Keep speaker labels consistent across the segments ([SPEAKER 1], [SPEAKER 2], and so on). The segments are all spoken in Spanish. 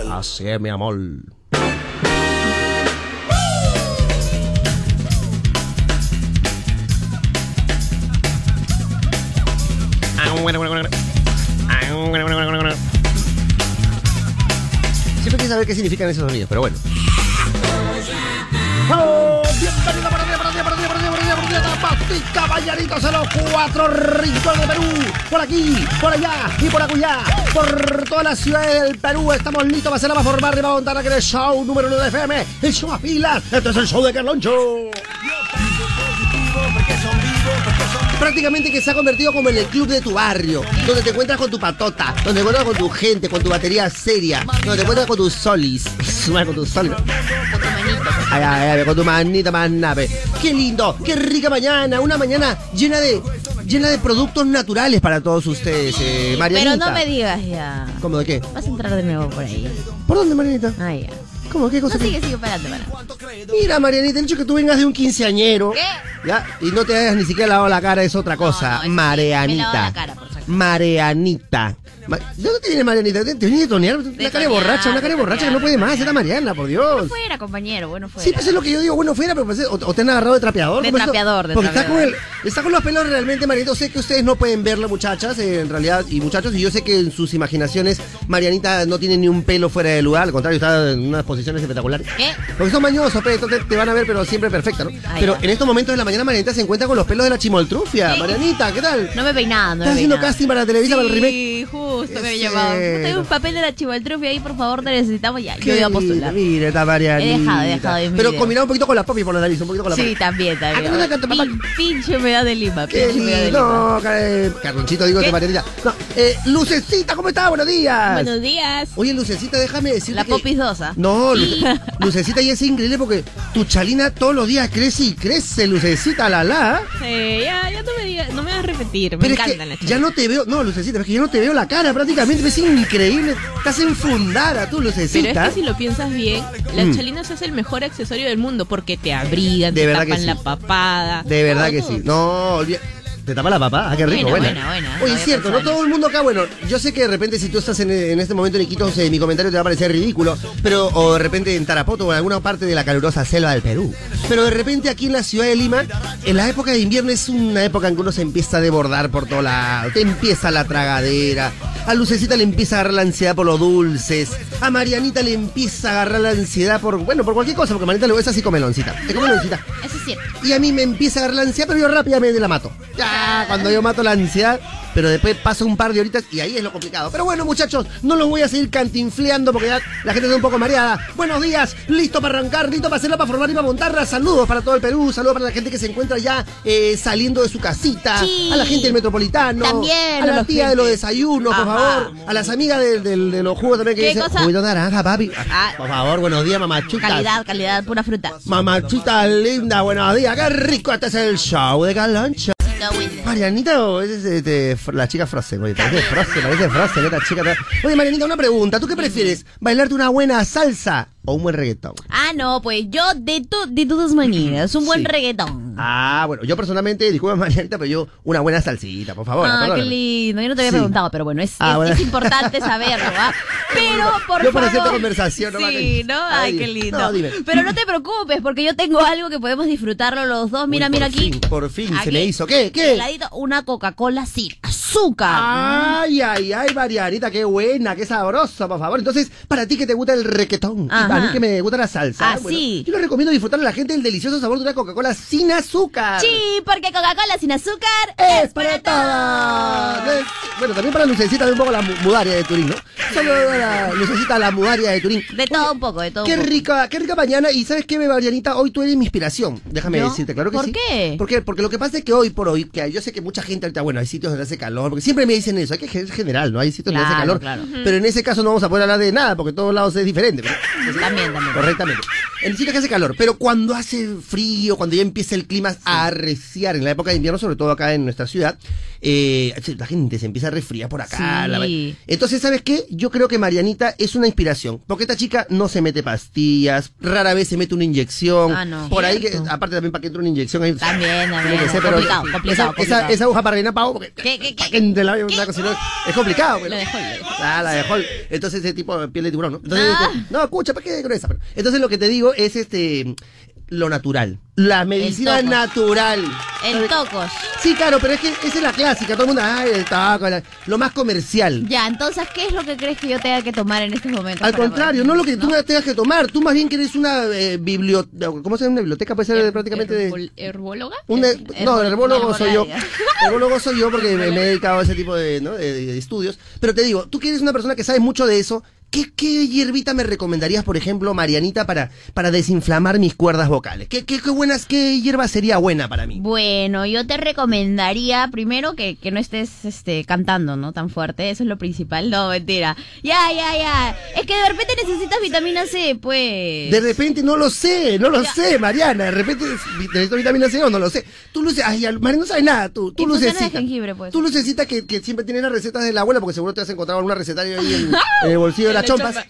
[SPEAKER 1] Así es, mi amor. Siempre quise saber qué significan esos sonidos, pero bueno. ¡Oh! Bienvenido para arriba, para arriba, para arriba, para arriba, para arriba, para arriba, damas y caballeritos a los cuatro rincones de Perú. Por aquí, por allá y por acullá. Por todas las ciudades del Perú estamos listos para hacer la más formal de montar que el show número 1 de FM. El show a pilas. Este es el show de Carloncho. Prácticamente que se ha convertido como en el club de tu barrio, donde te encuentras con tu patota, donde te encuentras con tu gente, con tu batería seria, donde te encuentras con tus solis. con tus solis. Ay, ay, ay, con tu manita más nave. Qué lindo, qué rica mañana, una mañana llena de llena de productos naturales para todos ustedes, eh,
[SPEAKER 2] Pero no
[SPEAKER 1] Marianita.
[SPEAKER 2] me digas ya.
[SPEAKER 1] ¿Cómo de qué?
[SPEAKER 2] Vas a entrar de nuevo por ahí.
[SPEAKER 1] ¿Por dónde, Marianita?
[SPEAKER 2] Ah, ya.
[SPEAKER 1] ¿Cómo qué
[SPEAKER 2] No,
[SPEAKER 1] cosa? que-
[SPEAKER 2] sigue, sigue, parate, parate.
[SPEAKER 1] Mira, Marianita, el hecho que tú vengas de un quinceañero
[SPEAKER 2] ¿Qué?
[SPEAKER 1] ya y no te hayas ni siquiera lavado la cara es otra cosa,
[SPEAKER 2] no, eso sí, me he
[SPEAKER 1] Marianita.
[SPEAKER 2] lavado la cara, por supuesto.
[SPEAKER 1] Marianita. Ma- ¿De dónde te viene Marianita? ¿Te, te viene de tonear? Una cara de
[SPEAKER 2] tonear,
[SPEAKER 1] borracha, una
[SPEAKER 2] de
[SPEAKER 1] cara de borracha que
[SPEAKER 2] tonear,
[SPEAKER 1] no puede
[SPEAKER 2] de
[SPEAKER 1] más, era Mariana, por Dios.
[SPEAKER 2] Fuera, compañero, bueno, fuera.
[SPEAKER 1] Sí, pues es lo que yo digo, bueno, fuera, pero pues, o, o te han agarrado de trapeador.
[SPEAKER 2] De
[SPEAKER 1] ¿cómo es esto?
[SPEAKER 2] trapeador, de
[SPEAKER 1] Porque
[SPEAKER 2] trapeador.
[SPEAKER 1] Está, con el, está con los pelos realmente, Marianita. Sé que ustedes no pueden verlo, muchachas, eh, en realidad, y muchachos, y yo sé que en sus imaginaciones Marianita no tiene ni un pelo fuera de lugar, al contrario, está en unas posiciones espectaculares.
[SPEAKER 2] ¿Qué?
[SPEAKER 1] Porque son mañosos, pero entonces te van a ver, pero siempre perfecta, ¿no?
[SPEAKER 2] Ahí
[SPEAKER 1] pero
[SPEAKER 2] va.
[SPEAKER 1] en estos momentos de la mañana Marianita se encuentra con los pelos de la chimoltrufia.
[SPEAKER 2] Sí.
[SPEAKER 1] Marianita, ¿qué tal?
[SPEAKER 2] No me he peinado, no me
[SPEAKER 1] ¿Estás
[SPEAKER 2] he
[SPEAKER 1] haciendo
[SPEAKER 2] peinado.
[SPEAKER 1] casting para la televisa, para el remake?
[SPEAKER 2] Sí, justo me he
[SPEAKER 1] Es
[SPEAKER 2] llamado.
[SPEAKER 1] cierto.
[SPEAKER 2] Tengo un papel de la Chivaltrufia ahí, por favor, te necesitamos ya. Yo
[SPEAKER 1] Qué
[SPEAKER 2] voy a
[SPEAKER 1] linda,
[SPEAKER 2] postular.
[SPEAKER 1] Mira, está Marianita.
[SPEAKER 2] He dejado, he dejado de mi
[SPEAKER 1] Pero
[SPEAKER 2] video.
[SPEAKER 1] combinado un poquito con la popi por la nariz, un poquito con la
[SPEAKER 2] Sí,
[SPEAKER 1] popi.
[SPEAKER 2] también,
[SPEAKER 1] Ah, ¿cómo te
[SPEAKER 2] también.
[SPEAKER 1] canta, papá?
[SPEAKER 2] Pin- Pinche me da de Lima,
[SPEAKER 1] Qué
[SPEAKER 2] pinche me da de Lima.
[SPEAKER 1] lindo, eh, Carlonchito, digo,
[SPEAKER 2] ¿Qué?
[SPEAKER 1] de Marianita. No, eh, Lucecita, ¿cómo estás? Buenos días.
[SPEAKER 2] Buenos días.
[SPEAKER 1] Oye, Lucecita, déjame decirte
[SPEAKER 2] La
[SPEAKER 1] que-
[SPEAKER 2] popis dosa.
[SPEAKER 1] No, Lu- Lucecita, y es increíble porque tu chalina todos los días crece y crece, Lucecita, la la.
[SPEAKER 3] Eh, ya, ya no me digas, no me vas a repetir, me
[SPEAKER 1] Pero es
[SPEAKER 3] encantan
[SPEAKER 1] que
[SPEAKER 3] las
[SPEAKER 1] ya no te veo, no, Lucecita, es que yo no te veo la cara prácticamente, es increíble. Estás enfundada tú,
[SPEAKER 3] Pero es
[SPEAKER 1] Lucecita.
[SPEAKER 3] que si lo piensas bien, las chalinas es el mejor accesorio del mundo porque te abrigan,
[SPEAKER 1] Mm. De
[SPEAKER 3] te
[SPEAKER 1] verdad que
[SPEAKER 3] tapan
[SPEAKER 1] sí.
[SPEAKER 3] la papada.
[SPEAKER 1] De verdad que
[SPEAKER 3] todo.
[SPEAKER 1] sí. No, olvida- Te tapa la papá, ah, qué rico,
[SPEAKER 2] Buena,
[SPEAKER 1] buena.
[SPEAKER 2] buena,
[SPEAKER 1] Oye,
[SPEAKER 2] buena. No
[SPEAKER 1] es
[SPEAKER 2] había
[SPEAKER 1] cierto, no
[SPEAKER 2] pensado en
[SPEAKER 1] todo el mundo acá, bueno, yo sé que de repente si tú estás en, en este momento en Iquitos, eh, mi comentario te va a parecer ridículo, pero, o de repente en Tarapoto o en alguna parte de la calurosa selva del Perú. Pero de repente aquí en la ciudad de Lima, en la época de invierno es una época en que uno se empieza a debordar por todo lado, te empieza la tragadera, a Lucecita le empieza a agarrar la ansiedad por los dulces, a Marianita le empieza a agarrar la ansiedad por, bueno, por cualquier cosa, porque Marianita luego es así come meloncita, te come meloncita.
[SPEAKER 2] Eso es cierto.
[SPEAKER 1] Y a mí me empieza a agarrar la ansiedad, pero yo rápidamente la mato. Ya, cuando yo mato la ansiedad, pero después pasa un par de horitas y ahí es lo complicado. Pero bueno, muchachos, no los voy a seguir cantinfleando porque ya la gente está un poco mareada. Buenos días, listo para arrancar, listo para hacerla, para formar y para montarla. Saludos para todo el Perú, saludos para la gente que se encuentra ya eh, saliendo de su casita,
[SPEAKER 2] Sí.
[SPEAKER 1] a la gente del metropolitano,
[SPEAKER 2] También
[SPEAKER 1] a
[SPEAKER 2] a
[SPEAKER 1] la
[SPEAKER 2] los
[SPEAKER 1] tía de los
[SPEAKER 2] gente.
[SPEAKER 1] desayunos, por
[SPEAKER 2] Ajá.
[SPEAKER 1] favor, a las amigas de, de- de los jugos también que
[SPEAKER 2] ¿Qué
[SPEAKER 1] dicen,
[SPEAKER 2] cosa?
[SPEAKER 1] juguito de naranja, papi.
[SPEAKER 2] Ah.
[SPEAKER 1] Por favor, buenos días, mamachutas.
[SPEAKER 2] Calidad, calidad, pura fruta.
[SPEAKER 1] Mamachita linda, buenos días, qué rico, este es el show de Caloncho.
[SPEAKER 2] No, Winnie.
[SPEAKER 1] Marianita, o es este, fr- la chica Frozen, oye, parece Frozen, parece Frozen, esta chica. está- Oye, Marianita, una pregunta, ¿tú qué prefieres? ¿Bailarte una buena salsa o un buen reggaetón?
[SPEAKER 2] Ah, no, pues yo de, to- de todas maneras, un buen
[SPEAKER 1] Sí.
[SPEAKER 2] reggaetón.
[SPEAKER 1] Ah, bueno, yo personalmente, disculpa Marianita, pero yo una buena salsita, por favor.
[SPEAKER 2] ah, qué
[SPEAKER 1] perdóname.
[SPEAKER 2] lindo. Yo no te había
[SPEAKER 1] Sí.
[SPEAKER 2] preguntado, pero bueno, es,
[SPEAKER 1] Ah,
[SPEAKER 2] es-
[SPEAKER 1] bueno.
[SPEAKER 2] es importante saberlo, ¿ah? Pero, por
[SPEAKER 1] Yo por
[SPEAKER 2] favor.
[SPEAKER 1] cierta conversación, no
[SPEAKER 2] Sí,
[SPEAKER 1] mames.
[SPEAKER 2] ¿no? Ay,
[SPEAKER 1] Ay,
[SPEAKER 2] qué lindo.
[SPEAKER 1] no, dime.
[SPEAKER 2] Pero no te preocupes, porque yo tengo algo que podemos disfrutarlo los dos. Mira,
[SPEAKER 1] Uy,
[SPEAKER 2] mira
[SPEAKER 1] por
[SPEAKER 2] aquí.
[SPEAKER 1] fin, por fin se
[SPEAKER 2] Aquí.
[SPEAKER 1] me hizo. ¿Qué? Ah.
[SPEAKER 2] Al
[SPEAKER 1] ¿Qué?
[SPEAKER 2] ladito, una Coca-Cola sin azúcar.
[SPEAKER 1] Ay, ay, ay, Marianita, qué buena, qué sabrosa, por favor. Entonces, para ti que te gusta el requetón, y
[SPEAKER 2] Ajá.
[SPEAKER 1] para mí que me gusta la salsa,
[SPEAKER 2] Ah, sí.
[SPEAKER 1] yo les recomiendo disfrutar a la gente el delicioso sabor de una Coca-Cola sin azúcar.
[SPEAKER 2] Sí, porque Coca-Cola sin azúcar
[SPEAKER 1] Es para todos. Es- Bueno, también para Lucecita, un poco la mu- mudaria de Turín, ¿no? Solo la Lucecita, la mudaria de Turín.
[SPEAKER 2] De todo un poco, de todo
[SPEAKER 1] Qué
[SPEAKER 2] un poco.
[SPEAKER 1] rica, qué rica mañana. Y sabes qué, Marianita, hoy tú eres mi inspiración. Déjame
[SPEAKER 2] ¿No?
[SPEAKER 1] decirte, claro que
[SPEAKER 2] ¿Por
[SPEAKER 1] sí.
[SPEAKER 2] qué?
[SPEAKER 1] ¿Por qué? Porque lo que pasa es que hoy por hoy, que yo sé que mucha gente ahorita, bueno, hay sitios donde hace calor, porque siempre me dicen eso, hay que es general, ¿no? Hay sitios donde hace
[SPEAKER 2] Claro,
[SPEAKER 1] calor.
[SPEAKER 2] claro.
[SPEAKER 1] Pero en ese caso no vamos a poder hablar de nada, porque en todos lados es diferente. ¿no?
[SPEAKER 2] También, también.
[SPEAKER 1] Correctamente. El sitio que hace calor, pero cuando hace frío, cuando ya empieza el clima a arreciar, en la época de invierno, sobre todo acá en nuestra ciudad, eh, la gente se empieza a resfriar por acá.
[SPEAKER 2] Sí.
[SPEAKER 1] la- Entonces, ¿sabes qué? Yo creo que Marianita es una inspiración, porque esta chica no se mete pastillas, rara vez se mete una inyección.
[SPEAKER 2] Ah, no.
[SPEAKER 1] Por ahí, que,
[SPEAKER 2] Cierto.
[SPEAKER 1] aparte también para que entre una inyección. Ahí,
[SPEAKER 2] También, también.
[SPEAKER 1] Tiene que ser, pero
[SPEAKER 2] complicado,
[SPEAKER 1] esa-
[SPEAKER 2] complicado,
[SPEAKER 1] esa,
[SPEAKER 2] complicado.
[SPEAKER 1] esa aguja para rellenar pavo, porque
[SPEAKER 2] ¿Qué, qué, qué?
[SPEAKER 1] pa' que te la- una cosa, no, es complicado. pero-
[SPEAKER 3] La dejó, la dejó.
[SPEAKER 1] Ah, la dejó. Entonces ese tipo de piel de tiburón, ¿no? Entonces,
[SPEAKER 2] Ah.
[SPEAKER 1] este, no, escucha, ¿para qué gruesa? Pero- Entonces lo que te digo es este lo natural. La medicina
[SPEAKER 2] toco.
[SPEAKER 1] natural.
[SPEAKER 2] El tocos.
[SPEAKER 1] Sí, claro, pero es que esa es la clásica. Todo el mundo, ay, el tabaco, la- lo más comercial.
[SPEAKER 2] Ya, entonces, ¿qué es lo que crees que yo tenga que tomar en estos momentos?
[SPEAKER 1] Al
[SPEAKER 2] para
[SPEAKER 1] contrario,
[SPEAKER 2] poder-
[SPEAKER 1] no lo que tú tengas que tomar. Tú más bien que eres una biblioteca. ¿Cómo se llama una biblioteca? Puede
[SPEAKER 3] Em,
[SPEAKER 1] ser Eh, prácticamente de.
[SPEAKER 3] Herbol- ¿Herbóloga?
[SPEAKER 1] Una- no, el herbólogo
[SPEAKER 2] herbolaria.
[SPEAKER 1] soy yo. Herbólogo soy yo porque me, me he dedicado a ese tipo de, ¿no? de- de estudios. Pero te digo, tú que eres una persona que sabe mucho de eso, ¿qué, qué hierbita me recomendarías, por ejemplo, Marianita, para, para desinflamar mis cuerdas vocales? ¿Qué, qué, qué buenas, qué hierba sería buena para mí?
[SPEAKER 2] Bueno, yo te recomendaría primero que, que no estés este, cantando, ¿no? Tan fuerte, eso es lo principal. No, mentira. Ya, ya, ya. Es que de repente necesitas vitamina C, pues.
[SPEAKER 1] De repente, no lo sé, no lo sé, Mariana. De repente, ¿necesito vitamina C o no lo sé? Tú luces, ay, al- Mariana no sabe nada, tú, tú
[SPEAKER 2] Y funciona de
[SPEAKER 1] lucecita.
[SPEAKER 2] jengibre, pues.
[SPEAKER 1] Tú lucecita que, que siempre tienes las recetas de la abuela, porque seguro te has encontrado alguna recetaria ahí en, en el bolsillo de las
[SPEAKER 3] En la
[SPEAKER 1] chompas.
[SPEAKER 3] chompa.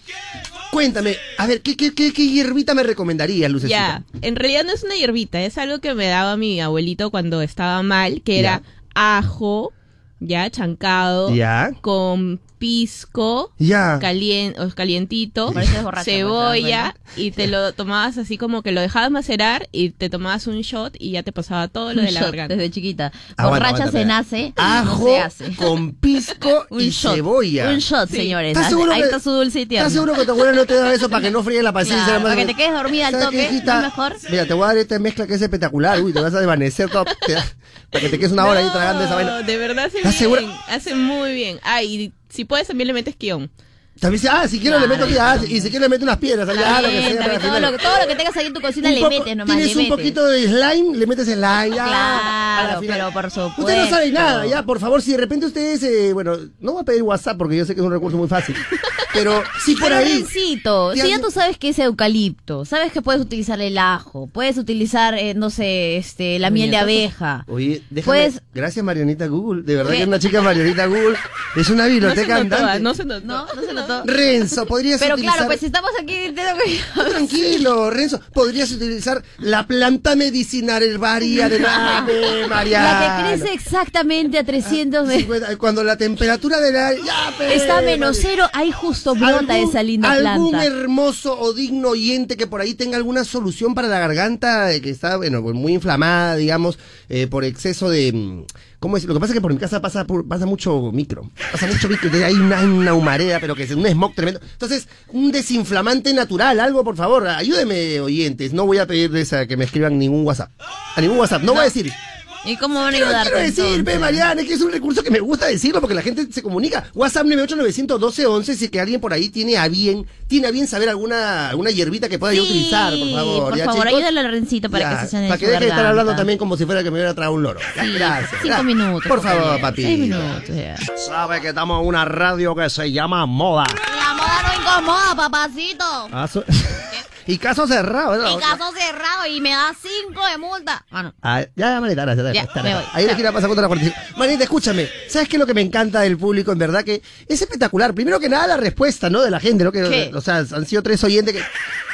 [SPEAKER 1] Cuéntame, a ver, ¿qué, qué, qué, qué hierbita me recomendarías, lucecita?
[SPEAKER 3] Ya, en realidad no es una hierbita, es algo que me daba mi abuelito cuando estaba mal, que era ajo, ya, chancado,
[SPEAKER 1] Ya.
[SPEAKER 3] con pisco,
[SPEAKER 1] Ya.
[SPEAKER 3] calien- o calientito,
[SPEAKER 2] Pareces borracha,
[SPEAKER 3] cebolla,
[SPEAKER 2] pues,
[SPEAKER 3] y te lo tomabas así como que lo dejabas macerar y te tomabas un shot y ya te pasaba todo lo de la
[SPEAKER 2] Shot
[SPEAKER 3] garganta.
[SPEAKER 2] Desde chiquita.
[SPEAKER 1] Aguanta,
[SPEAKER 2] Borracha
[SPEAKER 1] aguanta,
[SPEAKER 2] se
[SPEAKER 1] espera.
[SPEAKER 2] nace,
[SPEAKER 1] Ah, Ajo
[SPEAKER 2] no se hace.
[SPEAKER 1] con pisco
[SPEAKER 2] Un
[SPEAKER 1] y
[SPEAKER 2] shot,
[SPEAKER 1] cebolla.
[SPEAKER 2] Un shot,
[SPEAKER 3] Sí.
[SPEAKER 2] señores.
[SPEAKER 1] ¿Estás seguro
[SPEAKER 2] Ahí
[SPEAKER 1] que-
[SPEAKER 2] está su dulce y tierno.
[SPEAKER 1] ¿Estás seguro que tu abuela no te da eso para que no fríe la paciencia?
[SPEAKER 2] Claro,
[SPEAKER 1] hermano?
[SPEAKER 2] para que te quedes dormida al
[SPEAKER 1] ¿Sabes qué,
[SPEAKER 2] toque,
[SPEAKER 1] hijita?
[SPEAKER 2] ¿no es mejor?
[SPEAKER 1] Mira, te voy a dar esta mezcla que es espectacular. Uy, te vas a desvanecer todo, te da- para que te quedes una hora ahí
[SPEAKER 3] No,
[SPEAKER 1] tragando esa vaina.
[SPEAKER 3] De verdad hace bien,
[SPEAKER 1] ¿Estás segura?
[SPEAKER 3] hace muy bien. Ah, y si puedes también le metes guión.
[SPEAKER 1] También dice, ah, si quiero le meto aquí, ah, y si quiero le meto unas piedras, allá,
[SPEAKER 2] Está
[SPEAKER 1] lo que
[SPEAKER 2] bien,
[SPEAKER 1] sea.
[SPEAKER 2] está
[SPEAKER 1] para
[SPEAKER 2] bien. todo,
[SPEAKER 1] final.
[SPEAKER 2] lo, todo lo que tengas ahí en tu cocina
[SPEAKER 1] Un
[SPEAKER 2] le
[SPEAKER 1] poco-
[SPEAKER 2] metes nomás.
[SPEAKER 1] Tienes
[SPEAKER 2] le
[SPEAKER 1] un
[SPEAKER 2] metes.
[SPEAKER 1] poquito de slime, le metes slime. Ya,
[SPEAKER 2] Claro,
[SPEAKER 1] a la final.
[SPEAKER 2] pero por supuesto.
[SPEAKER 1] Usted no sabe nada, ya, por favor, si de repente ustedes, eh, bueno, no voy a pedir WhatsApp porque yo sé que es un recurso muy fácil. pero sí por
[SPEAKER 2] Pero
[SPEAKER 1] ahí.
[SPEAKER 2] Rencito,
[SPEAKER 1] Te
[SPEAKER 2] si ya
[SPEAKER 1] hace-
[SPEAKER 2] tú sabes que es eucalipto, sabes que puedes utilizar el ajo, puedes utilizar, eh, no sé, este, la miel de abeja.
[SPEAKER 1] Oye, déjame.
[SPEAKER 2] Pues-
[SPEAKER 1] Gracias, Marianita Google. De verdad
[SPEAKER 2] ¿Qué?
[SPEAKER 1] que es una chica Marianita Google. Es una
[SPEAKER 3] No se
[SPEAKER 1] biblioteca
[SPEAKER 3] notó, ah,
[SPEAKER 1] andante.
[SPEAKER 3] no se notó.
[SPEAKER 2] No, no se notó.
[SPEAKER 1] Renzo, podrías
[SPEAKER 2] Pero
[SPEAKER 1] utilizar.
[SPEAKER 2] claro, pues si estamos aquí, tengo que-
[SPEAKER 1] Tranquilo, Renzo. Podrías utilizar la planta medicinal herbaria de la de
[SPEAKER 2] la
[SPEAKER 1] Mariana.
[SPEAKER 2] que crece exactamente a 300 de-
[SPEAKER 1] 50, Cuando la temperatura del aire ya, pe,
[SPEAKER 2] Está a menos
[SPEAKER 1] Mariana.
[SPEAKER 2] cero, ahí justo brota esa linda
[SPEAKER 1] algún er-
[SPEAKER 2] planta.
[SPEAKER 1] hermoso o digno oyente que por ahí tenga alguna solución para la garganta eh, que está, bueno, pues, muy inflamada, digamos, eh, por exceso de... mm, ¿Cómo es? Lo que pasa es que por mi casa pasa, por- pasa mucho micro. Pasa mucho micro. entonces Hay una, hay una humareda, pero que es un smog tremendo. Entonces, un desinflamante natural, algo, por favor. Ayúdeme, oyentes. No voy a pedirles a que me escriban ningún WhatsApp. A ningún WhatsApp. No, voy a decir.
[SPEAKER 2] ¿Y cómo van a
[SPEAKER 1] Pero quiero
[SPEAKER 2] ayudarte?
[SPEAKER 1] decir, ve,
[SPEAKER 2] entonces?
[SPEAKER 1] Mariana, es que es un recurso que me gusta decirlo porque la gente se comunica. WhatsApp 9891211, si es que alguien por ahí tiene a bien, tiene a bien saber alguna, alguna hierbita que pueda yo
[SPEAKER 2] Sí,
[SPEAKER 1] utilizar, por favor.
[SPEAKER 2] Por
[SPEAKER 1] ¿ya,
[SPEAKER 2] favor,
[SPEAKER 1] chicos?
[SPEAKER 2] ayúdale al Rencito para
[SPEAKER 1] Ya,
[SPEAKER 2] que se sane
[SPEAKER 1] para
[SPEAKER 2] su
[SPEAKER 1] que deje de estar
[SPEAKER 2] garganta.
[SPEAKER 1] hablando también como si fuera que me hubiera tragado un loro. Ya,
[SPEAKER 2] Sí,
[SPEAKER 1] gracias.
[SPEAKER 2] Cinco
[SPEAKER 1] Ya.
[SPEAKER 2] minutos.
[SPEAKER 1] Por favor,
[SPEAKER 2] compañero.
[SPEAKER 1] papi.
[SPEAKER 2] Seis minutos, ya.
[SPEAKER 1] Sabe que estamos en una radio que se llama Moda.
[SPEAKER 2] La moda no incomoda, papacito.
[SPEAKER 1] Ah, su- y caso cerrado. ¿no?
[SPEAKER 2] En caso cerrado y me da cinco de multa. Ah, no.
[SPEAKER 1] Ah, ya, ya, Marita, gracias.
[SPEAKER 2] Ya,
[SPEAKER 1] gracias,
[SPEAKER 2] me
[SPEAKER 1] gracias.
[SPEAKER 2] voy.
[SPEAKER 1] Ahí
[SPEAKER 2] Chao.
[SPEAKER 1] la gira pasa contra la 45. Marita, escúchame. ¿Sabes qué es lo que me encanta del público? En verdad que es espectacular. Primero que nada, la respuesta, ¿no? De la gente, ¿no? Que,
[SPEAKER 2] ¿Qué?
[SPEAKER 1] O sea, han sido tres oyentes que.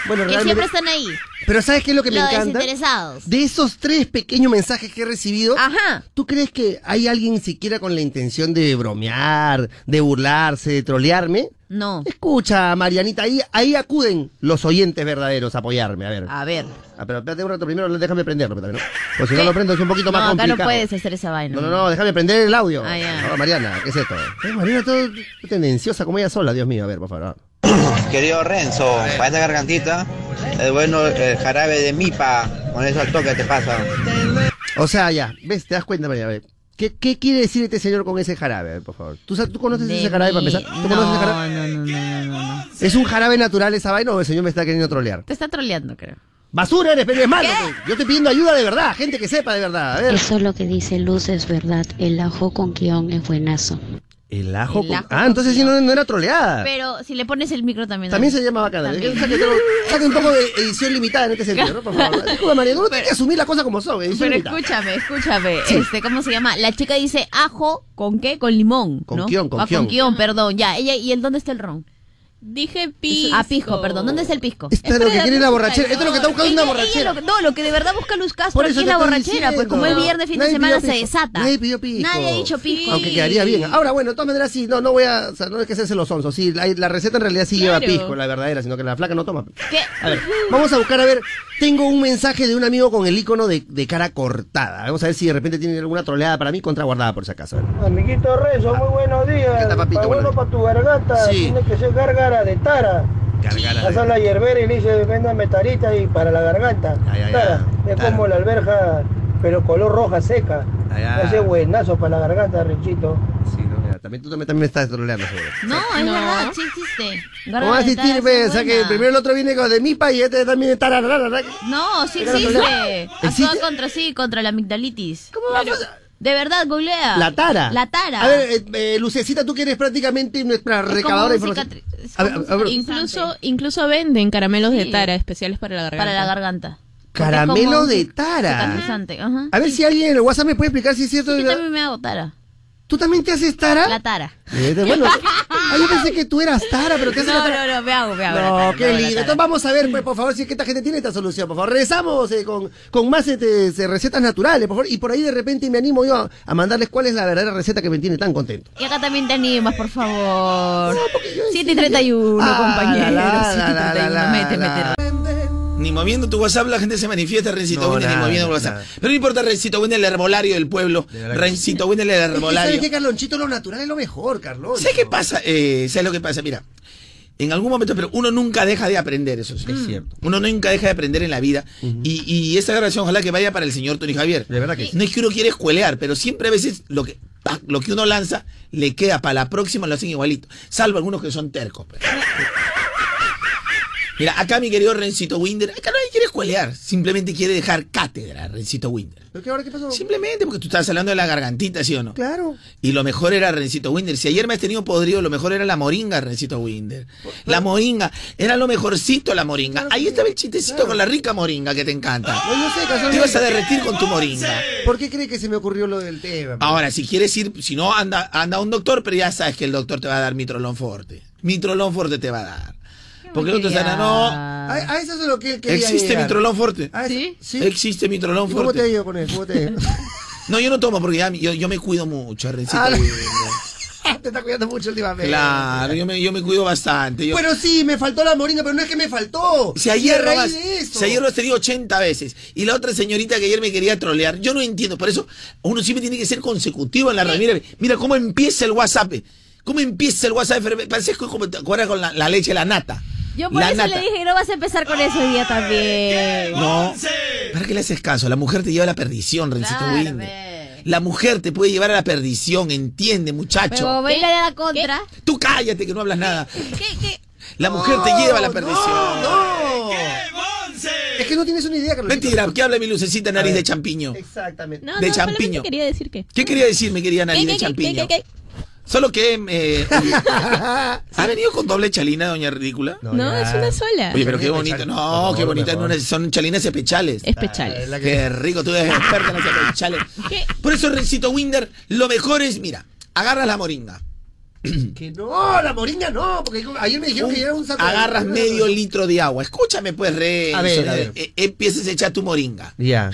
[SPEAKER 1] Bueno,
[SPEAKER 2] Que siempre
[SPEAKER 1] realmente.
[SPEAKER 2] están ahí.
[SPEAKER 1] Pero ¿sabes qué es lo que me
[SPEAKER 2] Los
[SPEAKER 1] encanta?
[SPEAKER 2] desinteresados. Ah.
[SPEAKER 1] De esos tres pequeños mensajes que he recibido,
[SPEAKER 2] Ajá.
[SPEAKER 1] ¿tú crees que hay alguien siquiera con la intención de bromear, de burlarse, de trolearme?
[SPEAKER 2] No.
[SPEAKER 1] Escucha, Marianita, ahí, ahí acuden los oyentes verdaderos a apoyarme. A ver.
[SPEAKER 2] A ver.
[SPEAKER 1] Ah, pero espérate un rato, primero déjame prenderlo, pero también, ¿no? Pues si no lo prendo es un poquito
[SPEAKER 2] No,
[SPEAKER 1] más
[SPEAKER 2] acá
[SPEAKER 1] complicado.
[SPEAKER 2] no puedes hacer esa vaina.
[SPEAKER 1] No, no, no, déjame prender el audio.
[SPEAKER 2] Ah, ya.
[SPEAKER 1] No, Mariana, ¿qué es esto? Eh, Mariana, todo tendenciosa como ella sola, Dios mío. A ver, por favor.
[SPEAKER 4] Querido Renzo, para esa gargantita, es bueno el jarabe de mipa, con eso al toque te pasa.
[SPEAKER 1] O sea, ya, ¿ves? ¿Te das cuenta, Mariana? A ver, ¿Qué, qué quiere decir este señor con ese jarabe? A ver, por favor. ¿Tú, sa- tú conoces
[SPEAKER 2] De
[SPEAKER 1] ese jarabe para
[SPEAKER 2] mí.
[SPEAKER 1] empezar? ¿Tú
[SPEAKER 2] no,
[SPEAKER 1] conoces ese jarabe?
[SPEAKER 2] No, no, no, no, no, no.
[SPEAKER 1] ¿Es un jarabe natural esa vaina o el señor me está queriendo trolear?
[SPEAKER 2] Te está troleando, creo.
[SPEAKER 1] ¡Basura eres, pero es malo! tú! Yo estoy pidiendo ayuda de verdad, gente que sepa de verdad. A ver.
[SPEAKER 5] Eso es lo que dice Luz, es verdad. El ajo con guión es buenazo.
[SPEAKER 1] El ajo.
[SPEAKER 2] El
[SPEAKER 1] con-
[SPEAKER 2] ajo
[SPEAKER 1] ah, entonces sí,
[SPEAKER 2] cocido.
[SPEAKER 1] no, no era troleada.
[SPEAKER 2] Pero si le pones el micro también.
[SPEAKER 1] También
[SPEAKER 2] ¿no?
[SPEAKER 1] se llama bacana.
[SPEAKER 2] También.
[SPEAKER 1] Saque, todo- saque un poco de edición limitada en este sentido, ¿no? Por favor. Disculpa, María, uno tiene que asumir las cosas como son. Edición
[SPEAKER 2] Pero
[SPEAKER 1] limitada.
[SPEAKER 2] escúchame, escúchame. Este, ¿cómo se llama? La chica dice ajo con qué? Con limón.
[SPEAKER 1] Con
[SPEAKER 2] ¿no?
[SPEAKER 1] guión, con
[SPEAKER 2] Ah,
[SPEAKER 1] guión.
[SPEAKER 2] con guión, perdón. Ya, ella, ¿y el dónde está el ron?
[SPEAKER 3] Dije pisco.
[SPEAKER 2] Ah, pisco, perdón. ¿Dónde está el pisco?
[SPEAKER 1] Esto es lo que quiere la borrachera. Esto es lo que está buscando
[SPEAKER 2] Ella-
[SPEAKER 1] una
[SPEAKER 2] ella
[SPEAKER 1] borrachera.
[SPEAKER 2] lo que- no, lo que de verdad busca Luz Castro
[SPEAKER 1] Por
[SPEAKER 2] aquí
[SPEAKER 1] eso
[SPEAKER 2] es
[SPEAKER 1] te
[SPEAKER 2] la
[SPEAKER 1] estoy
[SPEAKER 2] borrachera, pues como es
[SPEAKER 1] diciendo.
[SPEAKER 2] viernes, fin de
[SPEAKER 1] Nadie
[SPEAKER 2] semana
[SPEAKER 1] pidió
[SPEAKER 2] se
[SPEAKER 1] pisco.
[SPEAKER 2] desata.
[SPEAKER 1] Nadie pidió pisco.
[SPEAKER 2] Nadie ha dicho pisco.
[SPEAKER 1] Aunque quedaría bien. Ahora, bueno, de todas maneras, sí, no, no voy a. O sea, no hay que hacerse los onzos. Sí, la, la receta en realidad sí
[SPEAKER 3] Claro.
[SPEAKER 1] lleva pisco, la verdadera, sino que la flaca no toma.
[SPEAKER 2] ¿Qué?
[SPEAKER 1] A ver, vamos a buscar, a ver. Tengo un mensaje de un amigo con el icono de, de cara cortada. Vamos a ver si de repente tiene alguna troleada para mí contraguardada por si acaso. A ver.
[SPEAKER 5] Amiguito Renzo, muy buenos días.
[SPEAKER 1] ¿Qué tal, papito?
[SPEAKER 5] Pa'
[SPEAKER 1] Buenos
[SPEAKER 5] bueno para tu garganta.
[SPEAKER 1] Sí.
[SPEAKER 5] Tiene que ser gárgara de tara.
[SPEAKER 1] Gargara de-
[SPEAKER 5] Vas a la hierbera y le dices, véndame tarita y para la garganta.
[SPEAKER 1] Ay, ay,
[SPEAKER 5] tara,
[SPEAKER 1] ay,
[SPEAKER 5] es
[SPEAKER 1] tara.
[SPEAKER 5] como la alberja, pero color roja seca.
[SPEAKER 1] Ay, ay.
[SPEAKER 5] Ese buenazo para la garganta, Renchito.
[SPEAKER 1] Sí, no, mira, también tú también, también me estás troleando, seguro.
[SPEAKER 2] No, es
[SPEAKER 3] No.
[SPEAKER 2] verdad, sí existe. Garra
[SPEAKER 1] ¿Cómo vas a
[SPEAKER 2] dentada
[SPEAKER 1] asistir,
[SPEAKER 2] es
[SPEAKER 1] ve?
[SPEAKER 2] muy
[SPEAKER 1] O sea que
[SPEAKER 2] buena.
[SPEAKER 1] el primero el otro viene con de mipa y este también está.
[SPEAKER 2] No, sí
[SPEAKER 1] Claro,
[SPEAKER 2] existe.
[SPEAKER 1] ¿Existe?
[SPEAKER 2] Actúa contra sí, contra la amigdalitis.
[SPEAKER 1] ¿Cómo vamos a-
[SPEAKER 2] De verdad, googlea.
[SPEAKER 1] La tara.
[SPEAKER 2] La tara.
[SPEAKER 1] A ver, eh, eh, Lucecita, tú que eres prácticamente nuestra
[SPEAKER 2] como
[SPEAKER 1] recabadora de
[SPEAKER 2] un
[SPEAKER 1] información.
[SPEAKER 2] cicatri- es
[SPEAKER 1] A ver,
[SPEAKER 2] como un
[SPEAKER 1] a ver,
[SPEAKER 2] cicatri-
[SPEAKER 3] Incluso, incluso venden caramelos de
[SPEAKER 2] Sí.
[SPEAKER 3] tara especiales para la garganta.
[SPEAKER 2] para la garganta.
[SPEAKER 1] Caramelo
[SPEAKER 2] Porque es como un
[SPEAKER 1] de
[SPEAKER 2] cic-
[SPEAKER 1] tara.
[SPEAKER 2] cicatrizante, ajá.
[SPEAKER 1] a ver si alguien en el WhatsApp me puede explicar si es cierto.
[SPEAKER 2] Yo también me hago tara.
[SPEAKER 1] ¿Tú también te haces tara?
[SPEAKER 2] La tara.
[SPEAKER 1] Eh, de- Bueno, ah, yo pensé que tú eras tara, pero te haces la
[SPEAKER 2] No,
[SPEAKER 1] tara.
[SPEAKER 2] no, no, me hago, me hago. la
[SPEAKER 1] No,
[SPEAKER 2] tara,
[SPEAKER 1] qué
[SPEAKER 2] me hago la
[SPEAKER 1] lindo.
[SPEAKER 2] tara.
[SPEAKER 1] Entonces vamos a ver, pues, por favor, si es que esta gente tiene esta solución, por favor. Regresamos eh, con, con más este, se- recetas naturales, por favor. Y por ahí de repente me animo yo a, a mandarles cuál es la verdadera receta que me tiene tan contento.
[SPEAKER 2] Y acá también te animas, por favor.
[SPEAKER 1] porque yo
[SPEAKER 2] 7 y 31,
[SPEAKER 1] Ah, la,
[SPEAKER 2] compañero.
[SPEAKER 1] la,
[SPEAKER 2] 7 y
[SPEAKER 1] la,
[SPEAKER 2] 31,
[SPEAKER 1] la,
[SPEAKER 2] mete,
[SPEAKER 1] la.
[SPEAKER 2] mete.
[SPEAKER 6] Ni moviendo tu WhatsApp la gente se manifiesta, Rencito
[SPEAKER 1] No,
[SPEAKER 6] Winner, ni
[SPEAKER 1] nada,
[SPEAKER 6] moviendo el WhatsApp.
[SPEAKER 1] nada.
[SPEAKER 6] Pero no importa, Rencito Winner, el herbolario del pueblo.
[SPEAKER 1] verdad que
[SPEAKER 6] Rencito Winner, el
[SPEAKER 1] Es que ¿Sabes
[SPEAKER 6] herbolario.
[SPEAKER 1] qué, Carlonchito? Lo natural es lo mejor, Carlón.
[SPEAKER 6] ¿Sabes qué pasa? Eh, ¿Sabes lo que pasa? Mira, en algún momento, pero uno nunca deja de aprender, eso sí. Es cierto. Uno nunca deja de aprender en la vida. y, y esa grabación, ojalá que vaya para el señor Tony Javier.
[SPEAKER 1] De verdad que sí.
[SPEAKER 6] No es que uno quiera escuelear, pero siempre a veces lo que, ¡pac! lo que uno lanza le queda para la próxima, lo hacen igualito. Salvo algunos que son tercos. pues. Mira, acá mi querido Rencito Winder, acá nadie quiere escuelear, simplemente quiere dejar cátedra, Rencito Winder.
[SPEAKER 1] ¿Pero qué ahora qué
[SPEAKER 6] Oh.
[SPEAKER 1] pasó?
[SPEAKER 6] Simplemente porque tú estabas hablando de la gargantita, ¿sí o no?
[SPEAKER 1] Claro.
[SPEAKER 6] Y lo mejor era Rencito Winder. Si ayer me has tenido podrido, lo mejor era la moringa, Rencito Winder. La moringa. Era lo mejorcito la moringa. Ahí estaba el chistecito con la rica moringa que te encanta.
[SPEAKER 1] No, Pues yo sé,
[SPEAKER 6] Te
[SPEAKER 1] casualmente.
[SPEAKER 6] ibas a derretir con tu moringa.
[SPEAKER 1] ¿Por qué cree que se me ocurrió lo del tema?
[SPEAKER 6] Ahora, si quieres ir, si no, anda, anda a un doctor, pero ya sabes que el doctor te va a dar mitrolón forte. Mitrolón forte te va a dar. Porque el otro sana, no.
[SPEAKER 1] A, a eso es lo que él quería
[SPEAKER 6] Existe
[SPEAKER 1] llegar.
[SPEAKER 6] mitrolón forte.
[SPEAKER 1] A eso-
[SPEAKER 3] ¿Sí?
[SPEAKER 1] Ah, ¿Sí?
[SPEAKER 6] Existe mitrolón
[SPEAKER 1] ¿Y ¿Cómo te ha
[SPEAKER 6] forte.
[SPEAKER 1] ido con él? ¿Cómo te ha ido?
[SPEAKER 6] No, yo no tomo porque ya, yo, yo me cuido mucho, Rencito
[SPEAKER 1] Ah, la-
[SPEAKER 6] Winder.
[SPEAKER 1] te está cuidando mucho últimamente.
[SPEAKER 6] Claro, yo me, yo me cuido bastante. Yo,
[SPEAKER 1] Pero sí, me faltó la moringa, pero no es que me faltó. Y
[SPEAKER 6] Si
[SPEAKER 1] a
[SPEAKER 6] ayer,
[SPEAKER 1] raíz
[SPEAKER 6] robas-
[SPEAKER 1] de eso.
[SPEAKER 6] si ayer lo has tenido 80 veces y la otra señorita que ayer me quería trolear, yo no entiendo. Por eso uno siempre tiene que ser consecutivo en la red. Mira, mira cómo empieza el WhatsApp. eh. ¿Cómo empieza el WhatsApp? Ferme? Parece que es como te acuerdas con la, la leche, la nata.
[SPEAKER 2] Yo por
[SPEAKER 6] la
[SPEAKER 2] eso le dije, no vas a empezar con eso hoy día también.
[SPEAKER 6] No. ¿Para qué le haces caso? La mujer te lleva a la perdición, Rencito
[SPEAKER 2] Claro,
[SPEAKER 6] Winder.
[SPEAKER 2] ve.
[SPEAKER 6] La mujer te puede llevar a la perdición, entiende, muchacho.
[SPEAKER 2] Pero como venga de la contra.
[SPEAKER 6] Tú cállate que no hablas nada.
[SPEAKER 2] ¿Qué, qué?
[SPEAKER 6] La mujer te lleva a la perdición.
[SPEAKER 1] No, no. Es que no tienes una idea, Carlos.
[SPEAKER 6] Mentira, que habla mi lucecita nariz
[SPEAKER 1] ver.
[SPEAKER 6] de champiño.
[SPEAKER 1] Exactamente.
[SPEAKER 3] No,
[SPEAKER 6] De
[SPEAKER 3] no, solamente
[SPEAKER 6] champiño.
[SPEAKER 3] quería decir que...
[SPEAKER 6] ¿Qué quería decir, mi querida
[SPEAKER 3] ¿Qué,
[SPEAKER 6] nariz de
[SPEAKER 3] qué, qué,
[SPEAKER 6] champiño?
[SPEAKER 3] qué, qué, qué?
[SPEAKER 6] Solo que eh, ha venido con doble chalina, doña ridícula.
[SPEAKER 3] No,
[SPEAKER 1] ya.
[SPEAKER 3] es una sola.
[SPEAKER 6] Oye, pero qué
[SPEAKER 1] Chalina,
[SPEAKER 6] bonito.
[SPEAKER 1] chalina.
[SPEAKER 6] No,
[SPEAKER 1] Por favor,
[SPEAKER 6] qué bonita.
[SPEAKER 1] por favor.
[SPEAKER 6] no, son chalinas especiales.
[SPEAKER 3] Es pechales.
[SPEAKER 1] la que-
[SPEAKER 6] Qué rico, tú eres experta en las especiales.
[SPEAKER 3] ¿Qué?
[SPEAKER 6] Por eso, Rencito Winder, lo mejor es, mira, agarras la moringa.
[SPEAKER 1] Que no, la moringa no, porque ayer me dijeron
[SPEAKER 6] Un-
[SPEAKER 1] que era un saco. de-
[SPEAKER 6] agarras medio litro de agua. Escúchame, pues, Renzo.
[SPEAKER 1] A ver, a ver.
[SPEAKER 6] eh, Empiezas a echar tu moringa.
[SPEAKER 1] Ya.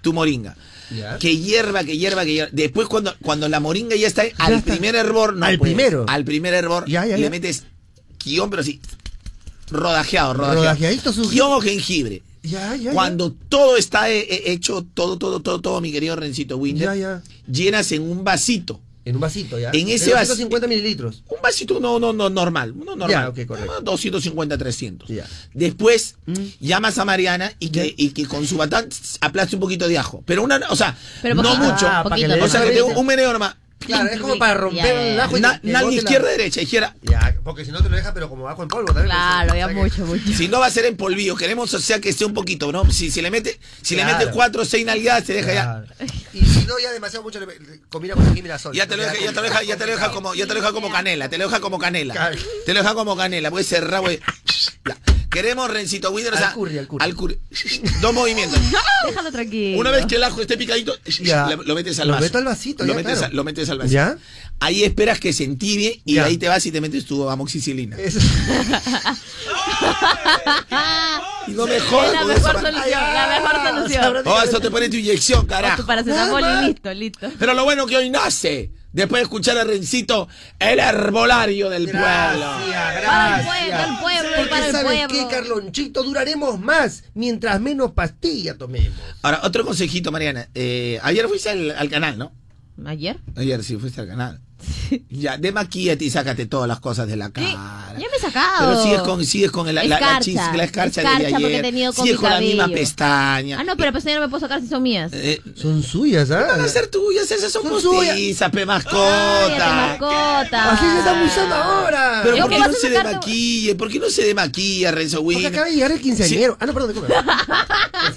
[SPEAKER 6] Tu moringa.
[SPEAKER 1] Ya.
[SPEAKER 6] Que hierva, que hierva, que hierva. Después cuando, cuando la moringa ya está al primer hervor, no
[SPEAKER 1] Al
[SPEAKER 6] pues,
[SPEAKER 1] primero.
[SPEAKER 6] Al primer hervor
[SPEAKER 1] Ya, ya,
[SPEAKER 6] le
[SPEAKER 1] ya.
[SPEAKER 6] metes guión, pero así. Rodajeado, rodajeado.
[SPEAKER 1] Rodajeadito su-
[SPEAKER 6] Guión o jengibre.
[SPEAKER 1] Ya, ya, ya.
[SPEAKER 6] Cuando todo está eh, eh, hecho, todo, todo, todo, todo, mi querido Rencito Winder,
[SPEAKER 1] Ya, ya.
[SPEAKER 6] llenas en un vasito.
[SPEAKER 1] En un vasito, ya.
[SPEAKER 6] En ese
[SPEAKER 1] De
[SPEAKER 6] vas-
[SPEAKER 1] 250 mililitros.
[SPEAKER 6] Un vasito, no, no, no, normal. No, normal.
[SPEAKER 1] Ya, ok, correcto.
[SPEAKER 6] No, 250, 300.
[SPEAKER 1] Ya. Mm.
[SPEAKER 6] Después, llamas a Mariana y que,
[SPEAKER 1] Ya.
[SPEAKER 6] y que con su batán aplaste un poquito de ajo. Pero una, o sea,
[SPEAKER 2] Pero
[SPEAKER 6] no
[SPEAKER 2] poquito.
[SPEAKER 6] mucho.
[SPEAKER 2] Ah,
[SPEAKER 1] para que le
[SPEAKER 2] poquito.
[SPEAKER 6] O sea, que
[SPEAKER 1] Solamente-
[SPEAKER 6] tengo un meneo nomás.
[SPEAKER 1] Claro, es como para romper
[SPEAKER 2] Ya, ya, ya.
[SPEAKER 1] el ajo y
[SPEAKER 6] Na-
[SPEAKER 1] te- te
[SPEAKER 6] Nadie
[SPEAKER 1] bote la-
[SPEAKER 6] izquierda, derecha, izquierda.
[SPEAKER 1] Ya, porque si no te lo deja, pero como ajo en polvo también.
[SPEAKER 2] Claro,
[SPEAKER 1] pues,
[SPEAKER 2] ya
[SPEAKER 1] o sea que-
[SPEAKER 2] mucho, mucho.
[SPEAKER 6] Si no va a ser en polvillo, queremos, o sea, que sea un poquito, ¿no? Si, si le mete, si le
[SPEAKER 1] Claro.
[SPEAKER 6] mete cuatro o seis nalgadas, te deja ya.
[SPEAKER 1] Claro. Y si no, ya demasiado mucho le- le- combina con aquí mirasol.
[SPEAKER 6] Ya te lo deja, ya te lo deja, ya te lo deja como, ya te lo deja como canela, te lo deja como canela.
[SPEAKER 1] Claro.
[SPEAKER 6] Te lo deja como canela, puede cerrar, güey. Ya. Queremos Rencito Winder, o sea,
[SPEAKER 1] Al curry, al curry.
[SPEAKER 6] curry. Dos movimientos.
[SPEAKER 2] Déjalo tranquilo.
[SPEAKER 6] Una vez que el ajo esté picadito,
[SPEAKER 1] Ya.
[SPEAKER 6] le- lo metes al
[SPEAKER 1] Lo
[SPEAKER 6] vaso.
[SPEAKER 1] meto al vasito,
[SPEAKER 6] Lo
[SPEAKER 1] ya,
[SPEAKER 6] metes,
[SPEAKER 1] claro.
[SPEAKER 6] a- lo metes al vasito.
[SPEAKER 1] ¿Ya?
[SPEAKER 6] Ahí esperas que se entibie y
[SPEAKER 1] Ya. Eh.
[SPEAKER 6] ahí te vas y te metes tu amoxicilina.
[SPEAKER 1] Es-
[SPEAKER 2] Ah,
[SPEAKER 6] Y no me
[SPEAKER 2] Es
[SPEAKER 6] jodas.
[SPEAKER 2] la
[SPEAKER 6] con
[SPEAKER 2] mejor
[SPEAKER 6] eso, man.
[SPEAKER 2] solución, la mejor solución.
[SPEAKER 6] Oh, eso te pone tu inyección, carajo.
[SPEAKER 2] Tu paracetamol
[SPEAKER 6] Nada
[SPEAKER 2] y
[SPEAKER 6] más.
[SPEAKER 2] listo, listo.
[SPEAKER 6] Pero lo bueno que hoy nace, después de escuchar a Rencito, el herbolario del pueblo.
[SPEAKER 1] Gracias,
[SPEAKER 2] Para el
[SPEAKER 1] gracias.
[SPEAKER 2] pueblo, el pueblo,
[SPEAKER 1] Porque
[SPEAKER 2] para el
[SPEAKER 1] ¿sabes
[SPEAKER 2] pueblo.
[SPEAKER 1] qué, Carlonchito? Duraremos más mientras menos pastilla tomemos.
[SPEAKER 6] Ahora, otro consejito, Mariana. Eh, ayer fuiste al, al canal, ¿no?
[SPEAKER 2] ¿Ayer?
[SPEAKER 6] Ayer sí fuiste al canal. Ya, demaquíate y sácate todas las cosas de la cara.
[SPEAKER 2] Ya me he sacado.
[SPEAKER 6] Pero sigues con, sigues con el, la, la
[SPEAKER 2] Escarcha.
[SPEAKER 6] chis- la escarcha, de
[SPEAKER 2] Escarcha,
[SPEAKER 6] ayer.
[SPEAKER 2] porque he tenido con
[SPEAKER 6] sigues
[SPEAKER 2] mi
[SPEAKER 6] con la misma
[SPEAKER 2] cabello.
[SPEAKER 6] pestaña.
[SPEAKER 2] Ah, no, pero pues ya no me puedo sacar si son mías.
[SPEAKER 6] Eh,
[SPEAKER 1] Son suyas, ¿ah?
[SPEAKER 6] van a ser tuyas, esas son,
[SPEAKER 1] Son suyas.
[SPEAKER 6] postizas, pe
[SPEAKER 2] Cállate,
[SPEAKER 6] mascota.
[SPEAKER 2] mascota.
[SPEAKER 1] Así se está abusando ahora.
[SPEAKER 6] Pero
[SPEAKER 2] Yo
[SPEAKER 6] ¿por
[SPEAKER 2] que
[SPEAKER 6] qué
[SPEAKER 2] vas
[SPEAKER 6] no
[SPEAKER 2] a
[SPEAKER 6] se
[SPEAKER 2] sacar tu-
[SPEAKER 6] demaquilla? ¿Por qué no se demaquilla, Renzo
[SPEAKER 1] Porque
[SPEAKER 6] Wynn?
[SPEAKER 1] acaba de llegar el quinceañero. Ah, no, perdón, disculpa.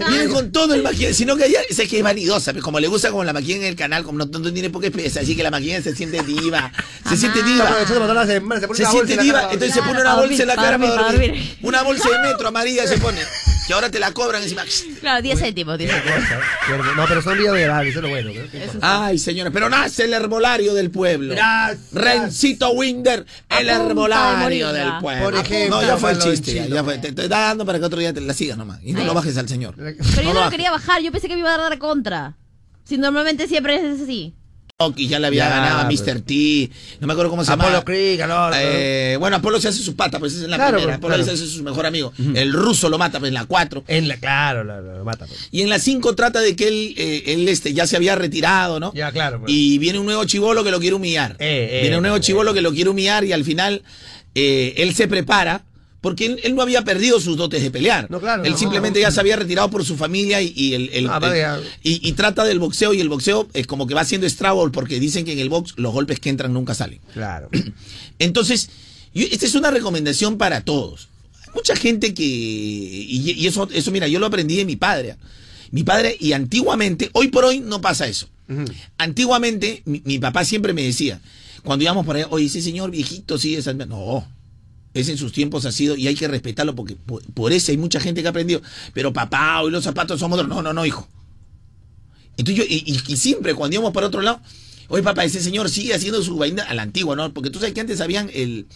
[SPEAKER 6] Viene con todo el maquillaje, sino que ella sé que es vanidosa, pero como le gusta como la maquilla en el canal, como no, no tiene poca experiencia, así que la maquilla se siente diva, se siente
[SPEAKER 1] Está
[SPEAKER 6] diva.
[SPEAKER 1] aprovechando para todas las semanas, se pone
[SPEAKER 6] Se
[SPEAKER 1] una
[SPEAKER 6] siente
[SPEAKER 1] bolsa en la
[SPEAKER 6] diva,
[SPEAKER 1] cara.
[SPEAKER 6] entonces se
[SPEAKER 2] Claro,
[SPEAKER 6] pone una
[SPEAKER 2] para
[SPEAKER 6] bolsa en la
[SPEAKER 2] dormir,
[SPEAKER 6] cara
[SPEAKER 2] para
[SPEAKER 6] para
[SPEAKER 2] dormir,
[SPEAKER 6] dormir.
[SPEAKER 2] para dormir.
[SPEAKER 6] Una bolsa de metro amarilla se pone, que ahora te la cobran encima.
[SPEAKER 2] Claro, 10 céntimos, 10 céntimos.
[SPEAKER 1] No, pero son vidas de eso es lo bueno. ¿no?
[SPEAKER 6] Ay, señores, pero nace el herbolario del pueblo.
[SPEAKER 1] Gracias.
[SPEAKER 6] Rencito Winder, el
[SPEAKER 2] A punta de
[SPEAKER 6] herbolario
[SPEAKER 2] moringa.
[SPEAKER 6] del pueblo.
[SPEAKER 1] Por ejemplo,
[SPEAKER 6] no, ya fue el
[SPEAKER 1] Pablo
[SPEAKER 6] chiste, ya,
[SPEAKER 1] Chilo.
[SPEAKER 6] ya fue. Te estoy dando para que otro día te la sigas nomás. Y no lo bajes al señor.
[SPEAKER 2] Pero yo
[SPEAKER 6] lo
[SPEAKER 2] no lo
[SPEAKER 6] bajes.
[SPEAKER 2] quería bajar, yo pensé que me iba a dar la contra. Si normalmente siempre es así.
[SPEAKER 6] Ok, ya le había
[SPEAKER 1] Ya,
[SPEAKER 6] ganado a
[SPEAKER 1] pero-
[SPEAKER 6] Mr. T. No me acuerdo cómo se llama.
[SPEAKER 1] Apolo Creek, no, no.
[SPEAKER 6] Eh, bueno, Apolo se hace su pata, pues esa es en la
[SPEAKER 1] Claro,
[SPEAKER 6] primera.
[SPEAKER 1] pues,
[SPEAKER 6] Apolo
[SPEAKER 1] claro.
[SPEAKER 6] se hace su mejor amigo. El ruso lo mata, pues en la 4.
[SPEAKER 1] En la, claro, la, la- la mata. pues.
[SPEAKER 6] Y en la 5 trata de que él, eh, él, este, ya se había retirado, ¿no?
[SPEAKER 1] Ya, claro, pues.
[SPEAKER 6] Y viene un nuevo chivolo que lo quiere humillar.
[SPEAKER 1] Eh, eh,
[SPEAKER 6] viene un nuevo
[SPEAKER 1] eh.
[SPEAKER 6] chivolo que lo quiere humillar y al final eh, él se prepara. Porque él, él no había perdido sus dotes de pelear.
[SPEAKER 1] No, claro,
[SPEAKER 6] él
[SPEAKER 1] no,
[SPEAKER 6] simplemente
[SPEAKER 1] no.
[SPEAKER 6] ya se había retirado por su familia y, y el, el-
[SPEAKER 1] Ah, pero
[SPEAKER 6] el-
[SPEAKER 1] ya.
[SPEAKER 6] y, y trata del boxeo y el boxeo es como que va haciendo estrabol porque dicen que en el box los golpes que entran nunca salen.
[SPEAKER 1] Claro.
[SPEAKER 6] Entonces, yo- esta es una recomendación para todos. Hay mucha gente que. Y, y eso, eso, mira, yo lo aprendí de mi padre. Mi padre, y antiguamente, hoy por hoy no pasa eso. Antiguamente, mi, mi papá siempre me decía, cuando íbamos por ahí, oye, ese señor viejito sigue esas- No. Ese en sus tiempos ha sido, y hay que respetarlo porque por, por eso hay mucha gente que ha aprendido. Pero papá, hoy los zapatos son modernos. No, no, no, hijo. Entonces yo, y, y- y siempre cuando íbamos para otro lado, oye papá, ese señor sigue haciendo su vaina a la antigua, ¿no? Porque tú sabes que antes habían el,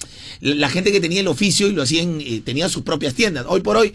[SPEAKER 6] la gente que tenía el oficio y lo hacían, eh, tenía sus propias tiendas. Hoy por hoy,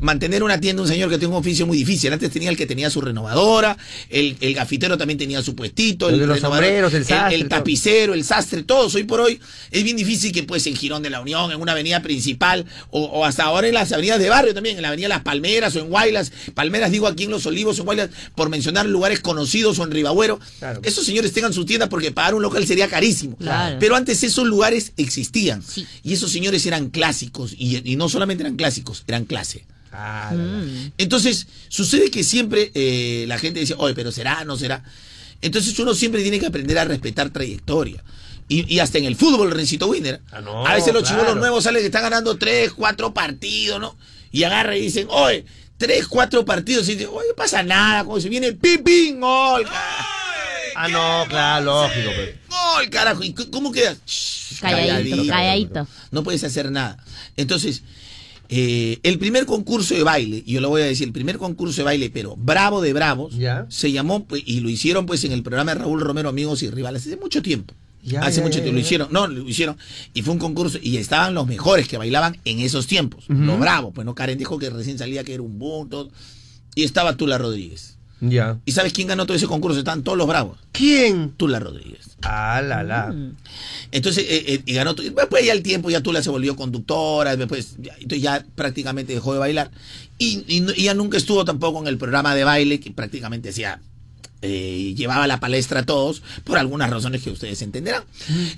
[SPEAKER 6] mantener una tienda, un señor que tiene un oficio es muy difícil. Antes tenía el que tenía su renovadora, el, el gafitero también tenía su puestito,
[SPEAKER 1] El de los
[SPEAKER 6] renovador,
[SPEAKER 1] sombreros, el sastre,
[SPEAKER 6] el
[SPEAKER 1] todo.
[SPEAKER 6] tapicero, el sastre, todos. Hoy por hoy es bien difícil que pues en Girón de la Unión, en una avenida principal, o, o hasta ahora en las avenidas de barrio también, en la avenida Las Palmeras o en Guaylas, Palmeras digo aquí en Los Olivos o Guaylas, por mencionar lugares conocidos o en Ribagüero,
[SPEAKER 1] Claro.
[SPEAKER 6] esos señores tengan su tienda porque pagar un local sería carísimo.
[SPEAKER 2] Claro.
[SPEAKER 6] Pero antes esos lugares existían.
[SPEAKER 2] Sí.
[SPEAKER 6] Y esos señores eran clásicos, y, y no solamente eran clásicos, eran clase.
[SPEAKER 1] Ah, la-
[SPEAKER 3] Mm.
[SPEAKER 1] la-
[SPEAKER 6] Entonces, sucede que siempre eh, la gente dice, oye, pero será, no será. Entonces uno siempre tiene que aprender a respetar trayectoria. Y, y hasta en el fútbol, Rencito Winner.
[SPEAKER 1] Ah, no,
[SPEAKER 6] a veces los
[SPEAKER 1] claro.
[SPEAKER 6] chivolos nuevos salen que están ganando tres, cuatro partidos, ¿no? Y agarra y dicen, oye, tres, cuatro partidos. Y dicen, oye, no pasa nada. Como si viene el pipín, gol. ca-
[SPEAKER 1] Ah, no, claro, lógico. pues.
[SPEAKER 6] Gol, carajo. ¿Y c- cómo quedas? Shh,
[SPEAKER 2] Calladito, calladito.
[SPEAKER 6] no puedes hacer nada. Entonces, eh, el primer concurso de baile, y yo lo voy a decir, el primer concurso de baile, pero bravo de bravos,
[SPEAKER 1] Ya.
[SPEAKER 6] se llamó pues, y lo hicieron pues en el programa de Raúl Romero Amigos y Rivales hace mucho tiempo.
[SPEAKER 1] Ya,
[SPEAKER 6] hace
[SPEAKER 1] ya,
[SPEAKER 6] mucho
[SPEAKER 1] ya,
[SPEAKER 6] tiempo lo
[SPEAKER 1] ya.
[SPEAKER 6] hicieron, no, lo hicieron y fue un concurso y estaban los mejores que bailaban en esos tiempos, los bravos, pues no Karen dijo que recién salía que era un boom, todo. Y estaba Tula Rodríguez.
[SPEAKER 1] Ya.
[SPEAKER 6] ¿Y sabes quién ganó todo ese concurso? Estaban todos los bravos.
[SPEAKER 1] ¿Quién?
[SPEAKER 6] Tula Rodríguez.
[SPEAKER 1] Ah, la, la.
[SPEAKER 6] Entonces, eh, eh, y ganó. tu- Después ya el tiempo, ya Tula se volvió conductora, después ya, entonces ya prácticamente dejó de bailar. Y, y no- y ya nunca estuvo tampoco en el programa de baile, que prácticamente hacía eh, llevaba la palestra a todos, por algunas razones que ustedes entenderán.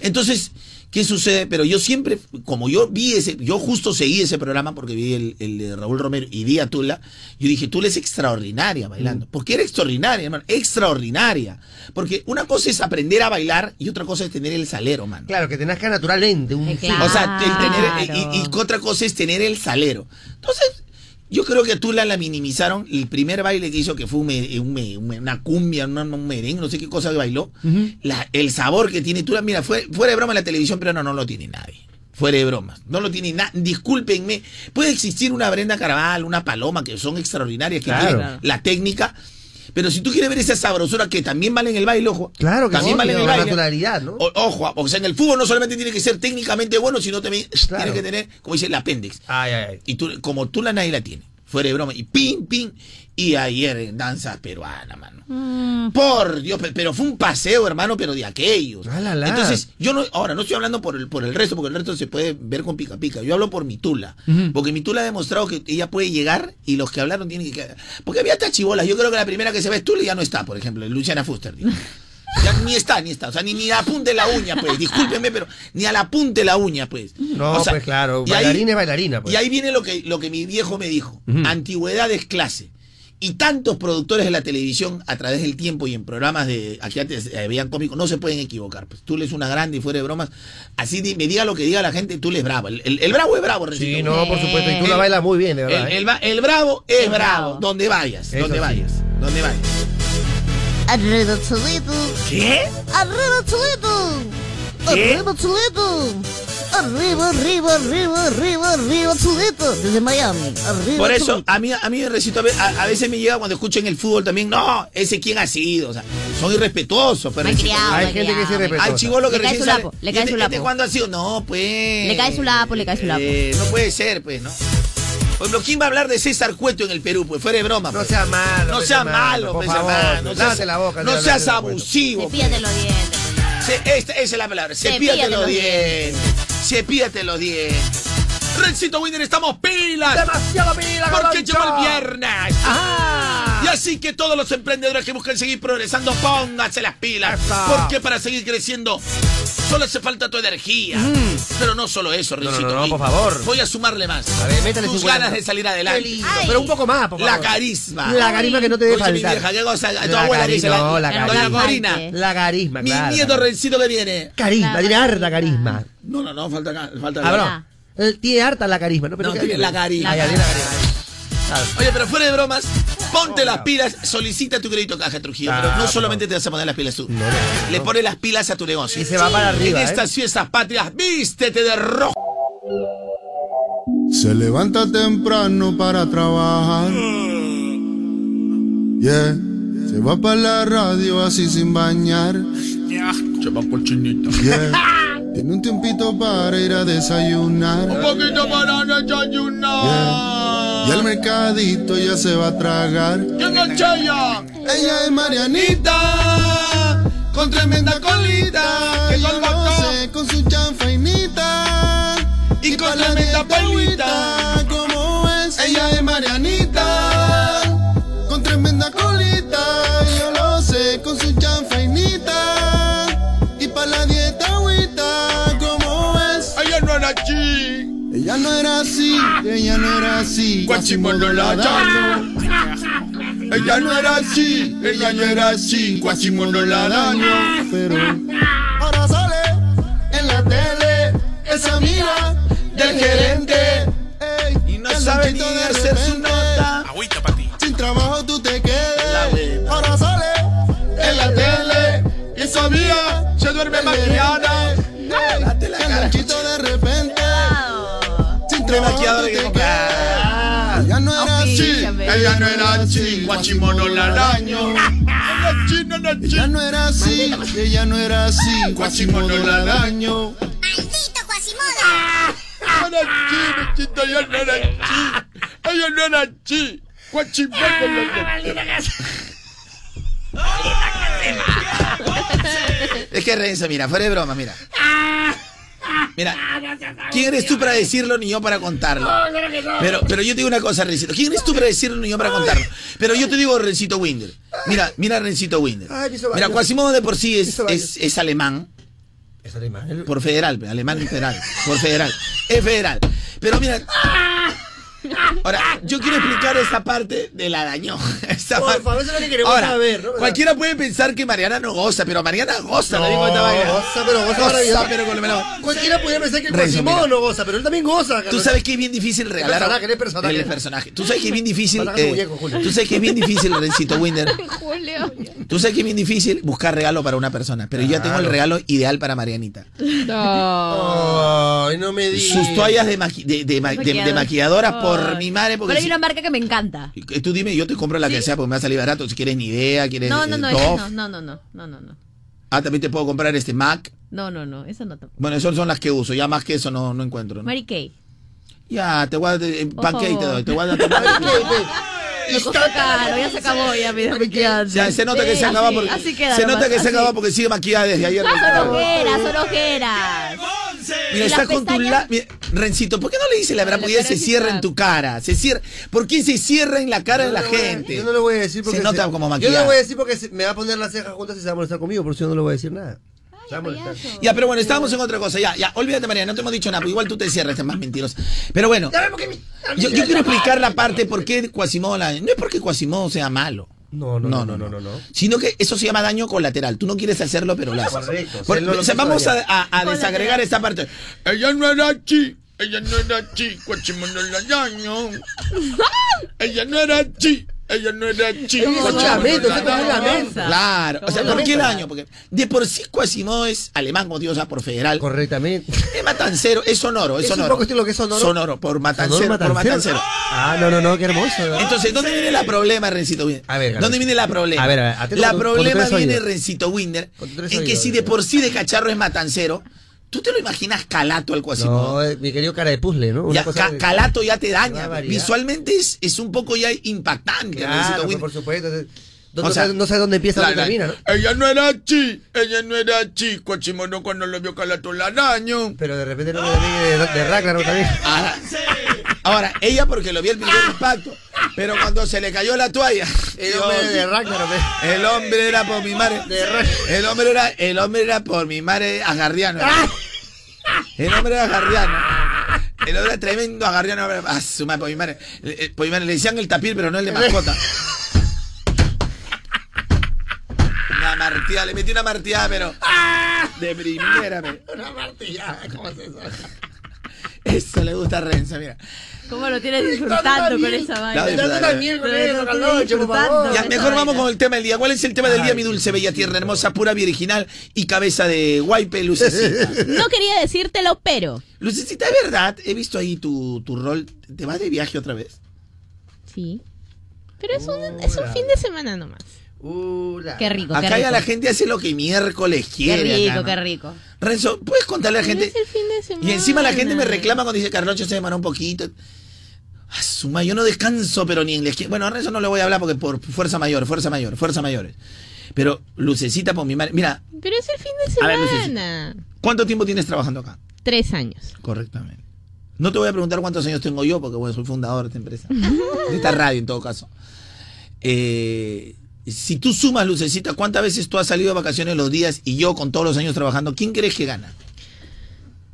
[SPEAKER 6] Entonces, ¿qué sucede? Pero yo siempre, como yo vi ese, yo justo seguí ese programa porque vi el, el de Raúl Romero y vi a Tula, yo dije, Tula es extraordinaria bailando. Porque era extraordinaria, hermano, extraordinaria. Porque una cosa es aprender a bailar y otra cosa es tener el salero, mano.
[SPEAKER 1] Claro, que te nazca naturalmente. Un...
[SPEAKER 2] Eh, claro.
[SPEAKER 6] O sea, el tener, y,
[SPEAKER 2] Claro.
[SPEAKER 6] y que otra cosa es tener el salero. Entonces, yo creo que a Tula la minimizaron. El primer baile que hizo, que fue un me- un me- un me- una cumbia, una- un merengue, no sé qué cosa bailó. La- el sabor que tiene Tula, mira, fue- fuera de broma la televisión, pero no, no lo tiene nadie. Fuera de bromas. No lo tiene nadie. Discúlpenme. Puede existir una Brenda Carval, una Paloma, que son extraordinarias, que
[SPEAKER 1] Claro.
[SPEAKER 6] tienen la técnica. Pero si tú quieres ver esa sabrosura que también vale en el baile, ojo.
[SPEAKER 1] Claro que
[SPEAKER 6] también
[SPEAKER 1] sí,
[SPEAKER 6] vale en el
[SPEAKER 1] la
[SPEAKER 6] baile.
[SPEAKER 1] naturalidad, ¿no?
[SPEAKER 6] O- ojo, ah, o sea, en el fútbol no solamente tiene que ser técnicamente bueno, sino también
[SPEAKER 1] Claro.
[SPEAKER 6] tiene que tener, como dice, el apéndice.
[SPEAKER 1] Ay, ay, ay.
[SPEAKER 6] Y tú, como tú la nadie la tiene, fuera de broma. Y pin, pin. Y ayer en danza peruana, mano.
[SPEAKER 2] Mm.
[SPEAKER 6] Por Dios, pe- pero fue un paseo, hermano, pero de aquellos.
[SPEAKER 1] Ah, la, la.
[SPEAKER 6] Entonces, yo no, ahora no estoy hablando por el, por el resto, porque el resto se puede ver con pica pica. Yo hablo por mi tula. Porque mi tula ha demostrado que ella puede llegar y los que hablaron tienen que quedar. Porque había tachibolas. Yo creo que la primera que se ve es tula y ya no está, por ejemplo, Luciana Fuster. digo. Ya ni está, ni está. O sea, ni, ni apunte la uña, pues. Discúlpenme, pero ni al apunte la uña, pues.
[SPEAKER 1] No,
[SPEAKER 6] O sea,
[SPEAKER 1] pues claro,
[SPEAKER 6] y ahí-
[SPEAKER 1] bailarina es bailarina, pues.
[SPEAKER 6] y ahí viene lo que, lo que mi viejo me dijo. Antigüedad es clase. Y tantos productores de la televisión a través del tiempo y en programas de aquí antes eh, veían cómicos, no se pueden equivocar. Pues tú lees una grande y fuera de bromas. Así di- me diga lo que diga la gente, tú les bravo. El, el- el bravo es bravo,
[SPEAKER 1] Sí,
[SPEAKER 6] Rencito.
[SPEAKER 1] no, por supuesto. Y tú la bailas muy bien, de
[SPEAKER 6] El,
[SPEAKER 1] verdad. ¿eh?
[SPEAKER 6] el ba- el bravo es,
[SPEAKER 2] Es
[SPEAKER 6] bravo.
[SPEAKER 2] bravo.
[SPEAKER 6] Donde vayas,
[SPEAKER 1] Eso
[SPEAKER 6] donde
[SPEAKER 1] sí.
[SPEAKER 6] vayas, donde vayas.
[SPEAKER 7] Arriba chulito,
[SPEAKER 6] ¿Qué?
[SPEAKER 7] arriba chulito,
[SPEAKER 6] ¿Qué?
[SPEAKER 7] arriba chulito, arriba, arriba, arriba, arriba, arriba chulito, desde Miami, arriba
[SPEAKER 6] Por eso,
[SPEAKER 7] chulito.
[SPEAKER 6] a mí, a mí el recito a ve- a, a veces me llega cuando escuchan el fútbol también, no, ese quién ha sido, o sea, son irrespetuosos, pero
[SPEAKER 2] Mal
[SPEAKER 6] Rencito,
[SPEAKER 2] criado,
[SPEAKER 1] Hay
[SPEAKER 2] mal
[SPEAKER 1] gente que
[SPEAKER 2] criado,
[SPEAKER 1] se
[SPEAKER 2] mal
[SPEAKER 1] respeta.
[SPEAKER 2] criado.
[SPEAKER 6] Al chivolo que
[SPEAKER 2] Le cae
[SPEAKER 6] recién
[SPEAKER 2] su
[SPEAKER 6] sale.
[SPEAKER 2] lapo, le
[SPEAKER 6] ¿Y
[SPEAKER 2] cae
[SPEAKER 6] este-
[SPEAKER 2] su
[SPEAKER 6] este
[SPEAKER 2] lapo.
[SPEAKER 6] cuándo ha sido? No, pues.
[SPEAKER 2] Le cae su lapo, le cae su lapo.
[SPEAKER 6] Eh, no puede ser, pues, ¿no? Por ejemplo, ¿quién va a hablar de César Cueto en el Perú? Pues fuera de broma.
[SPEAKER 1] No
[SPEAKER 6] pues.
[SPEAKER 1] sea malo.
[SPEAKER 6] No
[SPEAKER 1] pues,
[SPEAKER 6] sea
[SPEAKER 1] hermano,
[SPEAKER 6] malo,
[SPEAKER 1] por
[SPEAKER 6] pues,
[SPEAKER 1] favor,
[SPEAKER 6] hermano,
[SPEAKER 1] pues,
[SPEAKER 6] No seas,
[SPEAKER 1] lávate la boca.
[SPEAKER 6] no
[SPEAKER 1] de verdad,
[SPEAKER 6] seas
[SPEAKER 1] te lo cuento.
[SPEAKER 6] abusivo. pues.
[SPEAKER 2] Cepíllate los dientes.
[SPEAKER 6] Se- esta, esa es la palabra. Cepíllate
[SPEAKER 2] Cepíllate
[SPEAKER 6] los
[SPEAKER 2] los
[SPEAKER 6] dientes. Cepíllate los dientes. Rencito Winner, estamos pilas.
[SPEAKER 1] Demasiado pila,
[SPEAKER 6] Porque
[SPEAKER 1] Galancho.
[SPEAKER 6] llegó el viernes.
[SPEAKER 1] Ajá.
[SPEAKER 6] Y así que todos los emprendedores que buscan seguir progresando, pónganse las pilas.
[SPEAKER 1] Eso.
[SPEAKER 6] Porque para seguir creciendo, solo hace falta tu energía. Pero no solo eso,
[SPEAKER 1] Mm. no,
[SPEAKER 6] Rincito.
[SPEAKER 1] no,
[SPEAKER 6] Y
[SPEAKER 1] por favor.
[SPEAKER 6] Voy a sumarle más.
[SPEAKER 1] A ver, métale
[SPEAKER 6] Tus
[SPEAKER 1] 50.
[SPEAKER 6] ganas de salir
[SPEAKER 1] Qué
[SPEAKER 6] adelante.
[SPEAKER 1] lindo,
[SPEAKER 2] Ay.
[SPEAKER 1] Pero un poco más, por
[SPEAKER 6] La
[SPEAKER 1] favor.
[SPEAKER 6] carisma.
[SPEAKER 1] La carisma que no te debe
[SPEAKER 6] Oye, mi
[SPEAKER 1] faltar.
[SPEAKER 6] vieja, ¿qué cosa? Tu
[SPEAKER 1] La
[SPEAKER 6] abuela que
[SPEAKER 1] cari-
[SPEAKER 6] dice la-
[SPEAKER 1] no, la
[SPEAKER 6] Doña
[SPEAKER 1] carisma.
[SPEAKER 6] Corina.
[SPEAKER 1] La carisma,
[SPEAKER 6] Mi
[SPEAKER 1] claro.
[SPEAKER 6] nieto Rencito que viene.
[SPEAKER 1] Carisma, tiene harta carisma.
[SPEAKER 6] No, no, no, falta acá. Falta acá.
[SPEAKER 1] Ah, no. Él Tiene harta la carisma, ¿no? Pero
[SPEAKER 6] No,
[SPEAKER 1] ¿qué-
[SPEAKER 6] tiene la carisma.
[SPEAKER 1] Ay, ay, tiene la carisma. Claro.
[SPEAKER 6] Oye, pero fuera de bromas, ponte las pilas, solicita tu crédito Caja Trujillo,
[SPEAKER 1] Ah,
[SPEAKER 6] pero no
[SPEAKER 1] por
[SPEAKER 6] solamente te vas a poner las pilas tú.
[SPEAKER 1] no, no.
[SPEAKER 6] Le pones las pilas a tu negocio.
[SPEAKER 1] Y se va para arriba,
[SPEAKER 6] En
[SPEAKER 1] ¿eh?
[SPEAKER 6] estas fiestas patrias, vístete de rojo.
[SPEAKER 8] Se levanta temprano para trabajar. Yeah. Se va para la radio así sin bañar.
[SPEAKER 6] Se va por chinito.
[SPEAKER 8] Yeah. Tiene un tiempito para ir a desayunar.
[SPEAKER 6] Un poquito para desayunar.
[SPEAKER 8] Y al mercadito ya se va a tragar.
[SPEAKER 6] ¿Quién es Chaya?
[SPEAKER 8] Ella es Marianita.
[SPEAKER 6] Nita, con tremenda colita, que
[SPEAKER 8] Que yo
[SPEAKER 6] con bacán
[SPEAKER 8] sé con su chanfainita.
[SPEAKER 6] y con
[SPEAKER 8] la
[SPEAKER 6] tremenda palita.
[SPEAKER 8] ¿Cómo es? Ella es Marianita. Con tremenda colita. Yo lo sé, con su chanfainita. Y pa' la dieta agüita. ¿Cómo es?
[SPEAKER 6] Ella no era chi,
[SPEAKER 8] Ella no era así, ella no era así.
[SPEAKER 6] guachimololacha.
[SPEAKER 8] Ella no era así, ella no era así, Quasimodo la daño, pero ahora sale en la tele esa mira
[SPEAKER 6] del gerente. Y no sabe ni hacer su nota.
[SPEAKER 9] Agüita para ti.
[SPEAKER 8] Sin trabajo tú te
[SPEAKER 6] La
[SPEAKER 8] quedas,
[SPEAKER 6] buena.
[SPEAKER 8] ahora sale en la tele
[SPEAKER 6] Y sabía, se duerme maquillada. Date la cara.
[SPEAKER 8] Calanchito de repente, sin
[SPEAKER 6] Una
[SPEAKER 8] trabajo
[SPEAKER 6] maquilladora
[SPEAKER 8] tú
[SPEAKER 6] que
[SPEAKER 8] te
[SPEAKER 6] comprar.
[SPEAKER 8] quedas. Ella no era así,
[SPEAKER 6] Ella no era así, guachimono la daño. No era chi,
[SPEAKER 8] ella no era así, ella no era así, Quasimodo la daño.
[SPEAKER 6] no era chi, bichito, ella no era chi. Ella no era chi, guachimono la daño. Es que Renzo, mira, fuera de broma, mira. Mira, ¿quién eres tú para decirlo ni yo para contarlo? Pero, pero yo te digo una cosa, Rencito. ¿Quién eres tú para decirlo ni yo para contarlo? Pero yo te digo Rencito Winder. Mira, mira Rencito Winder.
[SPEAKER 1] Ay, me hizo
[SPEAKER 6] Mira,
[SPEAKER 1] baño.
[SPEAKER 6] Quasimodo de por sí
[SPEAKER 1] Me
[SPEAKER 6] es,
[SPEAKER 1] hizo baño.
[SPEAKER 6] es, es alemán.
[SPEAKER 1] Es alemán. el-
[SPEAKER 6] Por federal, pe, alemán es federal. Por federal. Es federal. Pero mira. Ahora, yo quiero explicar esta parte de la dañó. Esta
[SPEAKER 1] Por
[SPEAKER 6] parte-
[SPEAKER 1] favor, eso es lo que queremos
[SPEAKER 6] Ahora,
[SPEAKER 1] saber, ¿no?
[SPEAKER 6] Cualquiera puede pensar que Mariana no goza, pero Mariana goza. la misma vaina.
[SPEAKER 1] goza, pero goza maravilloso.
[SPEAKER 6] pero con el melón.
[SPEAKER 1] Cualquiera pudiera pensar que el
[SPEAKER 6] Renzo,
[SPEAKER 1] Quasimodo
[SPEAKER 6] mira.
[SPEAKER 1] no goza, pero él también goza.
[SPEAKER 6] Tú
[SPEAKER 1] Carlos.
[SPEAKER 6] sabes que es bien difícil regalar a-
[SPEAKER 1] personaje, el personaje.
[SPEAKER 6] el personaje. Tú sabes que es bien difícil.
[SPEAKER 1] Personaje es un
[SPEAKER 6] eh,
[SPEAKER 1] muñeco, Julio.
[SPEAKER 6] tú sabes que es bien difícil, Rencito Winder.
[SPEAKER 3] Julio.
[SPEAKER 6] Tú sabes que es bien difícil buscar regalo para una persona. Pero yo ya tengo el regalo ideal para Marianita.
[SPEAKER 3] No.
[SPEAKER 1] Ay, no me digas.
[SPEAKER 6] Sus toallas de, maqui- de, de ma- de- de
[SPEAKER 2] Maquillador.
[SPEAKER 6] maquilladoras
[SPEAKER 2] Ay.
[SPEAKER 6] por mi madre. Porque
[SPEAKER 2] Pero hay
[SPEAKER 6] si-
[SPEAKER 2] una marca que me encanta.
[SPEAKER 6] Eh, Tú dime, yo te compro la que sea porque me va a salir barato. Si quieres ni idea, quieres.
[SPEAKER 3] No,
[SPEAKER 6] eh,
[SPEAKER 3] no, no,
[SPEAKER 6] Dove.
[SPEAKER 3] esa no, no, no, no, no, no, no.
[SPEAKER 6] Ah, también te puedo comprar este Mac.
[SPEAKER 3] No, no, no, esa no tampoco.
[SPEAKER 6] Bueno, esas son las que uso. Ya más que eso no, no encuentro. ¿no?
[SPEAKER 3] Mary Kay.
[SPEAKER 6] Ya, te voy a. eh, pancake te
[SPEAKER 3] favor.
[SPEAKER 6] doy. Te voy a dar.
[SPEAKER 2] Lo costó caro, ya se acabó, ya me da
[SPEAKER 6] Ya, se nota que se acaba porque.
[SPEAKER 2] Así queda.
[SPEAKER 6] se nota
[SPEAKER 2] nomás,
[SPEAKER 6] que se
[SPEAKER 2] así. Ah,
[SPEAKER 6] acaba porque sigue maquillada desde ayer.
[SPEAKER 2] Son ojeras, son ojeras.
[SPEAKER 6] Mira,
[SPEAKER 2] ¿Y
[SPEAKER 6] está
[SPEAKER 2] las
[SPEAKER 6] con tu
[SPEAKER 2] pestañas?
[SPEAKER 6] la... Mira, Rencito, ¿por qué no le dices la verdad?
[SPEAKER 3] La
[SPEAKER 6] Porque ella
[SPEAKER 3] cara
[SPEAKER 6] se
[SPEAKER 3] sí
[SPEAKER 6] cierra
[SPEAKER 3] está.
[SPEAKER 6] en tu cara. Se cierra. ¿Por qué se cierra en la cara de la
[SPEAKER 1] Yo no le voy a-
[SPEAKER 6] gente?
[SPEAKER 1] Yo no lo voy a decir porque.
[SPEAKER 6] Se nota como
[SPEAKER 1] Yo no
[SPEAKER 6] maquillada.
[SPEAKER 1] lo voy a decir porque se- me va a poner las cejas juntas y se va a molestar conmigo, por eso yo no le voy a decir nada. Se va a molestar.
[SPEAKER 6] Ya, pero bueno, estábamos en otra cosa. Ya, ya, olvídate, María, no te hemos dicho nada, porque igual tú te cierras, es más mentiroso. Pero bueno, yo, yo quiero explicar la parte por qué Quasimodo la- No es porque Quasimodo sea malo.
[SPEAKER 1] No, no, no, no, no, no.
[SPEAKER 6] Sino que eso se llama daño colateral. Tú no quieres hacerlo, pero lo haces.
[SPEAKER 1] Correcto,
[SPEAKER 6] Por-
[SPEAKER 1] él no lo
[SPEAKER 6] o sea,
[SPEAKER 1] quiso
[SPEAKER 6] vamos a,
[SPEAKER 1] dañar.
[SPEAKER 6] a- a desagregar esta parte. Ella no era chi, ella no era chi, Quasimodo la dañó. Ella no era chi, ella no era chi.
[SPEAKER 1] Con lamento, está con un lamento.
[SPEAKER 6] Claro, o sea,
[SPEAKER 1] Como
[SPEAKER 6] ¿por qué
[SPEAKER 1] lamenta.
[SPEAKER 6] daño? Porque de por sí Quasimodo es alemán, como Dios, por federal.
[SPEAKER 1] Correctamente.
[SPEAKER 6] Es matancero, es sonoro, es
[SPEAKER 1] Es un
[SPEAKER 6] sonoro.
[SPEAKER 1] poco estilo que es sonoro.
[SPEAKER 6] Sonoro, por matancero, por matancero.
[SPEAKER 1] Ah, no, no, no, qué hermoso. ¿no?
[SPEAKER 6] Entonces, ¿dónde viene la problema, Rencito Winder?
[SPEAKER 1] A ver, Gabriel.
[SPEAKER 6] ¿Dónde viene la problema?
[SPEAKER 1] A ver, a ver, atento
[SPEAKER 6] la
[SPEAKER 1] con tu- con
[SPEAKER 6] problema
[SPEAKER 1] tu tres
[SPEAKER 6] viene,
[SPEAKER 1] oídos.
[SPEAKER 6] Rencito Winder,
[SPEAKER 1] Con tu tres
[SPEAKER 6] en que
[SPEAKER 1] oídos,
[SPEAKER 6] si de
[SPEAKER 1] Gabriel.
[SPEAKER 6] por sí de cacharro es matancero, ¿tú te lo imaginas calato al
[SPEAKER 1] No,
[SPEAKER 6] Quasimodo?
[SPEAKER 1] eh, mi querido cara de puzzle, ¿no? Una
[SPEAKER 6] Ya,
[SPEAKER 1] cosa
[SPEAKER 6] ca-
[SPEAKER 1] de-
[SPEAKER 6] calato ya te
[SPEAKER 1] Una
[SPEAKER 6] daña.
[SPEAKER 1] variedad.
[SPEAKER 6] Visualmente es, es un poco ya impactante, Rencito
[SPEAKER 1] Claro, pues,
[SPEAKER 6] Winder.
[SPEAKER 1] por supuesto. entonces, No,
[SPEAKER 6] O sea,
[SPEAKER 1] sabes, no sabes dónde empieza,
[SPEAKER 6] La-
[SPEAKER 1] dónde
[SPEAKER 6] la-
[SPEAKER 1] termina, ¿no?
[SPEAKER 6] Ella no era chi, ella no era chi, Quasimodo cuando lo vio calato la daño.
[SPEAKER 1] Pero de repente no me de, de Ragnarok también.
[SPEAKER 6] Ahora, ahora, ella porque lo vio el primer impacto, pero cuando se le cayó la toalla,
[SPEAKER 1] El hombre de Ragnarok. ¿eh?
[SPEAKER 6] el hombre era por mi madre.
[SPEAKER 1] De ra-
[SPEAKER 6] El hombre era, el hombre era por mi madre agardiano. El hombre era agardiano. El hombre era tremendo agardiano. Ah, su madre, por mi madre. Eh, eh, Por mi madre le decían el tapir, pero no el de mascota. Una martilla, le metí una martilla, pero. De primera, pe.
[SPEAKER 1] Una martilla, ¿cómo es eso?
[SPEAKER 6] Eso le gusta a Renzo, mira.
[SPEAKER 2] ¿Cómo lo tienes disfrutando con esa
[SPEAKER 6] No,
[SPEAKER 2] vaina?
[SPEAKER 6] disfruta,
[SPEAKER 1] Date una miel con
[SPEAKER 2] Pero
[SPEAKER 1] eso,
[SPEAKER 2] no
[SPEAKER 1] la
[SPEAKER 2] estoy
[SPEAKER 1] noche, por favor.
[SPEAKER 2] disfrutando.
[SPEAKER 6] Ya,
[SPEAKER 2] esa
[SPEAKER 6] mejor vamos
[SPEAKER 2] vaina.
[SPEAKER 6] con el tema del día. ¿Cuál es el tema del día, mi dulce bella tierna hermosa, pura virginal y cabeza de guaype, lucecita?
[SPEAKER 3] No quería decírtelo, pero.
[SPEAKER 6] lucecita, es verdad, he visto ahí tu, tu rol. ¿Te vas de viaje otra vez?
[SPEAKER 3] Sí. Pero es un, es un fin de semana nomás.
[SPEAKER 1] Ula.
[SPEAKER 2] Qué rico, qué
[SPEAKER 6] Acá ya
[SPEAKER 2] rico.
[SPEAKER 6] la gente hace lo que miércoles
[SPEAKER 2] Qué
[SPEAKER 6] quiere. acá,
[SPEAKER 2] rico,
[SPEAKER 6] ¿no?
[SPEAKER 2] qué rico.
[SPEAKER 6] Renzo, ¿puedes contarle a la
[SPEAKER 3] Pero
[SPEAKER 6] gente?
[SPEAKER 3] es el fin de semana.
[SPEAKER 6] Y encima la gente me reclama cuando dice, Carlocho se demoró un poquito. Ah, su ma- yo no descanso, pero ni en la esquina. Bueno, a eso no le voy a hablar porque por fuerza mayor, fuerza mayor, fuerza mayores. Pero, lucecita por mi madre. Mira,
[SPEAKER 3] Pero es el fin de
[SPEAKER 6] A ver, Lucecita.
[SPEAKER 3] semana.
[SPEAKER 6] ¿cuánto tiempo tienes trabajando acá?
[SPEAKER 3] Tres años.
[SPEAKER 6] Correctamente. No te voy a preguntar cuántos años tengo yo, porque bueno, soy fundador de esta empresa. De esta radio, en todo caso. Eh, si tú sumas, Lucecita, ¿cuántas veces tú has salido de vacaciones los días y yo con todos los años trabajando? ¿Quién crees que gana?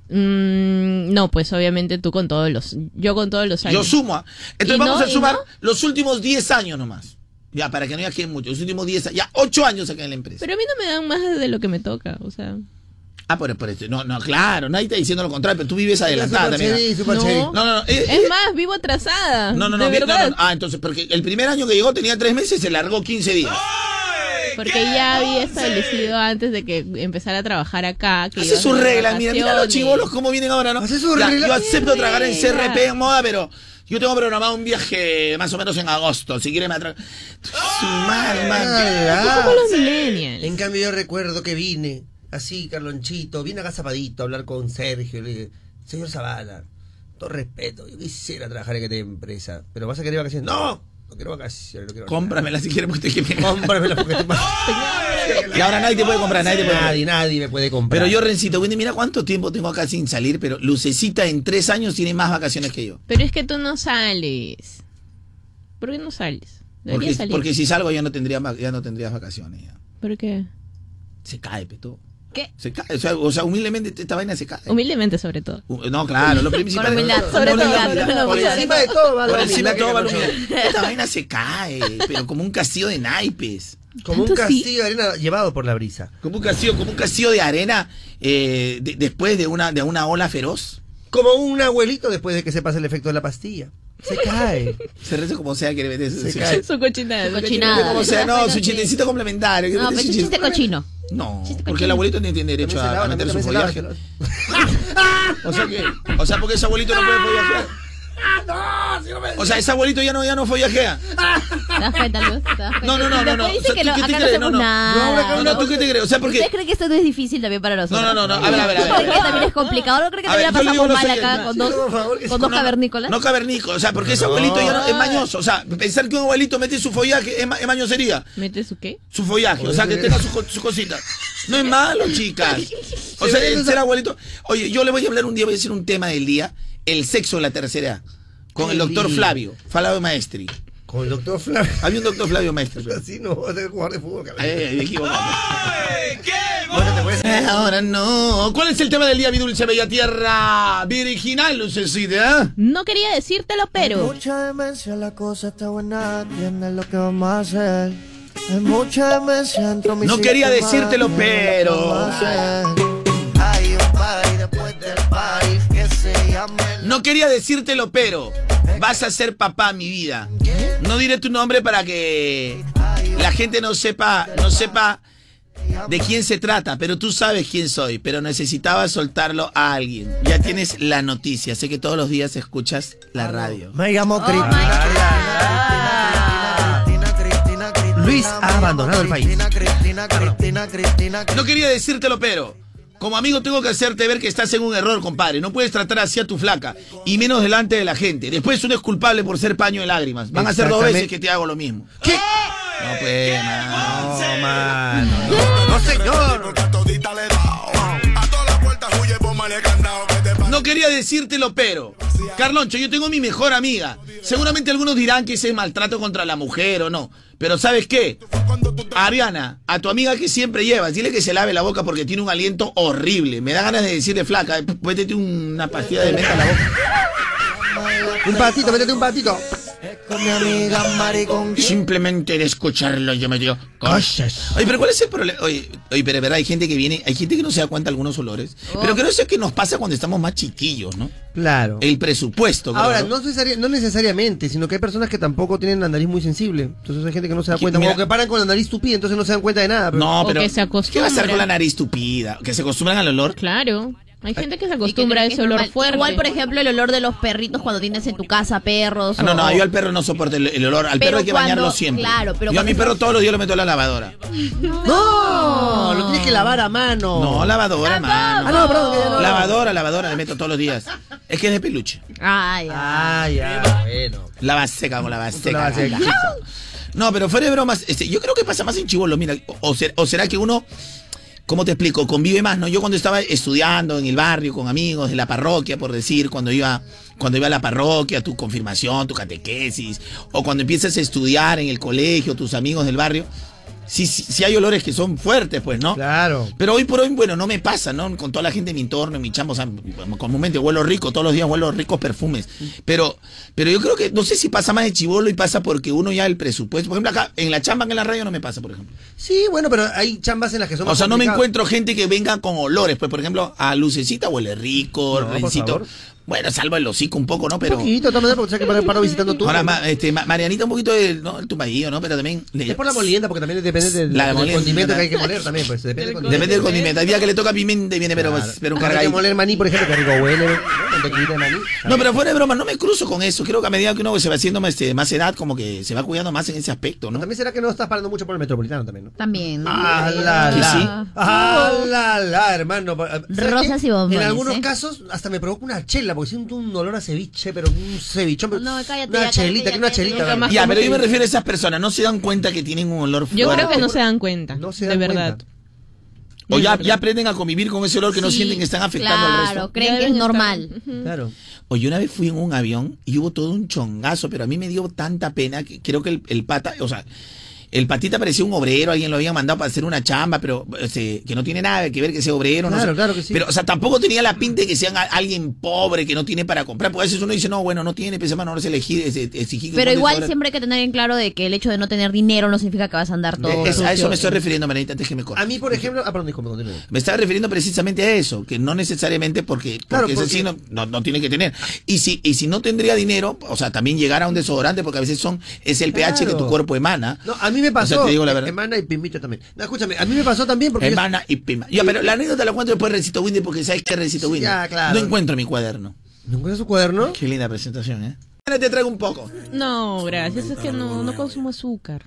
[SPEAKER 3] Mm, no, pues obviamente tú con todos los. Yo con todos los
[SPEAKER 6] Yo
[SPEAKER 3] años.
[SPEAKER 6] sumo. a- Entonces
[SPEAKER 3] ¿Y
[SPEAKER 6] vamos
[SPEAKER 3] no?
[SPEAKER 6] a
[SPEAKER 3] ¿Y
[SPEAKER 6] sumar
[SPEAKER 3] no?
[SPEAKER 6] los últimos 10 años nomás. Ya, para que no digas que es mucho. Los últimos 10 a- Ya, 8 años acá en la empresa.
[SPEAKER 3] Pero a mí no me dan más de lo que me toca. O sea.
[SPEAKER 6] ah, por, por este- No, no, claro. Nadie está diciendo lo contrario, pero tú vives adelantada también. ¿ah?
[SPEAKER 1] Supercheri,
[SPEAKER 3] No.
[SPEAKER 1] supercheri.
[SPEAKER 6] No, no, no. eh, eh,
[SPEAKER 3] Es más, vivo atrasada.
[SPEAKER 6] No, no, no,
[SPEAKER 3] De
[SPEAKER 6] bien, no,
[SPEAKER 3] verdad.
[SPEAKER 6] no, Ah, entonces, porque el primer año que llegó tenía tres meses, se largó 15 días.
[SPEAKER 3] Porque ya había establecido antes de que empezara a trabajar acá. Que
[SPEAKER 6] Hace
[SPEAKER 3] iba a
[SPEAKER 6] sus
[SPEAKER 3] hacer
[SPEAKER 6] reglas, mira, mira los
[SPEAKER 3] vacaciones.
[SPEAKER 6] chivolos cómo vienen ahora, ¿no?
[SPEAKER 1] Hace sus
[SPEAKER 6] Ya,
[SPEAKER 1] reglas.
[SPEAKER 6] Yo acepto tragar en
[SPEAKER 3] reglas.
[SPEAKER 6] CRP en moda, pero yo tengo programado un viaje más o menos en agosto. Si quiere me atra... Su madre, man.
[SPEAKER 1] Alá.
[SPEAKER 3] Somos los millennials.
[SPEAKER 1] Ah, En cambio, yo recuerdo que vine así, Carlonchito, vine agazapadito a hablar con Sergio. Le dije, señor Zavala, todo respeto, yo quisiera trabajar en esta empresa, pero vas a querer vacaciones. ¡No! No quiero vacaciones, no quiero
[SPEAKER 6] Cómpramela si quieres, porque estoy que me-
[SPEAKER 1] Cómpramela porque te
[SPEAKER 6] Y ahora nadie te puede comprar, nadie te puede comprar.
[SPEAKER 1] Nadie, nadie me puede comprar.
[SPEAKER 6] Pero yo, Rencito, Wendy, mira cuánto tiempo tengo acá sin salir, pero Lucecita en tres años tiene más vacaciones que yo.
[SPEAKER 3] Pero es que tú no sales. ¿Por qué no sales? Deberías
[SPEAKER 6] Porque,
[SPEAKER 3] salir.
[SPEAKER 6] porque si salgo ya no tendría ma- ya no tendría vacaciones. ya.
[SPEAKER 3] ¿Por qué?
[SPEAKER 6] Se cae, peto.
[SPEAKER 2] ¿Qué?
[SPEAKER 6] Se cae. O sea, o sea, humildemente esta vaina se cae.
[SPEAKER 3] Humildemente, sobre todo.
[SPEAKER 6] Uh, No, claro, lo principal.
[SPEAKER 2] Con humildad,
[SPEAKER 6] Con
[SPEAKER 2] sobre todo,
[SPEAKER 6] humildad,
[SPEAKER 2] con
[SPEAKER 6] Por
[SPEAKER 2] humildad.
[SPEAKER 6] encima de todo,
[SPEAKER 1] todo va
[SPEAKER 6] por
[SPEAKER 1] la
[SPEAKER 6] encima de todo va la
[SPEAKER 1] humildad que
[SPEAKER 6] humildad. Esta vaina se cae, pero como un castillo de naipes.
[SPEAKER 1] tenemos. Como un
[SPEAKER 3] Tanto sí.
[SPEAKER 1] castillo de arena llevado por la brisa.
[SPEAKER 6] Como un castillo, como un castillo de arena eh, de- después de una, de una ola feroz.
[SPEAKER 1] Como un abuelito después de que se pase el efecto de la pastilla. Se cae.
[SPEAKER 6] Se reza como sea que le
[SPEAKER 1] Se cae.
[SPEAKER 3] Su cochinada.
[SPEAKER 2] Su cochinada.
[SPEAKER 3] Ah,
[SPEAKER 6] Como sea, no, su chistecito complementario.
[SPEAKER 2] No,
[SPEAKER 6] que
[SPEAKER 2] pero
[SPEAKER 6] mete
[SPEAKER 2] es
[SPEAKER 6] su
[SPEAKER 2] un chiste cochino.
[SPEAKER 6] No,
[SPEAKER 2] Chiste
[SPEAKER 6] porque
[SPEAKER 2] cochino.
[SPEAKER 6] el abuelito no tiene derecho a, a
[SPEAKER 1] También
[SPEAKER 6] meter
[SPEAKER 1] se
[SPEAKER 6] su
[SPEAKER 1] lava,
[SPEAKER 6] follaje.
[SPEAKER 1] también se
[SPEAKER 6] O sea que, o sea, porque ese abuelito no puede follajear. O sea, ese abuelito ya no, ya no follajea.
[SPEAKER 2] ¿Te das cuenta, Luz? ¿Te das cuenta?
[SPEAKER 6] No, no, no, no,
[SPEAKER 2] Pues Después dicen
[SPEAKER 6] no. O sea,
[SPEAKER 2] que
[SPEAKER 6] ¿tú
[SPEAKER 2] lo-
[SPEAKER 6] qué te
[SPEAKER 2] acá no
[SPEAKER 6] crees?
[SPEAKER 2] hacemos
[SPEAKER 6] No, no.
[SPEAKER 2] nada.
[SPEAKER 6] No, no, ¿tú qué te crees? O sea, porque.
[SPEAKER 2] ¿Ustedes creen que esto no es difícil también para nosotros?
[SPEAKER 6] No, no, no, no. A ver, a ver, a ver.
[SPEAKER 2] ¿Ustedes creen que también es complicado? ¿No creen que
[SPEAKER 6] A ver,
[SPEAKER 2] también la
[SPEAKER 6] yo le digo
[SPEAKER 2] pasamos
[SPEAKER 6] los
[SPEAKER 2] mal
[SPEAKER 6] oyentes,
[SPEAKER 2] acá
[SPEAKER 6] no,
[SPEAKER 2] con
[SPEAKER 6] sí,
[SPEAKER 2] dos,
[SPEAKER 1] por favor, que
[SPEAKER 2] con
[SPEAKER 1] sí,
[SPEAKER 2] dos
[SPEAKER 6] No,
[SPEAKER 2] cavernícolas?
[SPEAKER 6] No cavernícolas, o sea, porque ese abuelito ya no, es mañoso. O sea, pensar que un abuelito mete su follaje es, ma- es mañosería.
[SPEAKER 3] ¿Mete su qué?
[SPEAKER 6] Su follaje, o sea, que tenga su, co- su cosita. No es malo, chicas. O sea, el ser abuelito. Oye, yo le voy a hablar un día, voy a decir un tema del día: el sexo en la tercera edad, Con el doctor
[SPEAKER 1] Sí.
[SPEAKER 6] Flavio, Flavio Maestri.
[SPEAKER 1] cae. Con el doctor Flavio.
[SPEAKER 6] Había un doctor Flavio Maestri. pero-
[SPEAKER 1] Así no vas a jugar de fútbol,
[SPEAKER 6] Ay,
[SPEAKER 1] cabrón.
[SPEAKER 6] ay, ay, me equivoco.
[SPEAKER 1] Bueno, te puedes-
[SPEAKER 6] Eh, Ahora no. ¿Cuál es el tema del día, mi dulce bella tierra? Virginal, lucecita. ¿eh?
[SPEAKER 3] No quería decírtelo, pero.
[SPEAKER 8] Mucha demencia, la cosa está buena, entiendes lo que vamos a hacer. Hay mucha demencia entre mis
[SPEAKER 6] No quería
[SPEAKER 8] sistemas,
[SPEAKER 6] decírtelo,
[SPEAKER 8] entiendes lo que
[SPEAKER 6] pero-
[SPEAKER 8] vamos a hacer. Hay un party después del party que se llama el...
[SPEAKER 6] No quería decírtelo, pero vas a ser papá, mi vida. No diré tu nombre para que la gente no sepa, no sepa de quién se trata, pero tú sabes quién soy, pero necesitaba soltarlo a alguien. Ya tienes la noticia, sé que todos los días escuchas la radio.
[SPEAKER 8] Me llamo
[SPEAKER 2] Oh my
[SPEAKER 8] Cristina.
[SPEAKER 2] God.
[SPEAKER 8] Cristina, Cristina, Cristina,
[SPEAKER 1] Luis ha
[SPEAKER 8] me llamo
[SPEAKER 1] abandonado el país.
[SPEAKER 8] Cristina, Cristina, Cristina, Cristina,
[SPEAKER 6] No quería decírtelo, pero como amigo tengo que hacerte ver que estás en un error, compadre. No puedes tratar así a tu flaca, y menos delante de la gente. Después uno es culpable por ser paño de lágrimas. Van a ser dos
[SPEAKER 1] Exactamente.
[SPEAKER 6] veces que te hago lo mismo. ¿Qué? No, pues, mano.
[SPEAKER 1] No, mano. No, no, señor.
[SPEAKER 9] Porque a todita le he dado. A todas las puertas huye por mal candado que te
[SPEAKER 6] No quería decírtelo, pero. Carloncho, yo tengo mi mejor amiga. Seguramente algunos dirán que ese es maltrato contra la mujer o no. Pero ¿sabes qué? Ariana, a tu amiga que siempre llevas, dile que se lave la boca porque tiene un aliento horrible. Me da ganas de decirle flaca, eh, métete una pastilla de menta en la boca.
[SPEAKER 1] Un patito, métete un patito.
[SPEAKER 8] Con mi amiga Mari con
[SPEAKER 6] Simplemente de escucharlo yo me digo cosas. Oye, pero ¿cuál es el problema? Oye, oye, pero verdad, hay gente que viene, hay gente que no se da cuenta de algunos olores. Pero creo que eso es que nos pasa cuando estamos más chiquillos, ¿no?
[SPEAKER 1] Claro.
[SPEAKER 6] El presupuesto. creo,
[SPEAKER 1] Ahora,
[SPEAKER 6] ¿no?
[SPEAKER 1] no, necesaria- no necesariamente, sino que hay personas que tampoco tienen la nariz muy sensible. Entonces hay gente que no se da
[SPEAKER 6] Aquí,
[SPEAKER 1] cuenta.
[SPEAKER 6] mira.
[SPEAKER 1] o que paran con la nariz tupida, entonces no se dan cuenta de nada. pero-
[SPEAKER 6] No,
[SPEAKER 3] O
[SPEAKER 6] pero.
[SPEAKER 3] que se
[SPEAKER 6] ¿Qué va a hacer con la
[SPEAKER 3] acostumbran.
[SPEAKER 6] nariz tupida? ¿Que se acostumbran al olor?
[SPEAKER 3] Claro. Hay gente que se
[SPEAKER 2] Y que
[SPEAKER 3] acostumbra a
[SPEAKER 2] creen que
[SPEAKER 3] ese
[SPEAKER 2] es
[SPEAKER 3] olor
[SPEAKER 2] normal.
[SPEAKER 3] fuerte.
[SPEAKER 2] Igual, por ejemplo, el olor de los perritos cuando tienes en tu casa perros.
[SPEAKER 6] Ah, no,
[SPEAKER 2] o-
[SPEAKER 6] no, yo al perro no soporto el, el olor. Al
[SPEAKER 2] Pero
[SPEAKER 6] perro hay que
[SPEAKER 2] cuando-
[SPEAKER 6] bañarlo siempre.
[SPEAKER 2] claro, pero
[SPEAKER 6] yo a
[SPEAKER 2] cuando-
[SPEAKER 6] mi perro todos los días lo meto a la lavadora.
[SPEAKER 1] ¡No! Lo tienes que lavar a mano.
[SPEAKER 6] No, lavadora, mano.
[SPEAKER 1] Ah, no, perdón. que ya no.
[SPEAKER 6] Lavadora, lavadora, le meto todos los días. Es que es de peluche.
[SPEAKER 2] Ay, ay.
[SPEAKER 1] Ah, ya. Bueno.
[SPEAKER 6] Lava seca con lava seca.
[SPEAKER 1] lava seca.
[SPEAKER 6] No, pero fuera de bromas, este, yo creo que pasa más en chivolo, mira. O, o ser- o será que uno, ¿cómo te explico? Convive más, ¿no? Yo cuando estaba estudiando en el barrio con amigos de la parroquia, por decir, cuando iba, cuando iba a la parroquia, tu confirmación, tu catequesis, o cuando empiezas a estudiar en el colegio, tus amigos del barrio, sí, sí, sí hay olores que son fuertes, pues, ¿no?
[SPEAKER 1] Claro.
[SPEAKER 6] Pero hoy por hoy, bueno, no me pasa, ¿no? Con toda la gente de mi entorno, en mi chamo, o sea, comúnmente huelo rico, todos los días huelo ricos perfumes. Pero, pero yo creo que, no sé si pasa más de chivolo y pasa porque uno ya el presupuesto. Por ejemplo, acá, en la chamba, en la radio no me pasa, por ejemplo.
[SPEAKER 1] Sí, bueno, pero hay chambas en las que son
[SPEAKER 6] O
[SPEAKER 1] más
[SPEAKER 6] sea, no me
[SPEAKER 1] complicadas.
[SPEAKER 6] encuentro gente que venga con olores. Pues, por ejemplo, a Lucecita huele rico,
[SPEAKER 1] No, por
[SPEAKER 6] Rencito.
[SPEAKER 1] favor.
[SPEAKER 6] Bueno, salva el hocico un poco, ¿no? Pero.
[SPEAKER 1] Un poquito, de todas maneras, porque sabes que paro- paro visitando tú.
[SPEAKER 6] Ahora, ma- este, ma- Marianita, un poquito de ¿no? tu marido, ¿no? Pero también. le-
[SPEAKER 1] Es por la molienda, porque también depende del,
[SPEAKER 6] La
[SPEAKER 1] del
[SPEAKER 6] molienda.
[SPEAKER 1] condimento que hay que moler también, pues. Depende del condimento.
[SPEAKER 6] Depende del condimento. Hay día que le toca pimienta y viene, pero,
[SPEAKER 1] Claro.
[SPEAKER 6] pero un
[SPEAKER 1] Hay que
[SPEAKER 6] cargadito.
[SPEAKER 1] moler maní, por ejemplo, que rico huele. ¿no? Mantequillita de maní.
[SPEAKER 6] No, pero fuera de broma, no me cruzo con eso. Creo que a medida que uno se va haciendo más, este, más edad, como que se va cuidando más en ese aspecto, ¿no?
[SPEAKER 1] También será que no estás parando mucho por el metropolitano también, ¿no?
[SPEAKER 2] También. ¿no?
[SPEAKER 1] Ah, la,
[SPEAKER 6] ¿Que
[SPEAKER 1] la.
[SPEAKER 6] sí?
[SPEAKER 1] Ah, la, la, hermano. ¿Sabes
[SPEAKER 2] Rosas
[SPEAKER 1] qué?
[SPEAKER 2] y bombones,
[SPEAKER 1] En algunos
[SPEAKER 2] ¿eh?
[SPEAKER 1] casos, hasta me provoca una chela, porque siento un olor a ceviche, pero un cevichón. pero
[SPEAKER 2] No,
[SPEAKER 1] Una
[SPEAKER 2] cállate, ya, cállate,
[SPEAKER 1] chelita,
[SPEAKER 2] ya,
[SPEAKER 1] que una
[SPEAKER 2] cállate,
[SPEAKER 1] chelita.
[SPEAKER 2] nunca
[SPEAKER 1] dale.
[SPEAKER 2] más.
[SPEAKER 6] Ya, pero yo me refiero a esas personas, no se dan cuenta que tienen un olor
[SPEAKER 3] Yo
[SPEAKER 6] fuerte.
[SPEAKER 3] creo que no
[SPEAKER 1] por-
[SPEAKER 3] se dan cuenta.
[SPEAKER 1] No se
[SPEAKER 3] de
[SPEAKER 1] dan
[SPEAKER 3] verdad.
[SPEAKER 1] cuenta.
[SPEAKER 6] O ya,
[SPEAKER 3] Sí,
[SPEAKER 6] ya aprenden a convivir con ese olor que no
[SPEAKER 2] Sí,
[SPEAKER 6] sienten que están afectando al resto.
[SPEAKER 2] Claro, creen que es normal.
[SPEAKER 1] Claro.
[SPEAKER 6] Oye, una vez fui en un avión y hubo todo un chongazo, pero a mí me dio tanta pena que creo que el, el pata, o sea, el patita parecía un obrero, alguien lo había mandado para hacer una chamba, pero este, que no tiene nada que ver que sea obrero. no
[SPEAKER 1] Claro,
[SPEAKER 6] sé.
[SPEAKER 1] claro que sí.
[SPEAKER 6] Pero, o sea, tampoco tenía la pinta de que sean a- alguien pobre que no tiene para comprar, porque a veces uno dice, no, bueno, no tiene, pues hermano, no se elegir, exigir.
[SPEAKER 2] Pero
[SPEAKER 6] que compre
[SPEAKER 2] igual
[SPEAKER 6] sobra.
[SPEAKER 2] siempre hay que tener en claro de que el hecho de no tener dinero no significa que vas a andar todo.
[SPEAKER 6] Es- a eso
[SPEAKER 2] sucio.
[SPEAKER 6] me estoy refiriendo, Maranita, antes que me corte.
[SPEAKER 1] A mí, por ejemplo. Ah, perdón, disculpe, continúe.
[SPEAKER 6] Me estaba refiriendo precisamente a eso, que no necesariamente porque, porque
[SPEAKER 1] Claro,
[SPEAKER 6] ese
[SPEAKER 1] porque-
[SPEAKER 6] sí no, no- no tiene que tener. Y si, y si no tendría dinero, o sea, también llegar a un desodorante, porque a veces son, es el pH que
[SPEAKER 1] Claro.
[SPEAKER 6] tu cuerpo emana.
[SPEAKER 1] No, a mí me pasó.
[SPEAKER 6] O sea, te digo la verdad.
[SPEAKER 1] Hermana y Pimbito también. No, escúchame, a mí me pasó también porque. yo-
[SPEAKER 6] Emana y pima. Ya, pero la anécdota la cuento después de Recito Windy, porque sabes que Recito Windy.
[SPEAKER 1] ya, claro.
[SPEAKER 6] No encuentro mi cuaderno.
[SPEAKER 1] ¿No encuentras su cuaderno?
[SPEAKER 6] Qué linda presentación, ¿eh? Ahora te traigo un poco.
[SPEAKER 3] No, gracias. Es que no, no consumo azúcar.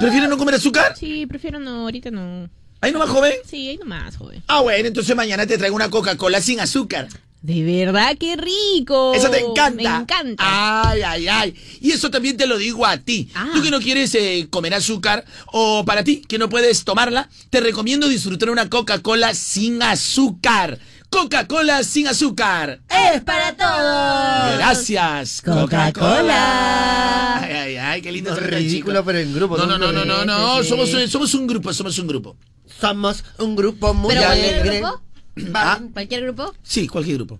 [SPEAKER 6] ¿Prefieres no comer azúcar?
[SPEAKER 3] Sí, prefiero no, ahorita no.
[SPEAKER 6] Ahí nomás, joven.
[SPEAKER 3] Sí, ahí nomás, joven.
[SPEAKER 6] Ah, bueno, entonces mañana te traigo una Coca-Cola sin azúcar.
[SPEAKER 3] De verdad, qué rico.
[SPEAKER 6] Eso te encanta.
[SPEAKER 3] Oh,
[SPEAKER 6] Ah,
[SPEAKER 3] Me encanta.
[SPEAKER 6] Ay, ay, ay. Y eso también te lo digo a ti.
[SPEAKER 3] Ah.
[SPEAKER 6] Tú que no quieres eh, comer azúcar o para ti que no puedes tomarla, te recomiendo disfrutar una Coca-Cola sin azúcar. Coca-Cola sin azúcar.
[SPEAKER 2] ¡Es para todos!
[SPEAKER 6] Gracias.
[SPEAKER 2] Coca-Cola.
[SPEAKER 6] Ay, ay, ay, qué lindo.
[SPEAKER 1] No,
[SPEAKER 6] se trata el
[SPEAKER 1] ridículo,
[SPEAKER 6] chico.
[SPEAKER 1] pero en grupo,
[SPEAKER 6] No, no,
[SPEAKER 1] ¿no?
[SPEAKER 6] no, no, no, no.
[SPEAKER 2] Sí,
[SPEAKER 6] Somos,
[SPEAKER 2] sí.
[SPEAKER 6] somos un grupo, somos un grupo.
[SPEAKER 1] Somos un grupo muy
[SPEAKER 2] ¿Pero cualquier
[SPEAKER 1] alegre.
[SPEAKER 2] grupo?
[SPEAKER 1] Ah,
[SPEAKER 2] ¿Cualquier grupo?
[SPEAKER 6] Sí, cualquier grupo.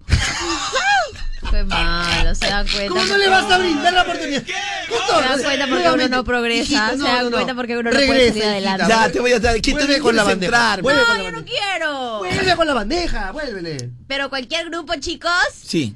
[SPEAKER 2] Qué malo, se dan cuenta.
[SPEAKER 1] ¿Cómo no le vas a brindar la oportunidad? Justo,
[SPEAKER 2] Se dan cuenta porque uno
[SPEAKER 1] nuevamente.
[SPEAKER 2] no progresa,
[SPEAKER 1] Hijita,
[SPEAKER 2] se dan cuenta porque uno no puede salir
[SPEAKER 1] hijita,
[SPEAKER 2] adelante.
[SPEAKER 1] vuelve-
[SPEAKER 6] Ya, te voy a dar. ¿Quién
[SPEAKER 1] Vuelve
[SPEAKER 6] te
[SPEAKER 1] con la
[SPEAKER 6] quieres
[SPEAKER 1] bandeja.
[SPEAKER 6] entrar?
[SPEAKER 1] Vuelve con
[SPEAKER 2] ¡No,
[SPEAKER 1] la
[SPEAKER 2] yo no
[SPEAKER 1] bandeja.
[SPEAKER 2] quiero!
[SPEAKER 1] Vuelve con la bandeja, vuélvele.
[SPEAKER 2] Pero cualquier grupo, chicos.
[SPEAKER 6] Sí.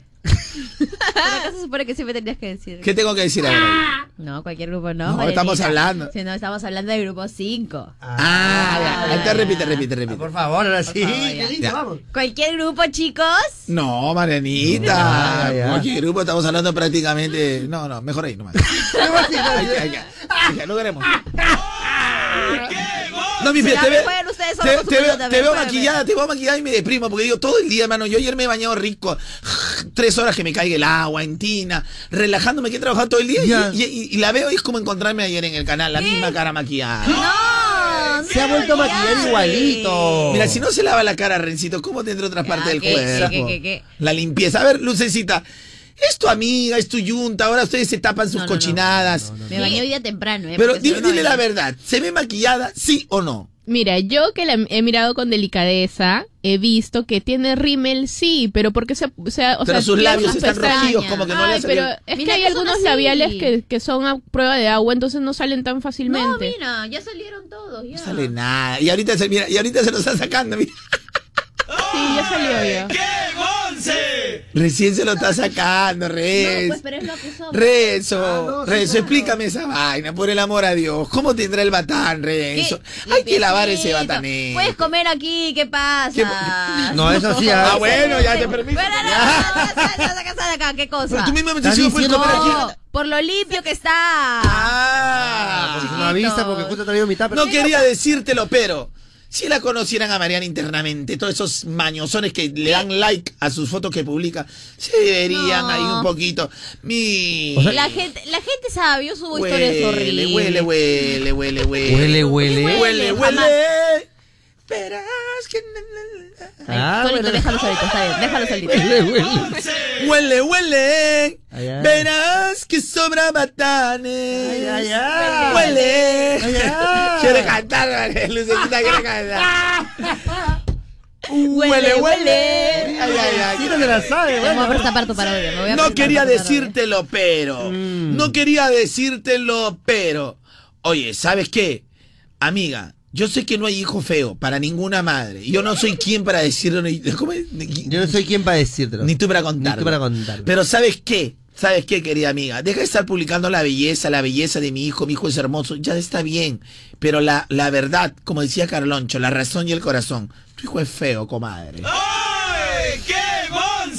[SPEAKER 2] ¿Pero qué se supone que siempre tenías que decir?
[SPEAKER 6] ¿Qué tengo que decir ahora?
[SPEAKER 2] No, cualquier grupo no.
[SPEAKER 3] Ah,
[SPEAKER 6] No,
[SPEAKER 2] Marianita.
[SPEAKER 6] estamos hablando.
[SPEAKER 2] Si no, estamos hablando del grupo 5.
[SPEAKER 6] Ah, ya. Ahí te repite, repite,
[SPEAKER 1] Ah,
[SPEAKER 6] repite.
[SPEAKER 1] Por favor, ahora sí.
[SPEAKER 2] favor,
[SPEAKER 1] qué
[SPEAKER 2] ya.
[SPEAKER 1] lindo,
[SPEAKER 6] Ya.
[SPEAKER 1] vamos.
[SPEAKER 2] Cualquier grupo, chicos.
[SPEAKER 6] No, Marianita.
[SPEAKER 1] Ya, ya.
[SPEAKER 6] Oye, grupo estamos hablando prácticamente. No, no, mejor ahí nomás. Ahí, ahí, ya. Ya lo veremos. No, mi fe,
[SPEAKER 2] Ya,
[SPEAKER 6] te, ve-
[SPEAKER 2] jueguen ustedes solos
[SPEAKER 6] te,
[SPEAKER 2] con su
[SPEAKER 6] te veo,
[SPEAKER 2] pelota,
[SPEAKER 6] te veo
[SPEAKER 2] jueguen.
[SPEAKER 6] maquillada, te veo maquillada y me deprimo porque digo todo el día, hermano. Yo ayer me he bañado rico, tres horas que me caiga el agua en tina, relajándome que he trabajado todo el día y-
[SPEAKER 1] Ya.
[SPEAKER 6] y, y- y la veo y es como encontrarme ayer en el canal, la misma cara maquillada.
[SPEAKER 2] ¡No!
[SPEAKER 1] Se ha vuelto a maquillar igualito.
[SPEAKER 6] Mira, si no se lava la cara, Rencito, ¿cómo tendrá otra parte del
[SPEAKER 2] ¿qué,
[SPEAKER 6] cuerpo?
[SPEAKER 2] qué, qué, qué?
[SPEAKER 6] La limpieza. A ver, Lucecita, es tu amiga, es tu yunta, ahora ustedes se tapan sus
[SPEAKER 2] No, no, no.
[SPEAKER 6] cochinadas.
[SPEAKER 2] Me bañé hoy día temprano, ¿eh?
[SPEAKER 6] Pero
[SPEAKER 2] Porque si
[SPEAKER 6] dime,
[SPEAKER 2] no, no
[SPEAKER 6] dime la
[SPEAKER 2] baño.
[SPEAKER 6] verdad, ¿se ve maquillada, sí o no?
[SPEAKER 3] Mira, yo que la he mirado con delicadeza, he visto que tiene rímel, sí, pero porque se, o sea, o
[SPEAKER 6] Pero
[SPEAKER 3] sea,
[SPEAKER 6] sus
[SPEAKER 3] tiene
[SPEAKER 6] labios
[SPEAKER 3] unas
[SPEAKER 6] están
[SPEAKER 3] pestañas.
[SPEAKER 6] rojillos, como que no le
[SPEAKER 3] Ay,
[SPEAKER 6] ha salido.
[SPEAKER 3] pero es
[SPEAKER 2] Mira
[SPEAKER 3] que hay
[SPEAKER 2] que son
[SPEAKER 3] algunos
[SPEAKER 2] así.
[SPEAKER 3] labiales que, que son a prueba de agua, entonces no salen tan
[SPEAKER 2] No,
[SPEAKER 3] fácilmente.
[SPEAKER 2] mira, ya salieron todos. Ya.
[SPEAKER 6] No sale nada. Y ahorita se, mira, y ahorita se lo está sacando, mira.
[SPEAKER 3] sí, ya salió ya.
[SPEAKER 6] Recién se lo está sacando,
[SPEAKER 2] No,
[SPEAKER 6] Rez.
[SPEAKER 2] pues, pero es lo que somos.
[SPEAKER 6] Rezo,
[SPEAKER 1] Ah, no, sí,
[SPEAKER 6] Rezo,
[SPEAKER 1] claro.
[SPEAKER 6] explícame esa vaina, por el amor a Dios. ¿Cómo tendrá el batán,
[SPEAKER 2] ¿Qué? Pues,
[SPEAKER 6] Rezo? Hay que lavar ese
[SPEAKER 2] Limpiecito.
[SPEAKER 6] batanero.
[SPEAKER 2] Puedes comer aquí, ¿qué
[SPEAKER 6] ¿Qué
[SPEAKER 2] pasa?
[SPEAKER 1] No, eso sí.
[SPEAKER 6] Ah,
[SPEAKER 1] ah,
[SPEAKER 6] bueno, ya te permito.
[SPEAKER 2] Pero no,
[SPEAKER 6] Ya.
[SPEAKER 2] no, no, casa de acá, ¿qué cosa?
[SPEAKER 6] Pero tú mismo me
[SPEAKER 1] Estás
[SPEAKER 6] dijiste que puedes
[SPEAKER 1] diciendo-
[SPEAKER 6] comer
[SPEAKER 2] No,
[SPEAKER 6] aquí.
[SPEAKER 2] por lo limpio que está.
[SPEAKER 1] pues
[SPEAKER 6] Ah.
[SPEAKER 1] no avisa porque justo te ha traído mitad. pero-
[SPEAKER 6] No quería decírtelo, pero si la conocieran a Mariana internamente, todos esos mañosones que le dan like a sus fotos que publica, se verían
[SPEAKER 2] No.
[SPEAKER 6] ahí un poquito. Mi...
[SPEAKER 2] La gente, la gente sabe, yo subo historias
[SPEAKER 6] huele,
[SPEAKER 2] horribles.
[SPEAKER 6] huele, huele, huele, huele.
[SPEAKER 1] Huele,
[SPEAKER 2] huele.
[SPEAKER 6] Huele,
[SPEAKER 2] Huele,
[SPEAKER 6] huele.
[SPEAKER 2] jamás.
[SPEAKER 6] Verás que...
[SPEAKER 2] Ay,
[SPEAKER 1] Ah,
[SPEAKER 2] solito,
[SPEAKER 1] huele.
[SPEAKER 2] déjalo solito, está bien, déjalo solito.
[SPEAKER 6] Huele, huele.
[SPEAKER 1] Ay, ay.
[SPEAKER 6] Verás que sobra batanes.
[SPEAKER 1] Ay, ay, ay.
[SPEAKER 6] Huele.
[SPEAKER 1] Ay, ay.
[SPEAKER 6] Quiere cantar, María Lucecita quiere cantar. Huele,
[SPEAKER 2] Huele,
[SPEAKER 6] huele.
[SPEAKER 2] huele.
[SPEAKER 6] Ay, ay, ay.
[SPEAKER 1] Sí, no se la sabe,
[SPEAKER 2] Me voy a
[SPEAKER 1] bueno.
[SPEAKER 2] prestar para tu parodia, me voy a
[SPEAKER 6] No
[SPEAKER 2] prestar
[SPEAKER 6] quería
[SPEAKER 2] para tu parodia.
[SPEAKER 6] decírtelo, pero.
[SPEAKER 1] Mm.
[SPEAKER 6] No quería decírtelo, pero. Oye, ¿sabes qué? Amiga, yo sé que no hay hijo feo para ninguna madre. Yo no soy quien para decirlo. ni- ¿Cómo es? Ni-
[SPEAKER 1] Yo no soy quien para decírtelo.
[SPEAKER 6] Ni tú para contarlo.
[SPEAKER 1] Ni tú para contarlo.
[SPEAKER 6] Pero ¿sabes qué? ¿Sabes qué, querida amiga? Deja de estar publicando la belleza, la belleza de mi hijo. Mi hijo es hermoso. Ya está bien. Pero la, la verdad, como decía Carloncho, la razón y el corazón. Tu hijo es feo, comadre.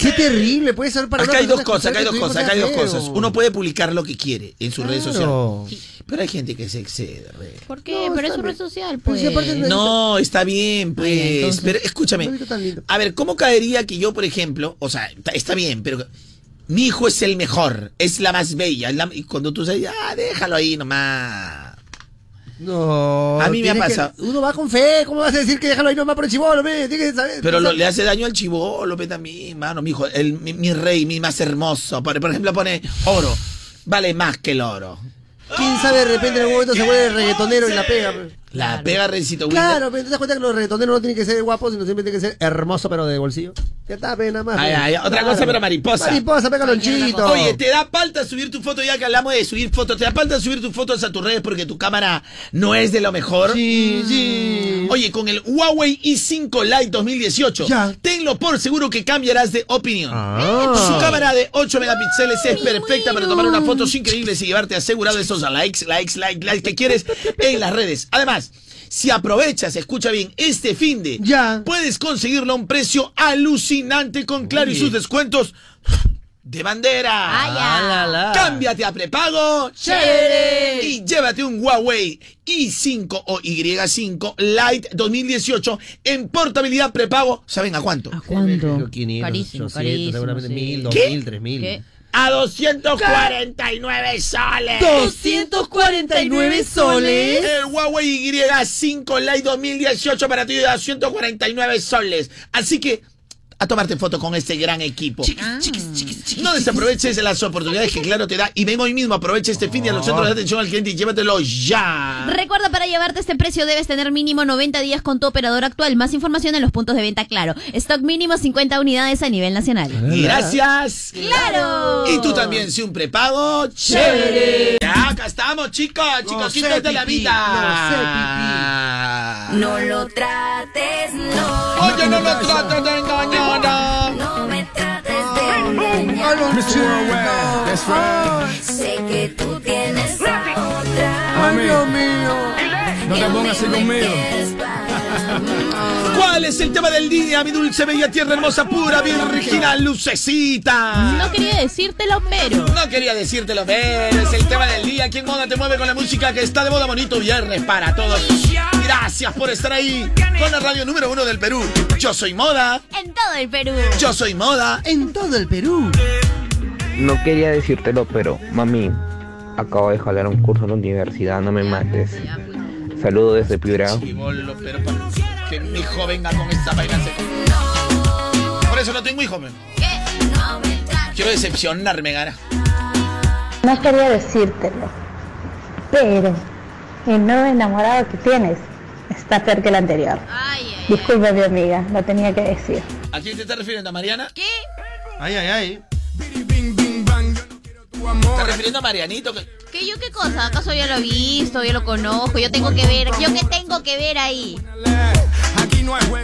[SPEAKER 1] Qué terrible, puede ser para
[SPEAKER 6] Acá
[SPEAKER 1] una
[SPEAKER 6] hay dos
[SPEAKER 1] persona
[SPEAKER 6] cosas, acá hay dos
[SPEAKER 1] escuchar
[SPEAKER 6] cosas, acá hay
[SPEAKER 1] que
[SPEAKER 6] dos
[SPEAKER 1] tu hijo sea
[SPEAKER 6] cosas.
[SPEAKER 1] feo.
[SPEAKER 6] Uno puede publicar lo que quiere en sus redes sociales.
[SPEAKER 1] Claro.
[SPEAKER 6] Pero hay gente que se excede. re.
[SPEAKER 2] ¿Por qué?
[SPEAKER 1] No,
[SPEAKER 2] Pero
[SPEAKER 1] está
[SPEAKER 2] es un
[SPEAKER 1] bien.
[SPEAKER 2] red social,
[SPEAKER 1] Pero
[SPEAKER 2] pues.
[SPEAKER 1] si aparte no-
[SPEAKER 6] No, está bien, pues.
[SPEAKER 1] Ay, entonces,
[SPEAKER 6] pero
[SPEAKER 1] no lo
[SPEAKER 6] escúchame.
[SPEAKER 1] he visto tan lindo.
[SPEAKER 6] A ver, ¿cómo caería que yo, por ejemplo, o sea, está- está bien, pero mi hijo es el mejor, es la más bella. es la- y cuando tú dices, ah, déjalo ahí nomás.
[SPEAKER 1] No.
[SPEAKER 6] A mí me ha
[SPEAKER 1] tienes que-
[SPEAKER 6] pasado.
[SPEAKER 1] uno va con fe, ¿cómo vas a decir que déjalo ahí nomás por el chivolo, ve? Tienes que saber.
[SPEAKER 6] Pero lo- le hace daño al chivolo, ve también, mano, mi hijo, el, mi, mi rey, mi más hermoso. Por, por ejemplo, pone oro. Vale más que el oro.
[SPEAKER 1] ¿Quién sabe de repente en algún momento se vuelve reggaetonero y la pega? pues.
[SPEAKER 6] La pega Rencito Wilder.
[SPEAKER 1] Claro, pero te das cuenta que los reggaetoneros no tienen que ser guapos, sino siempre tienen que ser hermosos, pero de bolsillo. Ya está, ve, nada más.
[SPEAKER 6] Ay,
[SPEAKER 1] ve.
[SPEAKER 6] ay, otra
[SPEAKER 1] Claro.
[SPEAKER 6] cosa, pero mariposa.
[SPEAKER 1] Mariposa, pega lonchito.
[SPEAKER 6] Oye, te da falta subir tu foto, ya que hablamos de subir fotos, te da falta subir tus fotos a tus redes porque tu cámara no es de lo mejor. Mm.
[SPEAKER 1] Sí, sí.
[SPEAKER 6] Oye, con el Huawei i5 Lite 2018,
[SPEAKER 1] Ya.
[SPEAKER 6] tenlo por seguro que cambiarás de opinión.
[SPEAKER 1] Ah.
[SPEAKER 6] Su cámara de 8 megapíxeles es perfecta para tomar unas fotos increíbles y llevarte asegurado esos likes, likes, likes, likes que quieres en las redes. Además, si aprovechas, escucha bien, este fin de
[SPEAKER 1] Ya.
[SPEAKER 6] puedes conseguirlo a un precio alucinante con Claro y sus descuentos de bandera.
[SPEAKER 2] Ah, ya.
[SPEAKER 6] Cámbiate a prepago
[SPEAKER 2] Chévere.
[SPEAKER 6] y llévate un Huawei i5 o Y5 Lite 2018 en portabilidad prepago. ¿Saben a cuánto?
[SPEAKER 2] ¿Cuándo?
[SPEAKER 1] 500,
[SPEAKER 2] Carísimo,
[SPEAKER 1] 800,
[SPEAKER 2] carísimo,
[SPEAKER 1] Seguramente
[SPEAKER 2] sí.
[SPEAKER 1] 1000,
[SPEAKER 6] ¿Qué?
[SPEAKER 1] 2000, 3000.
[SPEAKER 2] ¿Qué?
[SPEAKER 6] A 249 soles.
[SPEAKER 1] 249 soles.
[SPEAKER 6] El Huawei Y5 Lite 2018 para ti de 249 soles. Así que a tomarte foto con este gran equipo. No desaproveches las oportunidades que Claro te da y ven hoy mismo, aprovecha este fin de a los centros de atención al cliente y llévatelo ya.
[SPEAKER 2] Recuerda, para llevarte este precio debes tener mínimo 90 días con tu operador actual. Más información en los puntos de venta, claro. Stock mínimo 50 unidades a nivel nacional.
[SPEAKER 6] Y gracias.
[SPEAKER 2] ¡Claro!
[SPEAKER 6] Y tú también, si un prepago, chévere. Ya, acá estamos, chicos, chicos,
[SPEAKER 1] sé,
[SPEAKER 6] de la
[SPEAKER 1] pipí,
[SPEAKER 6] vida. No sé,
[SPEAKER 10] No lo trates, no.
[SPEAKER 6] Oye, no lo trates de engañar.
[SPEAKER 10] No me trates de engañar. Sé que tú tienes a otra. No te pongas así conmigo.
[SPEAKER 6] ¿Cuál es el tema del día, mi dulce bella tierra hermosa, pura, virginal, lucecita?
[SPEAKER 3] No quería decírtelo, pero.
[SPEAKER 6] No quería decírtelo, pero es el tema del día. ¿Quién moda te mueve con la música que está de moda bonito viernes para todos? Gracias por estar ahí con la radio número uno del Perú. Yo soy moda,
[SPEAKER 2] En todo el Perú.
[SPEAKER 6] yo soy moda.
[SPEAKER 1] En todo el Perú.
[SPEAKER 4] No quería decírtelo, pero mami, acabo de jalar un curso en la universidad, no me mates. Saludos desde Piura.
[SPEAKER 6] Chibolo, pero para que mi hijo venga con esta vaina. se- Por eso no tengo hijo, men. Quiero decepcionarme, gana.
[SPEAKER 10] No quería decírtelo, pero el nuevo enamorado que tienes está peor que el anterior.
[SPEAKER 2] Ay, ay, ay.
[SPEAKER 10] Disculpa, mi amiga, lo tenía que decir.
[SPEAKER 6] ¿A quién te estás refiriendo, a Mariana?
[SPEAKER 2] ¿Qué?
[SPEAKER 1] Ay, ay, ay.
[SPEAKER 6] ¿Te estás refiriendo a Marianito? que-
[SPEAKER 2] ¿Qué yo qué cosa? ¿Acaso yo lo he visto? Yo lo conozco, yo tengo que ver. ¿Yo qué tengo que ver ahí?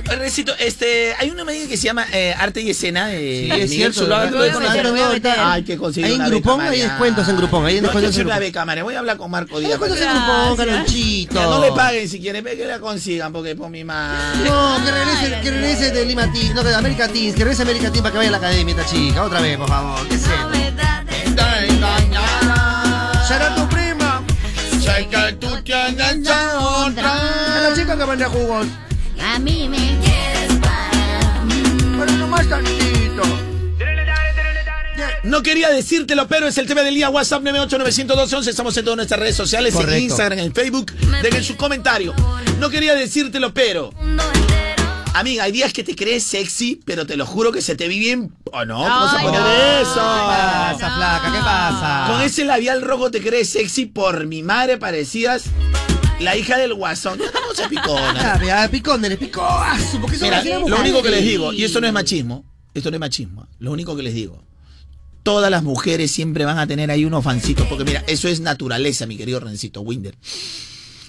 [SPEAKER 6] Recito, este, hay una medida que se llama eh, Arte y Escena. Eh,
[SPEAKER 1] Sí, es cierto.
[SPEAKER 6] Zuluaga,
[SPEAKER 1] Yo
[SPEAKER 6] lo de
[SPEAKER 1] voy a
[SPEAKER 6] Zuluaga.
[SPEAKER 1] meter, voy a meter.
[SPEAKER 6] Hay que conseguir
[SPEAKER 1] Hay en
[SPEAKER 6] una
[SPEAKER 1] Grupón,
[SPEAKER 6] beca,
[SPEAKER 1] hay
[SPEAKER 6] Mariana.
[SPEAKER 1] descuentos en Grupón, hay
[SPEAKER 6] no,
[SPEAKER 1] descuentos
[SPEAKER 6] yo
[SPEAKER 1] en
[SPEAKER 6] una
[SPEAKER 1] Grupón.
[SPEAKER 6] beca, María. Voy a hablar con Marco Díaz.
[SPEAKER 1] ¿Cuánto se
[SPEAKER 6] Mariana.
[SPEAKER 1] grupó,
[SPEAKER 2] Gracias.
[SPEAKER 1] Calonchito?
[SPEAKER 6] Ya, no le paguen si quieren, pero que la consigan, porque por mi madre.
[SPEAKER 1] No, que regrese, que regrese de Lima Teens, no, de América Teens, que regrese a América Teens para que vaya a la academia esta chica, otra vez, por favor, que se.
[SPEAKER 6] Está engañada.
[SPEAKER 1] Será tu prima,
[SPEAKER 6] Sé que tú tienes a otra.
[SPEAKER 1] a la chica que vende jugos,
[SPEAKER 2] A mí me quieres para.
[SPEAKER 1] pero nomás tantito.
[SPEAKER 6] No quería decírtelo, pero es el tema del día. WhatsApp 9891211. Estamos en todas nuestras redes sociales, en
[SPEAKER 1] Correcto.
[SPEAKER 6] Instagram, en Facebook. Dejen su comentario. No quería decírtelo, pero. Amiga, hay días que te crees sexy, pero te lo juro que se te vi bien. ¿O no? ¿Cómo se
[SPEAKER 2] Ay,
[SPEAKER 6] pone
[SPEAKER 2] no.
[SPEAKER 6] de
[SPEAKER 1] ¿Qué
[SPEAKER 6] eso?
[SPEAKER 1] pasa, flaca? ¿Qué pasa?
[SPEAKER 6] Con ese labial rojo te crees sexy por mi madre parecías la hija del guasón. No se picona.
[SPEAKER 1] Ya, ya, picón, nene, picoazo, porque eso
[SPEAKER 6] Mira,
[SPEAKER 1] recién
[SPEAKER 6] lo
[SPEAKER 1] mujer.
[SPEAKER 6] único que les digo, y esto no es machismo, esto no es machismo, ¿eh? lo único que les digo, todas las mujeres siempre van a tener ahí unos fancitos, porque mira, eso es naturaleza, mi querido Rencito Winder.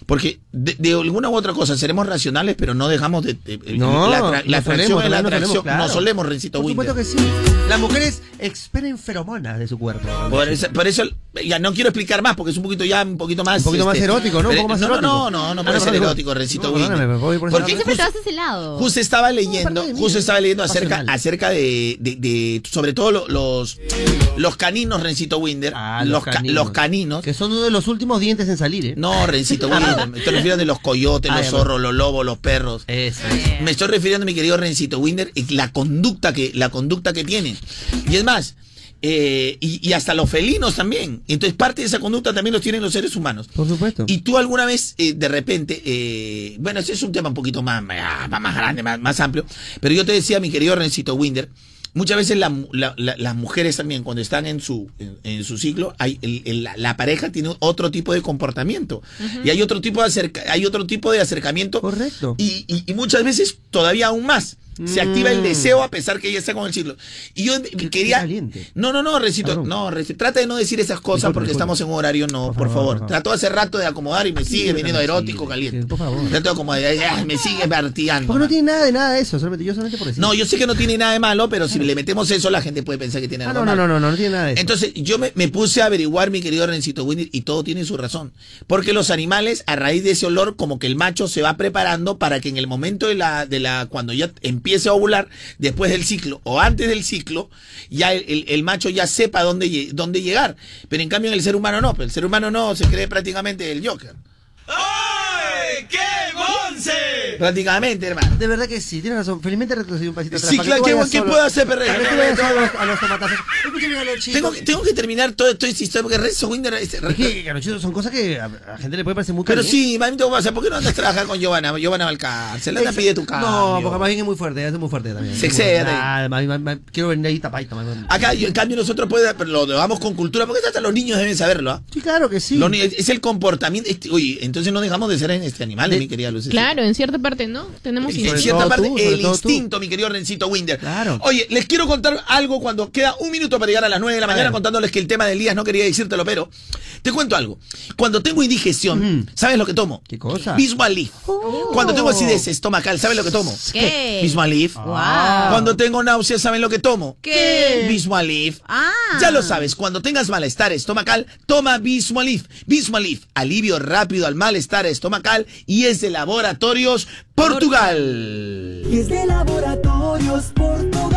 [SPEAKER 6] Porque de, de alguna u otra cosa seremos racionales, pero no dejamos de. de-
[SPEAKER 1] No,
[SPEAKER 6] la, tra- la
[SPEAKER 1] nos solemos,
[SPEAKER 6] atracción es
[SPEAKER 1] no nos
[SPEAKER 6] la atracción.
[SPEAKER 1] solemos, claro.
[SPEAKER 6] Nos solemos, Rencito
[SPEAKER 1] Por
[SPEAKER 6] Winder.
[SPEAKER 1] supuesto que sí. Las mujeres expelen feromonas de su cuerpo.
[SPEAKER 6] Por eso, por eso, ya no quiero explicar más, porque es un poquito ya, un poquito más. este,
[SPEAKER 1] Un poquito más erótico, ¿no? Un
[SPEAKER 6] pero-
[SPEAKER 1] poco más
[SPEAKER 6] no,
[SPEAKER 1] erótico.
[SPEAKER 6] No, no, no, no
[SPEAKER 1] Ah,
[SPEAKER 6] puede
[SPEAKER 1] no,
[SPEAKER 6] ser
[SPEAKER 1] perdón.
[SPEAKER 6] erótico, Rencito
[SPEAKER 1] No,
[SPEAKER 6] Winder.
[SPEAKER 1] perdóname, me voy por ese
[SPEAKER 6] Porque
[SPEAKER 1] lado.
[SPEAKER 2] Siempre te
[SPEAKER 6] justo-
[SPEAKER 2] vas a ese lado.
[SPEAKER 6] Justo estaba leyendo,
[SPEAKER 1] parte de mí,
[SPEAKER 6] justo estaba leyendo
[SPEAKER 1] pase
[SPEAKER 6] acerca,
[SPEAKER 1] mal.
[SPEAKER 6] acerca de, de- de- sobre todo lo- los, los caninos, Rencito Winder.
[SPEAKER 1] Ah,
[SPEAKER 6] los,
[SPEAKER 1] los
[SPEAKER 6] ca-
[SPEAKER 1] caninos.
[SPEAKER 6] los caninos.
[SPEAKER 1] Que son uno de los últimos dientes en salir, ¿eh?
[SPEAKER 6] No, Rencito Winder. Me estoy refiriendo de los coyotes,
[SPEAKER 1] Ah,
[SPEAKER 6] los
[SPEAKER 1] ya, Eh.
[SPEAKER 6] zorros, los lobos, los perros.
[SPEAKER 1] Eso.
[SPEAKER 6] Me estoy refiriendo, mi querido Rencito Winder, y la conducta que, la conducta que tienen. Y es más, eh, y, y hasta los felinos también. Entonces, parte de esa conducta también los tienen los seres humanos.
[SPEAKER 1] Por supuesto.
[SPEAKER 6] Y tú alguna vez, eh, de repente, eh, bueno, ese es un tema un poquito más, más, más grande, más, más amplio, pero yo te decía, mi querido Rencito Winder, muchas veces la mu- la- la- las mujeres también, cuando están en su, en, en su ciclo, hay, el- el- la, la pareja tiene otro tipo de comportamiento y hay otro tipo de, acerca- hay otro tipo de acercamiento
[SPEAKER 1] Correcto.
[SPEAKER 6] y, y- y muchas veces todavía aún más. Se activa el
[SPEAKER 1] Mm.
[SPEAKER 6] deseo a pesar que ella está con el ciclo. Y yo quería.
[SPEAKER 1] caliente.
[SPEAKER 6] No, no, no, Recito.
[SPEAKER 1] Perdón.
[SPEAKER 6] No, Recito. Trata de no decir esas cosas
[SPEAKER 1] Disculpe,
[SPEAKER 6] porque
[SPEAKER 1] disculpe.
[SPEAKER 6] estamos en un horario no, por,
[SPEAKER 1] Por favor,
[SPEAKER 6] favor.
[SPEAKER 1] por favor.
[SPEAKER 6] Trató hace rato de acomodar y me sigue
[SPEAKER 1] Sí,
[SPEAKER 6] viniendo
[SPEAKER 1] sí,
[SPEAKER 6] erótico
[SPEAKER 1] sí,
[SPEAKER 6] caliente.
[SPEAKER 1] sí, por favor.
[SPEAKER 6] Trato como de. ay, me sigue vertiando.
[SPEAKER 1] Porque no tiene nada de nada de eso, solamente yo solamente por decir.
[SPEAKER 6] No, yo sé que no tiene nada de malo, pero si le metemos eso, la gente puede pensar que tiene
[SPEAKER 1] Ah, no,
[SPEAKER 6] algo
[SPEAKER 1] no,
[SPEAKER 6] malo.
[SPEAKER 1] no, no, no, no tiene nada de eso.
[SPEAKER 6] Entonces, yo me, me puse a averiguar, mi querido Rencito Winner, y todo tiene su razón. Porque los animales, a raíz de ese olor, como que el macho se va preparando para que en el momento de la, de la, cuando ya empiece a ovular, después del ciclo o antes del ciclo, ya el, el- el macho ya sepa dónde, lle- dónde llegar. Pero en cambio, en el ser humano no, pero el ser humano no se cree prácticamente el Joker. ¡Ay! ¡Qué monse! Prácticamente, hermano.
[SPEAKER 1] De verdad que sí, tienes razón. Felizmente retrocedí un pasito atrás.
[SPEAKER 6] Sí,
[SPEAKER 1] para
[SPEAKER 6] claro,
[SPEAKER 1] tú
[SPEAKER 6] ¿qué-
[SPEAKER 1] vayas
[SPEAKER 6] qué
[SPEAKER 1] solo-
[SPEAKER 6] puedo hacer, perre?
[SPEAKER 1] Para que tú vayas solo a los, a los tomatazos. Escúchame, Galochito.
[SPEAKER 6] Tengo que, tengo que terminar todo esto insisto, porque Renzo Winder es-
[SPEAKER 1] eh. Es que, Galochito, son cosas que a a la gente le puede parecer muy
[SPEAKER 6] Pero
[SPEAKER 1] caliente.
[SPEAKER 6] sí, mamito, ¿cómo pasa? ¿por qué no andas a trabajar con Giovanna? Giovanna Balcar, se la pide tu cambio.
[SPEAKER 1] No, porque más bien es muy fuerte, es muy fuerte también.
[SPEAKER 6] Se
[SPEAKER 1] Es muy-
[SPEAKER 6] excede.
[SPEAKER 1] Ah, más- más- más- quiero venir ahí tapadito. más bien.
[SPEAKER 6] Acá, yo, en cambio, nosotros podemos, pero lo vamos con cultura, porque hasta los niños deben saberlo, ¿ah?
[SPEAKER 1] Sí, claro que sí.
[SPEAKER 6] Los ni- es el comportamiento. este- oye, entonces no dejamos de ser en este animal, mi querida Lucía.
[SPEAKER 3] Claro, en cierta parte, ¿no? Tenemos
[SPEAKER 6] En
[SPEAKER 1] sobre
[SPEAKER 6] cierta
[SPEAKER 1] todo
[SPEAKER 6] parte,
[SPEAKER 1] tú, sobre
[SPEAKER 6] el
[SPEAKER 1] todo tú.
[SPEAKER 6] instinto, mi querido Rencito Winder.
[SPEAKER 1] Claro.
[SPEAKER 6] Oye, les quiero contar algo cuando queda un minuto para llegar a las 9 de la mañana,
[SPEAKER 1] ver.
[SPEAKER 6] contándoles que el tema de Elías no quería decírtelo, pero te cuento algo. Cuando tengo indigestión,
[SPEAKER 1] Mm.
[SPEAKER 6] ¿sabes lo que tomo?
[SPEAKER 1] ¿Qué cosa?
[SPEAKER 6] Visual Leaf. Cuando tengo acidez estomacal, ¿sabes lo que tomo?
[SPEAKER 2] ¿Qué?
[SPEAKER 6] Visual Leaf.
[SPEAKER 2] Wow.
[SPEAKER 6] Ah. Cuando tengo náuseas, ¿saben lo que tomo?
[SPEAKER 2] ¿Qué?
[SPEAKER 6] Visualif.
[SPEAKER 2] Ah.
[SPEAKER 6] Ya lo sabes, cuando tengas malestar estomacal, toma Visualif. Visualif, alivio rápido al malestar estomacal y es de Laboratorios Portugal.
[SPEAKER 11] Es de Laboratorios Portugal.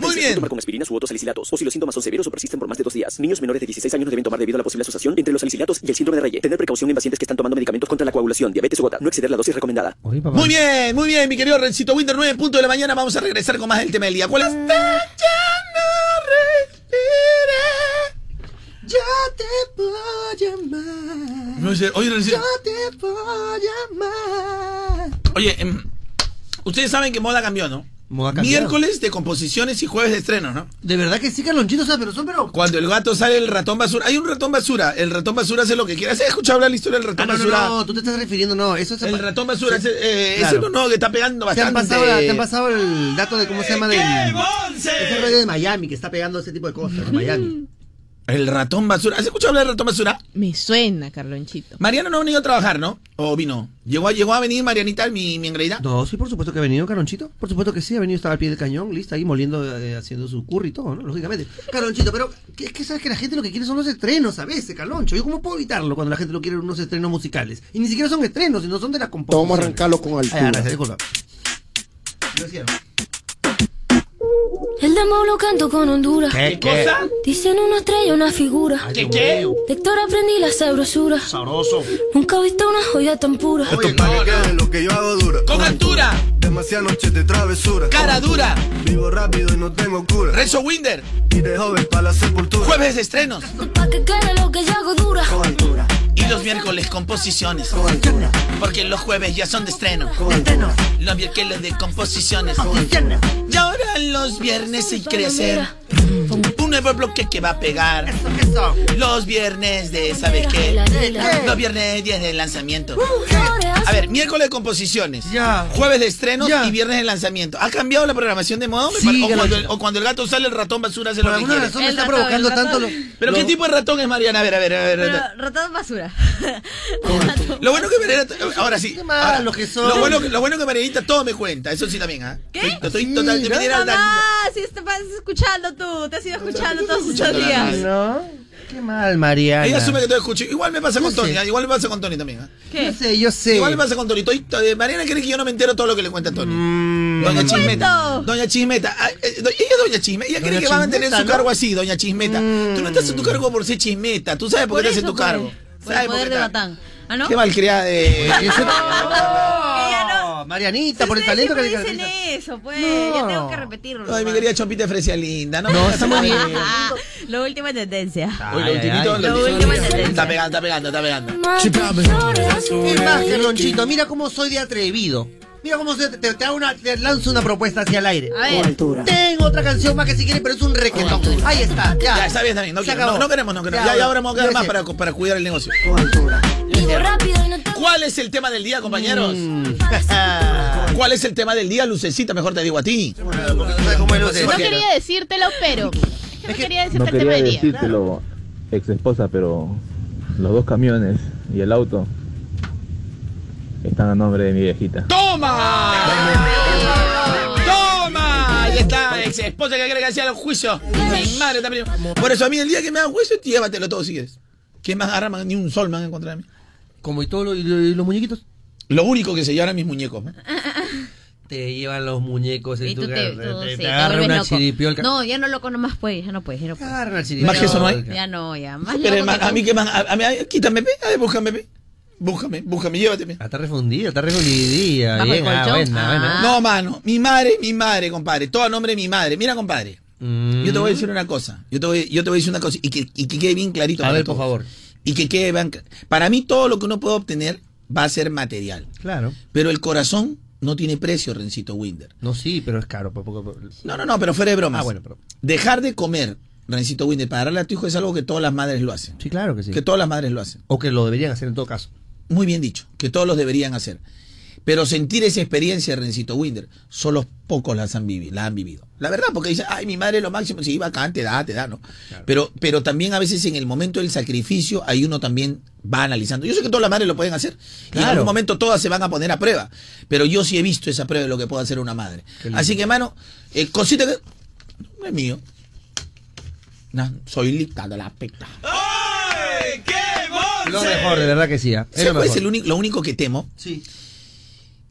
[SPEAKER 6] Muy bien.
[SPEAKER 11] tomar con aspirina su otros salicilatos. O si los síntomas son severos o persisten por más de dos días. Niños menores de 16 años no deben tomar debido a la posible asociación entre los salicilatos y el síndrome de Reye. Tener precaución en pacientes que están tomando medicamentos contra la coagulación, diabetes o gota. No exceder la dosis recomendada.
[SPEAKER 1] Oye, papá.
[SPEAKER 6] Muy bien, muy bien, mi querido Rencito Winter, 9 en punto de la mañana. Vamos a regresar con más del tema del día. ¿Cuál es?
[SPEAKER 1] Yo te puedo llamar.
[SPEAKER 6] Oye, Rencito.
[SPEAKER 1] te puedo llamar.
[SPEAKER 6] Oye, em, ustedes saben que moda cambió, ¿no?
[SPEAKER 1] Moda cambió.
[SPEAKER 6] Miércoles de composiciones y jueves de estrenos, ¿no?
[SPEAKER 1] De verdad que sí, Carlonchito, o sea, pero son, pero. Ah,
[SPEAKER 6] Cuando el gato sale, el ratón basura. Hay un ratón basura. El ratón basura hace lo que quiera. ¿Se ha escuchado hablar la historia del ratón
[SPEAKER 1] Ah, no, no,
[SPEAKER 6] basura?
[SPEAKER 1] no, tú te estás refiriendo, no. Eso es
[SPEAKER 6] El ratón basura es, eh, es
[SPEAKER 1] Claro.
[SPEAKER 6] uno nuevo que está pegando
[SPEAKER 1] Te
[SPEAKER 6] bastante.
[SPEAKER 1] han, pasado la- te han pasado el dato de cómo se llama del. Ese rollo de Miami que está pegando ese tipo de cosas. de Miami.
[SPEAKER 6] El ratón basura. ¿Has escuchado hablar del ratón basura?
[SPEAKER 3] Me suena, Carlonchito.
[SPEAKER 6] Mariano no ha venido a trabajar, ¿no? ¿O vino? ¿Llegó a, llegó a venir Marianita, mi, mi engreída?
[SPEAKER 1] No, sí, por supuesto que ha venido, Caronchito. Por supuesto que sí, ha venido, estaba al pie del cañón, lista, ahí moliendo, eh, haciendo su curry y todo, ¿no? Lógicamente. Caronchito, pero que- es que sabes que la gente lo que quiere son los estrenos a veces, Caloncho. ¿Yo cómo puedo evitarlo cuando la gente lo quiere unos estrenos musicales? Y ni siquiera son estrenos, sino son de la composición.
[SPEAKER 8] Vamos a arrancarlo con
[SPEAKER 1] Ay,
[SPEAKER 8] altura.
[SPEAKER 1] gracias, disculpa. Lo cierro.
[SPEAKER 12] El demo lo canto con Honduras.
[SPEAKER 1] ¿Qué,
[SPEAKER 6] ¿Cosa?
[SPEAKER 12] Dicen una estrella, una figura.
[SPEAKER 1] ¿Qué, qué?
[SPEAKER 12] Lector aprendí la sabrosura.
[SPEAKER 1] Sabroso.
[SPEAKER 12] Nunca he visto una joya tan pura.
[SPEAKER 9] Esto es para que quede lo que yo hago dura.
[SPEAKER 6] Con altura,
[SPEAKER 9] Demasiadas noches de travesura.
[SPEAKER 6] cara dura,
[SPEAKER 9] Vivo rápido y no tengo cura.
[SPEAKER 6] Renzo Winder,
[SPEAKER 9] Y de joven para la sepultura.
[SPEAKER 6] jueves de estrenos
[SPEAKER 12] Pa' que quede lo que yo hago dura.
[SPEAKER 9] Con altura,
[SPEAKER 6] y los miércoles composiciones.
[SPEAKER 9] con altura,
[SPEAKER 6] Porque los jueves ya son de estreno.
[SPEAKER 9] con altura.
[SPEAKER 6] Los miércoles de composiciones. Y ahora los viernes y crecer. Un nuevo bloque que va a pegar. Los viernes de, ¿sabes qué? Los viernes 10 de lanzamiento. A ver, miércoles de composiciones. Jueves de estrenos y viernes de lanzamiento. ¿Ha cambiado la programación de modo? Me
[SPEAKER 1] Sí,
[SPEAKER 6] pare-
[SPEAKER 1] ya
[SPEAKER 6] o,
[SPEAKER 1] lo
[SPEAKER 6] cuando
[SPEAKER 1] he
[SPEAKER 6] el, o cuando el gato sale, el ratón basura hace
[SPEAKER 1] Por
[SPEAKER 6] lo que
[SPEAKER 1] alguna
[SPEAKER 6] quiere.
[SPEAKER 1] razón me El está ratón, provocando el ratón. tanto lo-
[SPEAKER 6] ¿Pero
[SPEAKER 1] lo-
[SPEAKER 6] qué tipo de ratón es Mariana? A ver, a ver, a ver. a ver.
[SPEAKER 2] Pero ratón basura.
[SPEAKER 6] Lo bueno que Mariana. Ahora sí. ahora,
[SPEAKER 1] malos que son.
[SPEAKER 6] Lo bueno, que- lo bueno que Marianita todo me cuenta. Eso sí también, ¿ah? ¿Qué? Estoy totalmente. Mariana,
[SPEAKER 2] Mamá, si estás escuchando tú, te has ido escuchando todos estos
[SPEAKER 6] escuchando la
[SPEAKER 2] días.
[SPEAKER 6] radio.
[SPEAKER 1] No, qué mal, Mariana.
[SPEAKER 6] Ella asume que todo escucho. Igual me pasa con
[SPEAKER 1] Yo
[SPEAKER 6] Tony,
[SPEAKER 1] sé.
[SPEAKER 6] ¿ah? igual me pasa con Tony también. ¿ah?
[SPEAKER 1] Yo sé, yo sé.
[SPEAKER 6] Igual me pasa con Tony. Estoy- to- eh, Mariana cree que yo no me entero todo lo que le cuenta Tony.
[SPEAKER 1] Mm,
[SPEAKER 6] Doña
[SPEAKER 1] No
[SPEAKER 6] Chismeta. Doña Chismeta. ah, eh, do- Ella es Doña Chismeta. Ella cree
[SPEAKER 1] Doña
[SPEAKER 6] que va a mantener
[SPEAKER 1] Chismeta,
[SPEAKER 6] su
[SPEAKER 1] ¿no?
[SPEAKER 6] cargo así, Doña Chismeta. Tú no estás en tu cargo por ser Chismeta. Tú sabes por, qué te haces tu
[SPEAKER 2] pues,
[SPEAKER 6] cargo.
[SPEAKER 2] Por
[SPEAKER 6] ¿Sabes
[SPEAKER 2] el poder
[SPEAKER 6] por qué
[SPEAKER 2] de
[SPEAKER 6] tal?
[SPEAKER 2] Batán. ¿Ah, no?
[SPEAKER 6] Qué malcriada de.
[SPEAKER 1] No, Marianita, por el
[SPEAKER 2] Ustedes
[SPEAKER 1] talento que le
[SPEAKER 2] siempre dicen
[SPEAKER 1] caracteriza.
[SPEAKER 2] eso, pues. Ya tengo que repetirlo.
[SPEAKER 6] Ay, mi querida Chompita de Fresia linda. No,
[SPEAKER 1] No,
[SPEAKER 6] me-
[SPEAKER 1] está muy bien.
[SPEAKER 2] Lo último en tendencia.
[SPEAKER 6] Oye, lo ultimito, lo ultimito. Está pegando, está pegando, está pegando.
[SPEAKER 1] Y más que Ronchito, mira cómo soy de atrevido. Mira cómo se- te, te hago una- te lanzo una propuesta hacia el aire.
[SPEAKER 2] A ver.
[SPEAKER 1] Tengo otra canción más que si quieres, pero es un requetón. Ahí está, ya.
[SPEAKER 6] Ya, está bien, está bien. No,
[SPEAKER 1] Se
[SPEAKER 6] quiero,
[SPEAKER 1] acabó.
[SPEAKER 6] no, no queremos, no queremos.
[SPEAKER 1] Ya,
[SPEAKER 6] Ya, ya ahora vamos a quedar
[SPEAKER 1] ya
[SPEAKER 6] más
[SPEAKER 1] sé.
[SPEAKER 6] para, para cuidar el negocio. ¿Cuál es el tema del día, compañeros? ¿Cuál es el tema del día, Lucecita? Mejor te digo a ti.
[SPEAKER 3] No quería decírtelo, pero. No quería decirte
[SPEAKER 13] No
[SPEAKER 3] el tema
[SPEAKER 13] quería
[SPEAKER 3] del día.
[SPEAKER 13] decírtelo, ex esposa, pero los dos camiones y el auto están a nombre de mi viejita.
[SPEAKER 6] ¡Toma! ¡Toma! Ahí está, ex esposa que quiere que hacía los juicios. Mi madre también. Por eso a mí el día que me hagan juicio, llévatelo todo si quieres. ¿Qué más agarra? man? Ni un sol me van a encontrar a mí.
[SPEAKER 1] Como y todos los muñequitos.
[SPEAKER 6] Lo único que se llevan a mis muñecos. ¿no?
[SPEAKER 1] Te llevan los muñecos en
[SPEAKER 2] Y
[SPEAKER 1] tu
[SPEAKER 2] tú te,
[SPEAKER 1] cara,
[SPEAKER 2] tú, sí,
[SPEAKER 1] te,
[SPEAKER 2] te
[SPEAKER 1] agarra
[SPEAKER 2] vuelves
[SPEAKER 1] una
[SPEAKER 2] loco.
[SPEAKER 1] chiripiolca.
[SPEAKER 2] No, ya no loco nomás puedes, ya no puedes, ya no puedes.
[SPEAKER 1] Agarra una
[SPEAKER 6] Más que eso no hay.
[SPEAKER 2] Ya no, ya. Más
[SPEAKER 6] Pero
[SPEAKER 2] loco
[SPEAKER 6] man,
[SPEAKER 2] que
[SPEAKER 6] a mí
[SPEAKER 2] tú.
[SPEAKER 6] que más. A, a mí, a- quítame, pe. A ver, búscame, pe. Búscame, búscame, llévatame.
[SPEAKER 1] Ah, Está refundida, está refundida.
[SPEAKER 6] Bajo el
[SPEAKER 1] Bien, ah,
[SPEAKER 6] colchón.
[SPEAKER 1] buena, buena.
[SPEAKER 6] No, mano. Mi madre, mi madre, compadre. Todo a nombre de mi madre. Mira, compadre. Yo
[SPEAKER 1] Mm.
[SPEAKER 6] te voy a decir una cosa. Yo te voy, yo te voy a decir una cosa. Y que, y que quede bien clarito.
[SPEAKER 1] A
[SPEAKER 6] para
[SPEAKER 1] ver, por
[SPEAKER 6] todos.
[SPEAKER 1] favor.
[SPEAKER 6] Y que quede bien. cl- Para mí, todo lo que uno pueda obtener va a ser material.
[SPEAKER 1] Claro.
[SPEAKER 6] Pero el corazón no tiene precio, Rencito Winder.
[SPEAKER 1] No, sí, pero es caro. pues, por poco- por-
[SPEAKER 6] No, no, no, pero fuera de bromas.
[SPEAKER 1] Ah, bueno, pero.
[SPEAKER 6] Dejar de comer, Rencito Winder, para darle a tu hijo es algo que todas las madres lo hacen.
[SPEAKER 1] Sí, claro que sí.
[SPEAKER 6] Que todas las madres lo hacen.
[SPEAKER 1] O que lo deberían hacer en todo caso.
[SPEAKER 6] Muy bien dicho, que todos los deberían hacer. Pero sentir esa experiencia, Rencito Winder, solo pocos las han vivido, la han vivido. La verdad, porque dicen, ay, mi madre es lo máximo, sí, bacán, te da, te da, ¿no? Pero, pero también a veces en el momento del sacrificio, ahí uno también va analizando. Yo sé que todas las madres lo pueden hacer, y en
[SPEAKER 1] Claro.
[SPEAKER 6] algún momento todas se van a poner a prueba. Pero yo sí he visto esa prueba de lo que puede hacer una madre. Así que, mano, eh, cosita que. No es mío. No, soy dictado la peta.
[SPEAKER 1] Lo mejor, de verdad que sí. ¿ah? Es
[SPEAKER 6] ¿Sabes
[SPEAKER 1] lo
[SPEAKER 6] cuál es
[SPEAKER 1] mejor.
[SPEAKER 6] el único- lo único que temo?
[SPEAKER 1] Sí.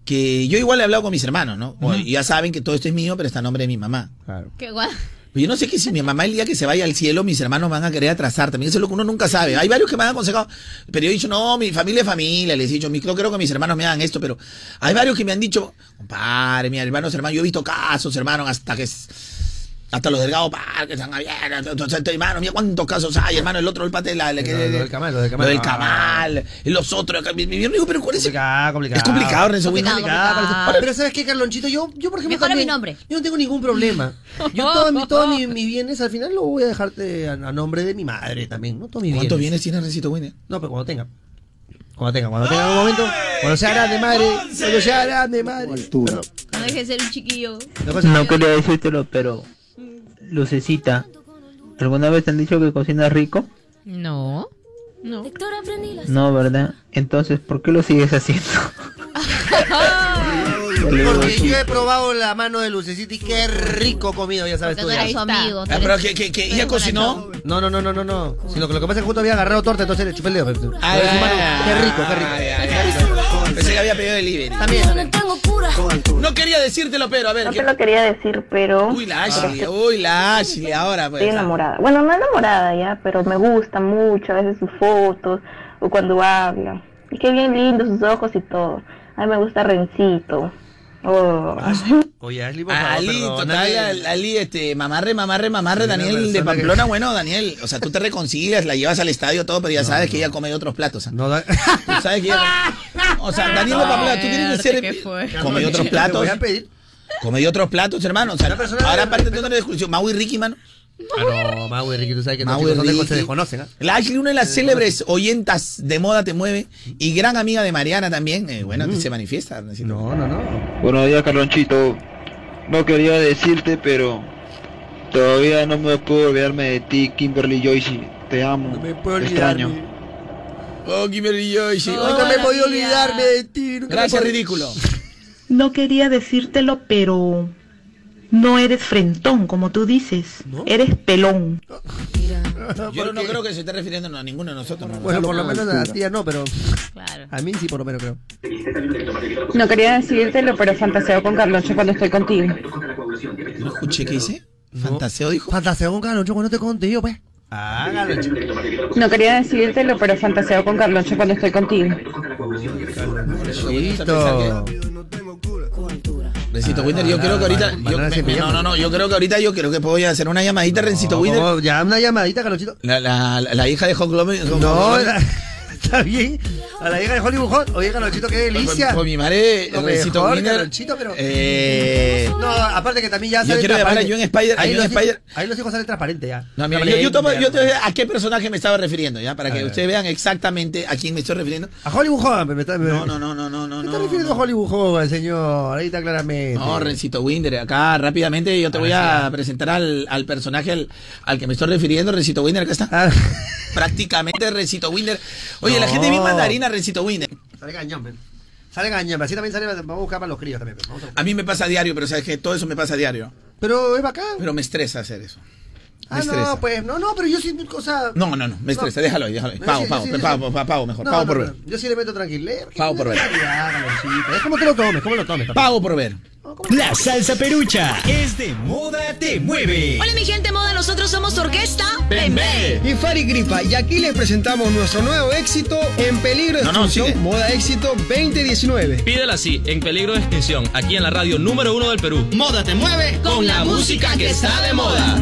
[SPEAKER 6] Que yo igual he hablado con mis hermanos, ¿no? O-
[SPEAKER 1] Ujú.
[SPEAKER 6] Ya saben que todo esto es mío, pero está a nombre de mi mamá.
[SPEAKER 2] Qué guay.
[SPEAKER 6] Pero Pues yo no sé que si mi mamá el día que se vaya al cielo, mis hermanos van a querer atrasar también. Eso es lo que uno nunca sabe. Hay varios que me han aconsejado, pero yo he dicho, no, mi familia es familia. Les he dicho, mi, no creo que mis hermanos me hagan esto, pero hay varios que me han dicho, compadre, mi hermanos, hermano, yo he visto casos, hermano, hasta que... es- Hasta los delgados par que están abiertos. Entonces, este, hermano, mira cuántos casos hay, hermano. El otro, el pate de la. la que-
[SPEAKER 1] Lo, lo del camal, lo del camal.
[SPEAKER 6] lo del
[SPEAKER 1] Ah,
[SPEAKER 6] Camal, los otros. acá, Mi, mi, mi amigo, pero ¿cuál es el-
[SPEAKER 1] complicado.
[SPEAKER 6] Es complicado, Renzo
[SPEAKER 1] Complicado,
[SPEAKER 6] Winder.
[SPEAKER 1] complicado,
[SPEAKER 6] Complicado,
[SPEAKER 1] complicado. Pero ¿sabes qué, Carlonchito? Yo, yo por ejemplo,
[SPEAKER 2] Mejora
[SPEAKER 1] también-
[SPEAKER 2] mi nombre.
[SPEAKER 1] Yo no tengo ningún problema. Yo todos mi- todos mis, mis bienes al final lo voy a dejarte a, a nombre de mi madre también, ¿no? Todos mis
[SPEAKER 6] ¿Cuántos
[SPEAKER 1] bienes.
[SPEAKER 6] bienes tiene Rencito Winner?
[SPEAKER 1] No, pero cuando tenga. Cuando tenga, cuando tenga un momento. Cuando sea grande, madre. Cuando sea grande, madre.
[SPEAKER 2] No dejes de ser un chiquillo.
[SPEAKER 6] Pues,
[SPEAKER 14] No quería decírtelo, pero Lucecita, ¿alguna vez te han dicho que cocinas rico?
[SPEAKER 3] No. No.
[SPEAKER 14] No, ¿verdad? Entonces, ¿por qué lo sigues haciendo?
[SPEAKER 1] Porque yo he probado la mano de Lucecita y qué rico comido, ya sabes tú. ya.
[SPEAKER 6] Ah, pero que, que, que ella cocinó.
[SPEAKER 1] No, no, no, no, no, no. Sino que lo que pasa es que justo había agarrado torta, entonces le chupé el dedo.
[SPEAKER 6] Ah,
[SPEAKER 1] Pero su mano,
[SPEAKER 6] ya,
[SPEAKER 1] qué rico, qué rico.
[SPEAKER 6] Pensé que había pedido delivery. No quería decírtelo, pero a ver.
[SPEAKER 10] No
[SPEAKER 6] ¿qué-
[SPEAKER 10] te lo quería decir, pero.
[SPEAKER 6] Uy, la Ashley, uy, la Ashley, ahora pues.
[SPEAKER 10] Estoy enamorada. Bueno, no enamorada ya, pero me gusta mucho a veces sus fotos o cuando habla. Y qué bien lindo sus ojos y todo. A mí me gusta Rencito. Oh.
[SPEAKER 1] Oye, Ashley, por favor,
[SPEAKER 6] Ah, Ali, total, al- Ali, este, mamarre, mamarre, mamarre, Daniel de Pamplona, bueno, Daniel, o sea, tú te reconcilias, la llevas al estadio, todo, pero ya sabes que ella come de otros platos.
[SPEAKER 1] No,
[SPEAKER 6] tú sabes que ella- O sea, Daniel de Pamplona, tú tienes que ser... Come de otros
[SPEAKER 1] Te
[SPEAKER 6] platos,
[SPEAKER 1] voy a pedir.
[SPEAKER 6] come de otros platos, hermano, o sea, ahora aparte de una discusión, Mau y Ricky, mano.
[SPEAKER 1] Ah, no, Maui, Ricky, tú sabes que estos
[SPEAKER 6] Maui,
[SPEAKER 1] chicos son de-
[SPEAKER 6] Ricky.
[SPEAKER 1] se desconocen, ¿ah?
[SPEAKER 6] La Ashley, una de las célebres oyentas de Moda Te Mueve y gran amiga de Mariana también, eh, bueno, se manifiesta. No,
[SPEAKER 1] Mm. no, no.
[SPEAKER 15] Buenos días, Carlonchito. No quería decirte, pero todavía no me puedo olvidarme de ti, Kimberly Joyce. Te amo.
[SPEAKER 6] puedo
[SPEAKER 15] te extraño.
[SPEAKER 6] Oh, Kimberly Joyce.
[SPEAKER 1] Hoy
[SPEAKER 6] Hoy
[SPEAKER 1] no me he podido olvidarme de ti. nunca me
[SPEAKER 6] Gracias,
[SPEAKER 1] podré-
[SPEAKER 6] ridículo.
[SPEAKER 16] No quería decírtelo, pero no eres frentón, como tú dices. Eres pelón.
[SPEAKER 6] Yo no creo que se esté refiriendo a ninguno de nosotros. ¿no?
[SPEAKER 1] Bueno, por lo menos a
[SPEAKER 6] Locura.
[SPEAKER 1] tía no, pero. A mí sí, por lo menos creo.
[SPEAKER 17] No quería decírtelo, pero fantaseo con Carloncho cuando estoy contigo.
[SPEAKER 6] No escuché qué dice. Fantaseo dijo.
[SPEAKER 1] Fantaseo con Carlos, cuando estoy contigo, pues.
[SPEAKER 6] Ah, Carloncho.
[SPEAKER 17] No quería decírtelo, pero fantaseo con Carloncho cuando estoy contigo.
[SPEAKER 1] Listo.
[SPEAKER 6] Rencito Winter, yo
[SPEAKER 1] Ah, no,
[SPEAKER 6] creo que
[SPEAKER 1] no,
[SPEAKER 6] ahorita.
[SPEAKER 1] no,
[SPEAKER 6] yo-
[SPEAKER 1] no,
[SPEAKER 6] me-
[SPEAKER 1] no,
[SPEAKER 6] me- No, no, no, yo creo que ahorita yo creo que puedo ya hacer una llamadita, Rencito
[SPEAKER 1] Oh,
[SPEAKER 6] Winter.
[SPEAKER 1] ya, una llamadita, Carlosito.
[SPEAKER 6] La, la, la- la hija de Hulk Hogan- Hulk
[SPEAKER 1] No,
[SPEAKER 6] Hogan.
[SPEAKER 1] la- está bien. A la hija de Hollywood Hot. Oye, Carlosito, qué delicia.
[SPEAKER 6] Con, con mi madre,
[SPEAKER 1] Lo
[SPEAKER 6] Rencito
[SPEAKER 1] mejor,
[SPEAKER 6] Winter.
[SPEAKER 1] Carlonchito, pero-
[SPEAKER 6] Eh,
[SPEAKER 1] No, aparte que también ya
[SPEAKER 6] Yo
[SPEAKER 1] sale
[SPEAKER 6] quiero llamar a
[SPEAKER 1] transparente.
[SPEAKER 6] John Spider- a
[SPEAKER 1] Ahí
[SPEAKER 6] John
[SPEAKER 1] los hijos-
[SPEAKER 6] Spider.
[SPEAKER 1] Ahí los hijos salen transparentes ya.
[SPEAKER 6] No, mira, yo, yo tomo- yo te- a qué personaje me estaba refiriendo, ya, para que ustedes vean exactamente a quién me estoy refiriendo.
[SPEAKER 1] A Hollywood Hot. Me está,
[SPEAKER 6] No, no, no, no, no, no.
[SPEAKER 1] ¿Qué está refiriendo a Hollywood Hot, señor? Ahí está claramente.
[SPEAKER 6] No, Rencito Winder, acá rápidamente yo te voy a presentar al, al personaje al, al que me estoy refiriendo, Rencito Winder, acá está.
[SPEAKER 1] Ah.
[SPEAKER 6] Prácticamente Rencito Winder. Oye, la
[SPEAKER 1] No.
[SPEAKER 6] gente es bien mandarina, Rencito Winder.
[SPEAKER 1] Sale cañón, men. Sale cañón, así también sale, vamos a buscar para los críos también. pero vamos a-
[SPEAKER 6] A mí me pasa a diario, pero sabes que todo eso me pasa a diario.
[SPEAKER 1] Pero es bacán.
[SPEAKER 6] Pero me estresa hacer eso. Me
[SPEAKER 1] Ah,
[SPEAKER 6] estresa.
[SPEAKER 1] no, pues, no, no, pero yo sí, o sea...
[SPEAKER 6] No, no, no, me estresa, déjalo ahí, déjalo ahí.
[SPEAKER 1] No,
[SPEAKER 6] Pago,
[SPEAKER 1] sí,
[SPEAKER 6] pago,
[SPEAKER 1] sí,
[SPEAKER 6] pe-
[SPEAKER 1] sí,
[SPEAKER 6] pago,
[SPEAKER 1] sí.
[SPEAKER 6] pa- pago mejor,
[SPEAKER 1] No,
[SPEAKER 6] pago
[SPEAKER 1] no,
[SPEAKER 6] por
[SPEAKER 1] no,
[SPEAKER 6] ver.
[SPEAKER 1] Yo sí le meto tranquilo. eh, porque
[SPEAKER 6] Pago por ver.
[SPEAKER 1] Ya, Carlosito, Es como tú lo tomes, como lo tomes. papá.
[SPEAKER 6] Pago por ver.
[SPEAKER 18] La salsa perucha es de moda te mueve.
[SPEAKER 19] Hola mi gente moda, nosotros somos Orquesta Bembe.
[SPEAKER 20] Y Fari Gripa, y aquí les presentamos nuestro nuevo éxito en peligro de
[SPEAKER 21] No, no,
[SPEAKER 20] extinción,
[SPEAKER 21] sigue.
[SPEAKER 20] Moda Éxito 2019.
[SPEAKER 21] Pídela así, en peligro de extinción, aquí en la radio número uno del Perú. Moda te mueve
[SPEAKER 20] con la música que está de moda.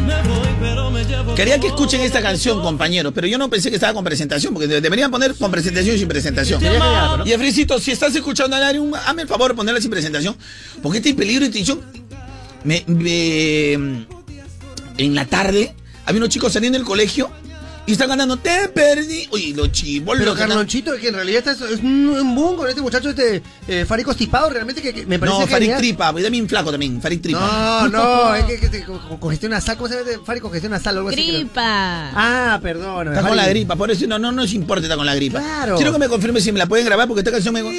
[SPEAKER 6] Quería que escuchen esta canción, compañeros, pero yo no pensé que estaba con presentación, porque de- deberían poner con presentación y sin presentación.
[SPEAKER 1] Tenía que llegar, Este ¿no?
[SPEAKER 6] Y Efricito, si estás escuchando a nadie, un- hazme el favor de ponerla sin presentación, porque este peligro de extinción me, me- en la tarde había unos chicos saliendo del colegio y están cantando Te perdí. Uy, los chivos.
[SPEAKER 1] Pero Carlonchito, que en realidad es, es un un boom con este muchacho, este eh, Farid Costipado, realmente que, que me parece
[SPEAKER 6] No, Farid
[SPEAKER 1] genial.
[SPEAKER 6] Tripa, voy también flaco también, Farid Tripa.
[SPEAKER 1] No, no, es que, que te co- co- congestión nasal, ¿cómo se llama? este? Farid congestión nasal, algo así. creo. Ah, perdón.
[SPEAKER 6] Está con la gripa, por eso no, no nos importa está con la gripa.
[SPEAKER 1] Claro.
[SPEAKER 6] Quiero que me confirme si me la pueden grabar porque esta canción me.
[SPEAKER 8] Un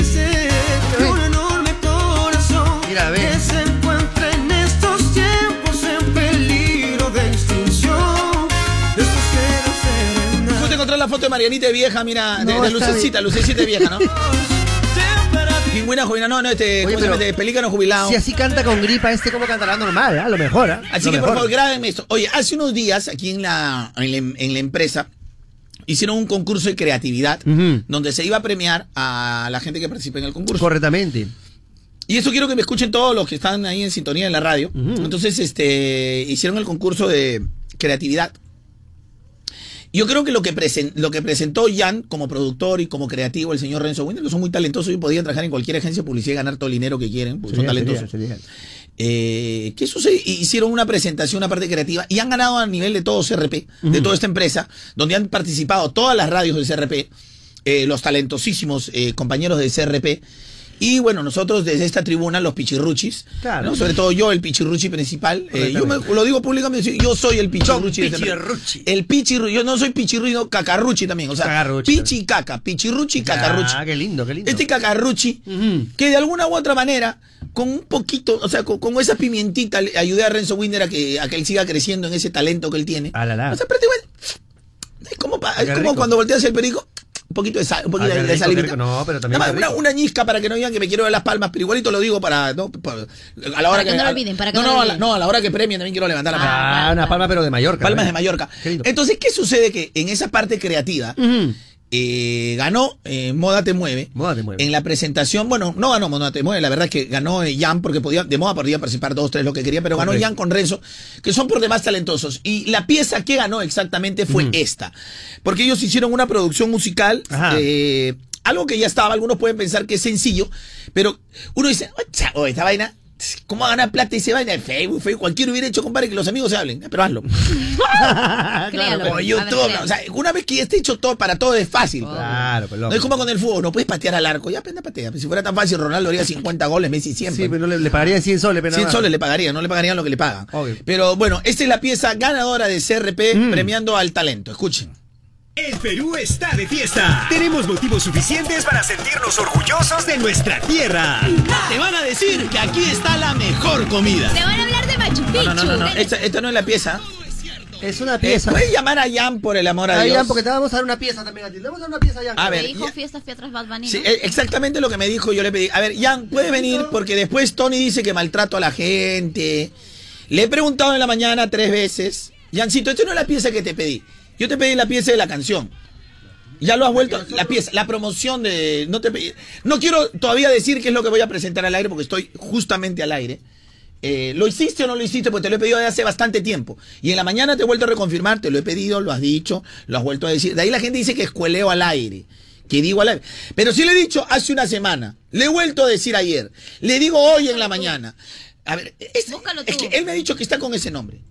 [SPEAKER 8] enorme corazón
[SPEAKER 1] Mira, ve.
[SPEAKER 8] que se encuentra en estos tiempos en peligro de extinción. De esos que no
[SPEAKER 6] Justo encontré la foto de Marianita de vieja, mira, de,
[SPEAKER 8] No,
[SPEAKER 6] de
[SPEAKER 8] está
[SPEAKER 6] lucecita,
[SPEAKER 8] bien.
[SPEAKER 6] lucecita de vieja, ¿no? Pingüina jubilada, no, no, este, ¿cómo se llama?
[SPEAKER 1] pero-
[SPEAKER 6] Este, pelícano jubilado.
[SPEAKER 1] Si así canta con gripa, este cómo cantará normal, a lo mejor, ¿ah?
[SPEAKER 6] Así
[SPEAKER 1] Lo
[SPEAKER 6] que por
[SPEAKER 1] mejor.
[SPEAKER 6] favor, grábenme esto. Oye, hace unos días aquí en la, en la, en la empresa hicieron un concurso de creatividad
[SPEAKER 1] Ujú.
[SPEAKER 6] donde se iba a premiar a la gente que participe en el concurso.
[SPEAKER 1] Correctamente.
[SPEAKER 6] Y eso quiero que me escuchen todos los que están ahí en sintonía en la radio. Entonces, este, hicieron el concurso de creatividad. Yo creo que lo que, presen- lo que presentó Jan como productor y como creativo, el señor Renzo Winder, que son muy talentosos y podían trabajar en cualquier agencia de publicidad y ganar todo el dinero que quieren, porque son
[SPEAKER 1] Sería-
[SPEAKER 6] talentosos.
[SPEAKER 1] sería- sería.
[SPEAKER 6] Eh, que eso se hicieron una presentación, una parte creativa, y han ganado a nivel de todo CRP, de toda esta empresa, donde han participado todas las radios de CRP, eh, los talentosísimos eh, compañeros de CRP. Y bueno, nosotros desde esta tribuna, los pichirruchis,
[SPEAKER 1] Claro.
[SPEAKER 6] ¿no? sobre todo yo, el pichirruchi principal, eh, yo me- lo digo públicamente, yo soy el pichirruchi. de esta empresa. El pichirruchi, yo no soy pichirruchi, no, cacarruchi también, o sea, pichi y caca, pichirruchi y cacarruchi.
[SPEAKER 1] Ah, qué lindo, qué lindo.
[SPEAKER 6] Este cacarruchi, que de alguna u otra manera, con un poquito, o sea, con, con esa pimientita, le ayudé a Renzo Winder a que, a que él siga creciendo en ese talento que él tiene.
[SPEAKER 1] A la la.
[SPEAKER 6] O sea, prácticamente, es como, pa- es
[SPEAKER 1] Qué
[SPEAKER 6] como
[SPEAKER 1] rico.
[SPEAKER 6] cuando volteas el perico, un poquito de sal, un poquito
[SPEAKER 1] Ah, qué
[SPEAKER 6] de, de
[SPEAKER 1] rico,
[SPEAKER 6] salivita.
[SPEAKER 1] qué rico. No, pero también
[SPEAKER 6] Nada
[SPEAKER 1] qué
[SPEAKER 6] más, una,
[SPEAKER 1] rico.
[SPEAKER 6] una ñisca para que no digan que me quiero ver las palmas, pero igualito lo digo para, no, para- a la hora
[SPEAKER 2] Para que no lo olviden, para que no lo
[SPEAKER 6] no, a la-
[SPEAKER 2] olviden.
[SPEAKER 6] no, a la hora que premien también quiero levantar la mano.
[SPEAKER 1] Ah, una palma, pero de Mallorca.
[SPEAKER 6] Palmas
[SPEAKER 1] ¿no?
[SPEAKER 6] de Mallorca. Entonces, ¿qué sucede? Que en esa parte creativa eh, ganó eh, Moda Te Mueve.
[SPEAKER 1] Moda Te Mueve.
[SPEAKER 6] En la presentación, bueno, no ganó Moda Te Mueve, la verdad es que ganó eh, Jan, porque podía, de moda podía participar dos, tres, lo que quería, pero ganó
[SPEAKER 1] Correcto.
[SPEAKER 6] Jan con Renzo, que son por demás talentosos. Y la pieza que ganó exactamente fue esta. Porque ellos hicieron una producción musical. eh, algo que ya estaba, algunos pueden pensar que es sencillo, pero uno dice, "Ocha, oh, esta vaina ¿Cómo va a ganar plata y se va en el Facebook? Facebook? Cualquiera hubiera hecho, compadre, que los amigos se hablen. Pero hazlo.
[SPEAKER 1] Créalo.
[SPEAKER 6] O
[SPEAKER 1] A
[SPEAKER 6] YouTube.
[SPEAKER 1] ver,
[SPEAKER 6] o sea, una vez que ya esté hecho todo para todo es fácil.
[SPEAKER 1] Claro, pues,
[SPEAKER 6] No
[SPEAKER 1] loco.
[SPEAKER 6] es como con el fútbol, no puedes patear al arco. Ya, pena patea. Si fuera tan fácil, Ronaldo haría 50 goles, Messi siempre.
[SPEAKER 1] Sí, pero no le, le pagarían 100 soles, pero
[SPEAKER 6] 100
[SPEAKER 1] nada más.
[SPEAKER 6] soles pues, le pagarían, no le pagarían lo que le pagan. Pero bueno, esta es la pieza ganadora de CRP
[SPEAKER 1] Mm.
[SPEAKER 6] premiando al talento. Escuchen.
[SPEAKER 18] El Perú está de fiesta. Tenemos motivos suficientes para sentirnos orgullosos de nuestra tierra.
[SPEAKER 6] Te van a decir que aquí está la mejor comida.
[SPEAKER 2] Te van a hablar de Machu Picchu.
[SPEAKER 6] No, no, no, no, no.
[SPEAKER 2] de-
[SPEAKER 6] Esta, esta no es la pieza. Eh,
[SPEAKER 1] Es una pieza.
[SPEAKER 6] ¿Puedes llamar a Jan por el amor a
[SPEAKER 1] Ahí,
[SPEAKER 6] Dios? Ah,
[SPEAKER 1] Jan, porque te vamos a dar una pieza también a ti. Te vamos a dar una pieza, Jan.
[SPEAKER 6] A ver,
[SPEAKER 2] Te dijo
[SPEAKER 6] ya-
[SPEAKER 2] fiestas, piedras, Bad Bunny,
[SPEAKER 6] Sí,
[SPEAKER 2] ¿no?
[SPEAKER 6] eh, exactamente lo que me dijo, yo le pedí. A ver, Jan, puede venir porque después Tony dice que maltrato a la gente. Le he preguntado en la mañana tres veces. Jancito, esta no es la pieza que te pedí. Yo te pedí la pieza de la canción. Ya lo has vuelto, la pieza, la promoción de... No, te pedí- no quiero todavía decir qué es lo que voy a presentar al aire porque estoy justamente al aire. Eh, ¿Lo hiciste o no lo hiciste? Pues te lo he pedido desde hace bastante tiempo. Y en la mañana te he vuelto a reconfirmar, te lo he pedido, lo has dicho, lo has vuelto a decir. De ahí la gente dice que escueleo al aire. Que digo al aire. Pero sí le he dicho hace una semana. Le he vuelto a decir ayer. Le digo hoy en la mañana. A ver, es, es que él me ha dicho que está con ese nombre.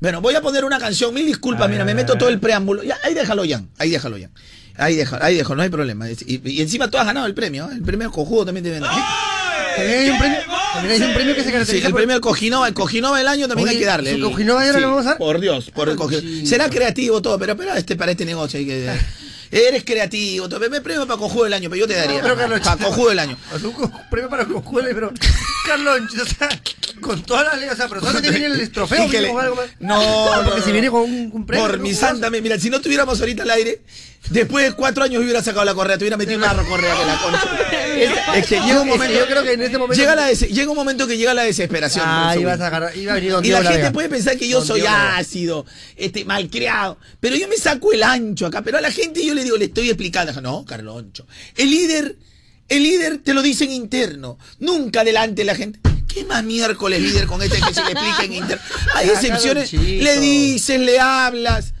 [SPEAKER 6] Bueno, voy a poner una canción. Mil disculpas, mira, me meto todo el preámbulo. Ya, ahí déjalo, Jan. Ahí déjalo, Jan. Ahí déjalo, ahí déjalo, no hay problema. Y, y encima tú has ganado el premio. ¿eh? El premio cojudo también te viene. ¿eh?
[SPEAKER 1] También hay un premio, también hay un premio que se caracteriza
[SPEAKER 6] Sí, el
[SPEAKER 1] por-
[SPEAKER 6] premio del Cojinova, el Cojinova del año también
[SPEAKER 1] Oye,
[SPEAKER 6] hay que darle.
[SPEAKER 1] ¿su
[SPEAKER 6] El-
[SPEAKER 1] Cojinova ya lo
[SPEAKER 6] sí,
[SPEAKER 1] vamos a dar? Ah,
[SPEAKER 6] Por Dios, por el Cojinova. Será creativo todo, pero, pero este, para este negocio hay que... Eres creativo, todo. me premio para Cojudo del año, pero yo te daría.
[SPEAKER 1] Pero, Carlos,
[SPEAKER 6] para Cojudo del año.
[SPEAKER 1] Tú co- premio para los cuales, pero. Carlos, o sea, con todas las leyes, o sea, pero solo que te viene el trofeo,
[SPEAKER 6] Y que le-
[SPEAKER 1] mínimo, algo más. Ah,
[SPEAKER 6] No,
[SPEAKER 1] porque
[SPEAKER 6] no,
[SPEAKER 1] si
[SPEAKER 6] no.
[SPEAKER 1] viene con un, un premio.
[SPEAKER 6] Por mi santa, me- mira, si no tuviéramos ahorita al aire, después de cuatro años yo hubiera sacado la correa, te hubiera metido una correa que la concha. Es que llega un
[SPEAKER 1] Es que
[SPEAKER 6] momento.
[SPEAKER 1] yo creo que en este momento-
[SPEAKER 6] Llega, la des- llega un momento que llega la desesperación.
[SPEAKER 1] Ah,
[SPEAKER 6] Monzo.
[SPEAKER 1] ibas a agarrar- iba a venir Don
[SPEAKER 6] Y la
[SPEAKER 1] Diego la
[SPEAKER 6] gente
[SPEAKER 1] Vega.
[SPEAKER 6] puede pensar que yo
[SPEAKER 1] Don
[SPEAKER 6] soy
[SPEAKER 1] Diego la Vega.
[SPEAKER 6] ácido, este, malcriado. Pero yo me saco el ancho acá. Pero a la gente yo le digo, le estoy explicando. No, Carloncho. El líder, el líder te lo dice en interno. Nunca delante de la gente. ¿Qué más miércoles líder con este que se le explica en interno? Hay
[SPEAKER 1] Ya,
[SPEAKER 6] excepciones.
[SPEAKER 1] Carlonchito.
[SPEAKER 6] Le dices, le hablas.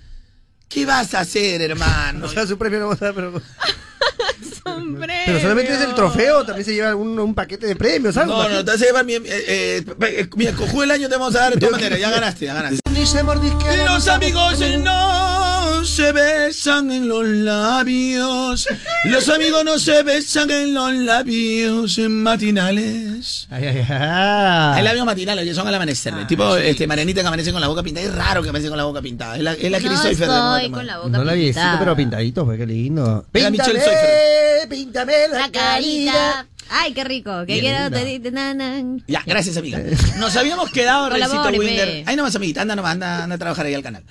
[SPEAKER 6] ¿Qué vas a hacer, hermano?
[SPEAKER 1] O sea, su premio no va a dar, pero.
[SPEAKER 3] Hombre.
[SPEAKER 1] Pero solamente es el trofeo, también se lleva algún, un paquete de premios, algo.
[SPEAKER 6] No, no, te hace llevar mi. eh, eh, eh, mi cojudo del año te vamos a dar de todas maneras. Ya ganaste, ya ganaste. Los amigos no se besan en los labios. Los amigos no se besan en los labios matinales.
[SPEAKER 1] Ay, ay, ay.
[SPEAKER 6] Hay labios matinales, que son al amanecer. tipo este, Marianita que amanece con la boca pintada. Es raro que amanece con la boca pintada. Es la, es la
[SPEAKER 2] No
[SPEAKER 6] Cris Seifer de
[SPEAKER 2] estoy
[SPEAKER 6] Moderman.
[SPEAKER 2] con la boca
[SPEAKER 1] No la vi,
[SPEAKER 2] pintada.
[SPEAKER 1] pero pintadito, fue, qué lindo.
[SPEAKER 6] Era Michelle
[SPEAKER 1] Píntame,
[SPEAKER 6] Seifer.
[SPEAKER 1] píntame la
[SPEAKER 2] La
[SPEAKER 1] carita.
[SPEAKER 2] carita. Ay, qué rico. Que
[SPEAKER 6] Bien
[SPEAKER 2] quiero
[SPEAKER 6] linda.
[SPEAKER 2] te di- te- na- na.
[SPEAKER 6] Ya, gracias, amiga. Nos habíamos quedado, Recito
[SPEAKER 2] Colabore,
[SPEAKER 6] Winder.
[SPEAKER 2] pe.
[SPEAKER 6] Ahí nomás, amiguita, anda nomás, anda, anda a trabajar ahí al canal.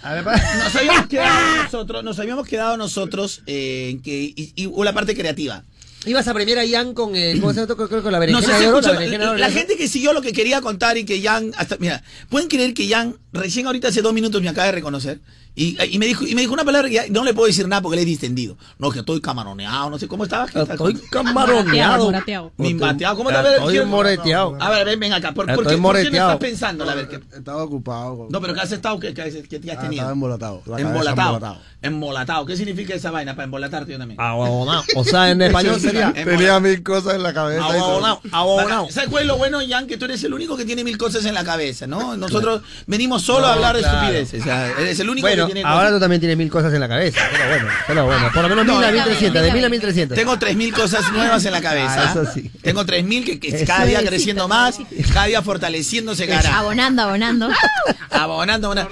[SPEAKER 6] Nos habíamos quedado nosotros, nos habíamos quedado nosotros eh, en que, y, y- o la parte creativa.
[SPEAKER 1] Ibas a premiar a Ian con el. ¿Cómo se llama? Creo que con la
[SPEAKER 6] Nos
[SPEAKER 1] berenjena
[SPEAKER 6] has
[SPEAKER 1] de oro,
[SPEAKER 6] escuchado-
[SPEAKER 1] berenjena de
[SPEAKER 6] la,
[SPEAKER 1] oro, ¿no?
[SPEAKER 6] gente que siguió lo que quería contar y que Jan hasta mira pueden creer que Jan recién ahorita hace dos minutos me acaba de reconocer y, y me dijo y me dijo una palabra que ya no le puedo decir nada porque le he distendido no que estoy camaroneado no sé cómo estabas
[SPEAKER 1] Estoy camaroneado. Morateado, morateado.
[SPEAKER 6] mi mateado cómo te a ver,
[SPEAKER 1] Estoy
[SPEAKER 6] quiero-
[SPEAKER 1] moreteado.
[SPEAKER 6] a ver ven ven acá por, por
[SPEAKER 1] Estoy
[SPEAKER 6] qué, por qué no
[SPEAKER 1] moreteado.
[SPEAKER 6] estás pensando a ver que
[SPEAKER 20] Estaba ocupado. con-
[SPEAKER 6] no pero qué has estado que, que, que, que has
[SPEAKER 20] Ah,
[SPEAKER 6] tenido
[SPEAKER 20] estaba embolatado. La cabeza
[SPEAKER 6] Embolatado. Embolatado. ¿Qué significa esa vaina para embolatarte yo también?
[SPEAKER 1] Aguabonao. Ah, O sea, en español sería.
[SPEAKER 20] Tenía mil cosas en la cabeza. y todo.
[SPEAKER 6] Abonado, abonado. ¿Sabes cuál es lo bueno, Jan? Que tú eres el único que tiene mil cosas en la cabeza, ¿no? Nosotros venimos solo a
[SPEAKER 1] No,
[SPEAKER 6] hablar de
[SPEAKER 1] claro.
[SPEAKER 6] estupideces. O sea, eres el único
[SPEAKER 1] Bueno,
[SPEAKER 6] que tiene
[SPEAKER 1] ahora
[SPEAKER 6] cosas.
[SPEAKER 1] tú también tienes mil cosas en la cabeza. Pero bueno, pero bueno. Por lo menos
[SPEAKER 6] No,
[SPEAKER 1] mil a
[SPEAKER 6] yo
[SPEAKER 1] mil
[SPEAKER 6] también,
[SPEAKER 1] trescientas,
[SPEAKER 6] yo
[SPEAKER 1] de mil a
[SPEAKER 6] también.
[SPEAKER 1] mil trescientas.
[SPEAKER 6] Tengo tres mil cosas nuevas en la cabeza.
[SPEAKER 1] Ah, eso sí.
[SPEAKER 6] Tengo tres mil que, que
[SPEAKER 1] Eso
[SPEAKER 6] cada día
[SPEAKER 1] sí,
[SPEAKER 6] creciendo más, cada día fortaleciéndose, cara.
[SPEAKER 2] Abonando, abonando.
[SPEAKER 6] Abonando, abonando.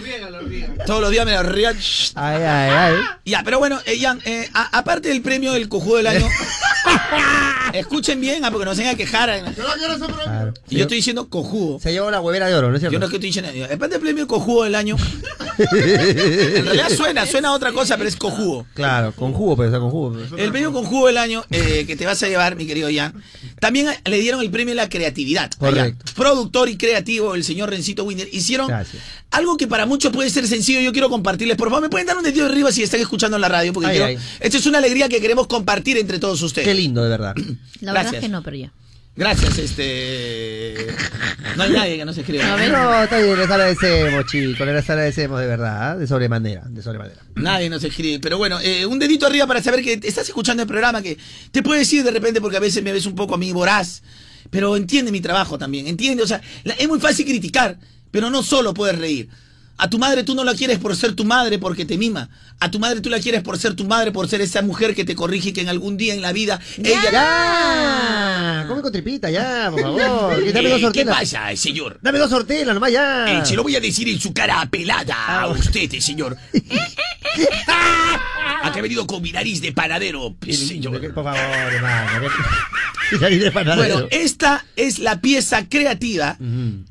[SPEAKER 6] Todos los días me lo río.
[SPEAKER 1] Ay, ay, ay.
[SPEAKER 6] Ya, pero bueno, eh, Jan, eh, a- aparte del premio del cojudo del año, escuchen bien, ah, porque no se van a quejar.
[SPEAKER 20] Yo no quiero ese premio.
[SPEAKER 6] Y yo estoy diciendo cojudo.
[SPEAKER 1] Se llevó la huevera de oro, ¿no es cierto?
[SPEAKER 6] Yo no es que estoy diciendo. Después del premio cojudo del año. en realidad suena, suena a otra cosa, pero es cojudo.
[SPEAKER 1] Claro, con jugo, pero o sea, con jugo. pero-
[SPEAKER 6] El premio conjugo del año eh, que te vas a llevar, mi querido Jan. También a- le dieron el premio a la creatividad. a Jan.
[SPEAKER 1] Correcto.
[SPEAKER 6] Productor y creativo, el señor Rencito Winder. Hicieron
[SPEAKER 1] Gracias.
[SPEAKER 6] algo que para muchos puede ser sencillo. Yo quiero compartirles. Por favor, me pueden dar un dedito de arriba si están escuchando en la radio. Porque
[SPEAKER 1] Ay,
[SPEAKER 6] quiero-
[SPEAKER 1] ay.
[SPEAKER 6] esta es una alegría que queremos compartir entre todos ustedes.
[SPEAKER 1] Qué lindo, de verdad.
[SPEAKER 2] La verdad
[SPEAKER 6] Gracias.
[SPEAKER 2] es que no, pero ya.
[SPEAKER 6] Gracias, este. No hay nadie que nos escriba.
[SPEAKER 2] No, ven.
[SPEAKER 1] No, está bien, les agradecemos, chicos, les agradecemos de verdad, ¿eh? de sobremanera, de sobremanera.
[SPEAKER 6] Nadie nos escribe, pero bueno, eh, un dedito arriba para saber que estás escuchando el programa, que te puedes ir de repente porque a veces me ves un poco a mí voraz, pero entiende mi trabajo también, entiende, o sea, la- es muy fácil criticar, pero no solo puedes reír. A tu madre tú no la quieres por ser tu madre porque te mima. A tu madre tú la quieres por ser tu madre, por ser esa mujer que te corrige y que en algún día en la vida ella...
[SPEAKER 1] ¡Ya! Ah, Come con tripita, ya, por favor. Y Dame dos
[SPEAKER 6] Eh, Ah. ¿Qué
[SPEAKER 1] sortelas.
[SPEAKER 6] pasa, señor?
[SPEAKER 1] Dame dos sortelas, nomás ya.
[SPEAKER 6] Eh, se lo voy a decir en su cara pelada a usted, eh, señor. ¿A qué ha venido con mi nariz de panadero, eh, señor?
[SPEAKER 1] Por favor, hermano. que- Y salir de panadero.
[SPEAKER 6] Bueno, esta es la pieza creativa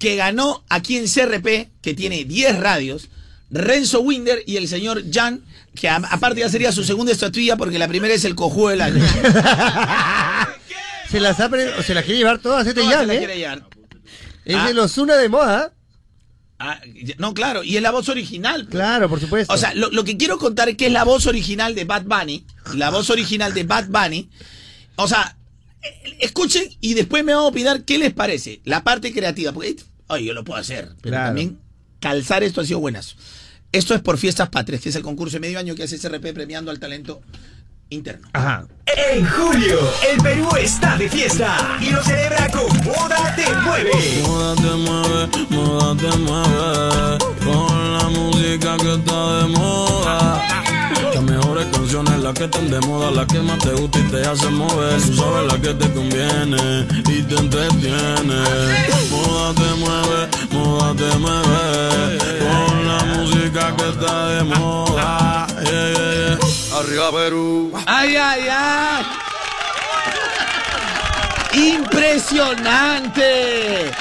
[SPEAKER 6] que ganó aquí en CRP, que tiene 10 radios, Renzo Winder y el señor Jan, que a- aparte ya sería su segunda estatuilla porque la primera es el cojudo del año.
[SPEAKER 1] se las apre- o se las quiere llevar todas este
[SPEAKER 6] Todas
[SPEAKER 1] ya,
[SPEAKER 6] se la
[SPEAKER 1] ¿eh?
[SPEAKER 6] quiere llevar.
[SPEAKER 1] Es de los una de moda.
[SPEAKER 6] Ah, ya- no, claro, y es la voz original. pues.
[SPEAKER 1] Claro, por supuesto.
[SPEAKER 6] O sea, lo, lo que quiero contar es que es la voz original de Bad Bunny, la voz original de Bad Bunny. O sea, eh, escuchen y después me van a opinar qué les parece, la parte creativa, porque, ay, yo lo puedo hacer, pero
[SPEAKER 1] Claro.
[SPEAKER 6] también calzar esto ha sido buenazo. Esto es por Fiestas Patrias, que es el concurso de medio año que hace CRP premiando al talento interno.
[SPEAKER 1] Ajá.
[SPEAKER 18] En julio, el Perú está de fiesta y lo celebra con Boda Te Mueve.
[SPEAKER 5] Moda te mueve, moda te mueve. Con la música que está de moda. Las mejores canciones, las que están de moda, las que más te gustan y te hacen mover. Tú sabes la que te conviene y te entretiene. Moda te mueve, moda te mueve. Con la música que está de moda. Yeah, yeah, yeah. Arriba Perú.
[SPEAKER 6] ¡Ay, ay, ay! ¡Impresionante!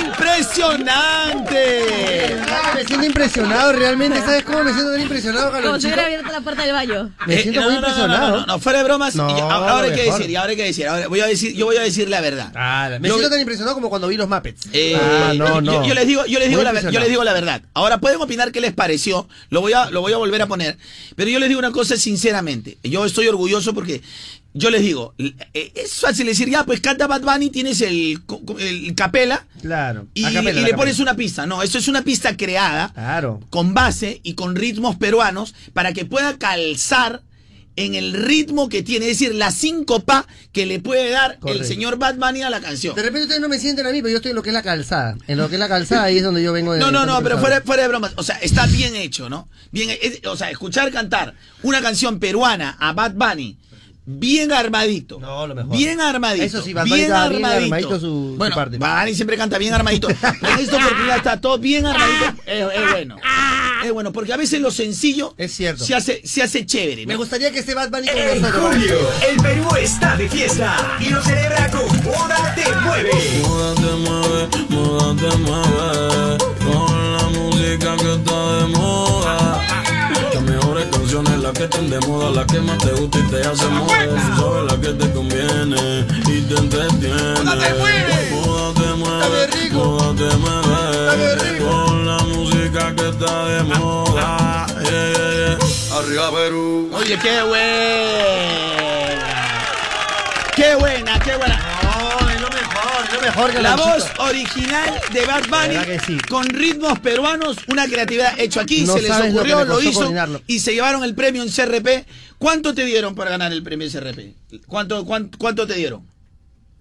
[SPEAKER 6] ¡Impresionante!
[SPEAKER 1] Me siento impresionado realmente. ¿Sabes cómo me siento tan impresionado, Carlos?
[SPEAKER 2] Como si hubiera abierto la puerta del baño.
[SPEAKER 1] Me siento
[SPEAKER 6] Eh,
[SPEAKER 1] muy
[SPEAKER 6] no, no, no,
[SPEAKER 1] impresionado.
[SPEAKER 6] No, no, no, fuera de bromas.
[SPEAKER 1] No,
[SPEAKER 6] y ahora ahora hay
[SPEAKER 1] lo
[SPEAKER 6] que
[SPEAKER 1] mejor.
[SPEAKER 6] decir, y ahora hay que decir, ahora voy a decir, yo voy a decir la verdad.
[SPEAKER 1] Me
[SPEAKER 6] Yo-
[SPEAKER 1] siento tan impresionado como cuando vi los Muppets.
[SPEAKER 6] eh,
[SPEAKER 1] Ah,
[SPEAKER 6] yo- Yo, les digo, yo les digo
[SPEAKER 1] Muy
[SPEAKER 6] la, ver- yo les digo la verdad. Ahora pueden opinar qué les pareció. Lo voy a, lo voy a volver a poner. Pero yo les digo una cosa sinceramente. Yo estoy orgulloso porque yo les digo, l- eh, es fácil decir, ya, pues canta Bad Bunny, tienes el, co- co- el capela
[SPEAKER 1] Claro.
[SPEAKER 6] y,
[SPEAKER 1] A capela,
[SPEAKER 6] y
[SPEAKER 1] a
[SPEAKER 6] le
[SPEAKER 1] capela.
[SPEAKER 6] pones una pista. No, esto es una pista creada
[SPEAKER 1] Claro.
[SPEAKER 6] con base y con ritmos peruanos para que pueda calzar en el ritmo que tiene, es decir, la síncopa que le puede dar
[SPEAKER 1] Correcto.
[SPEAKER 6] el señor Bad Bunny a la canción.
[SPEAKER 1] De repente ustedes no me sienten a mí, pero yo estoy en lo que es la calzada. En lo que es la calzada ahí es donde yo vengo de.
[SPEAKER 6] No, no, no, pero fuera, fuera de bromas. O sea, está bien hecho, ¿no? Bien, es- o sea, escuchar cantar una canción peruana a Bad Bunny, bien armadito. No, lo mejor. Bien armadito.
[SPEAKER 1] Eso sí, Bad Bunny está bien armadito su- su
[SPEAKER 6] bueno,
[SPEAKER 1] parte.
[SPEAKER 6] Bad Bunny siempre canta bien armadito. En esta oportunidad está todo bien armadito. Es, es bueno. Es bueno, porque a veces lo sencillo es cierto. Se, hace, se hace chévere. ¿no?
[SPEAKER 1] Me gustaría que esté Bad
[SPEAKER 6] ¡Eh,
[SPEAKER 1] Bunny con
[SPEAKER 18] En
[SPEAKER 1] nosotros.
[SPEAKER 18] julio, el Perú está de fiesta y lo celebra con Boda Te Mueve.
[SPEAKER 5] Moda te mueve, moda te mueve. Con la música que está de moda. Las mejores canciones, las que están de moda, las que más te gustan y te hacen mover. Tú sabes la que te conviene y te entretiene. Moda te mueve, moda te mueve, moda te mueve. Con la música que está de moda. Yeah, yeah, yeah. Arriba Perú.
[SPEAKER 6] Oye, qué buena. Qué buena, qué buena. No, es lo mejor, es lo
[SPEAKER 1] mejor,
[SPEAKER 6] La voz
[SPEAKER 1] Galanchito.
[SPEAKER 6] original de Bad
[SPEAKER 1] La verdad
[SPEAKER 6] Bunny
[SPEAKER 1] que sí.
[SPEAKER 6] con ritmos peruanos, una creatividad hecho aquí,
[SPEAKER 1] No
[SPEAKER 6] se les
[SPEAKER 1] sabes lo que
[SPEAKER 6] ocurrió,
[SPEAKER 1] me
[SPEAKER 6] lo,
[SPEAKER 1] costó
[SPEAKER 6] hizo
[SPEAKER 1] coordinarlo.
[SPEAKER 6] y se llevaron el premio en CRP. ¿Cuánto te dieron para ganar el premio en CRP? ¿Cuánto, cuán- cuánto te dieron?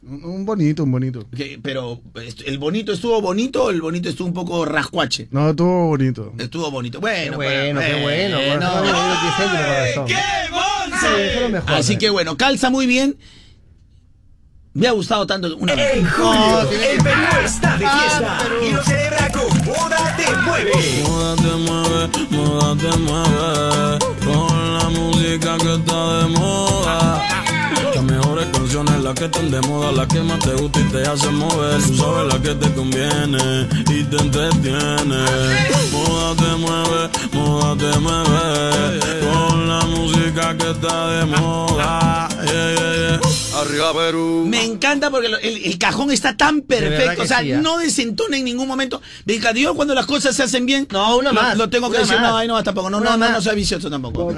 [SPEAKER 20] Un bonito, un bonito.
[SPEAKER 6] Que- Pero est- el bonito estuvo bonito o el bonito estuvo un poco rascuache.
[SPEAKER 20] No, estuvo bonito.
[SPEAKER 6] Estuvo bonito. Bueno,
[SPEAKER 1] Bueno, qué bueno.
[SPEAKER 6] bueno.
[SPEAKER 1] corazón, yo qué sé, mi corazón. Sí, eso es lo mejor.
[SPEAKER 6] Así que bueno, calza muy bien. Me ha gustado tanto una vez.
[SPEAKER 18] En julio,
[SPEAKER 6] No, tiene
[SPEAKER 18] el
[SPEAKER 6] que-
[SPEAKER 18] Perú está de
[SPEAKER 6] Ah,
[SPEAKER 18] fiesta y lo celebra con Boda Te Mueve.
[SPEAKER 5] Moda te mueve, moda te mueve. Con la música que está de moda. Las mejores canciones, las que están de moda, las que más te gustan y te hacen mover. Tú sabes la que te conviene y te entretiene. Moda te mueve, moda te mueve. Con la música que está de moda. Yeah, yeah, yeah. Arriba Perú.
[SPEAKER 6] Me encanta porque lo- el, el cajón está tan
[SPEAKER 5] verdad
[SPEAKER 6] perfecto,
[SPEAKER 5] que
[SPEAKER 6] o sea,
[SPEAKER 5] sí, ¿ah?
[SPEAKER 6] no desentona en ningún momento. Me encanta, yo cuando las cosas se hacen bien, no,
[SPEAKER 1] una
[SPEAKER 6] lo,
[SPEAKER 1] más,
[SPEAKER 6] lo tengo que
[SPEAKER 1] una
[SPEAKER 6] decir,
[SPEAKER 1] más.
[SPEAKER 6] no, ahí no más tampoco, no,
[SPEAKER 1] Una
[SPEAKER 6] no, no,
[SPEAKER 1] más.
[SPEAKER 6] no sea vicioso tampoco.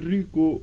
[SPEAKER 15] rico.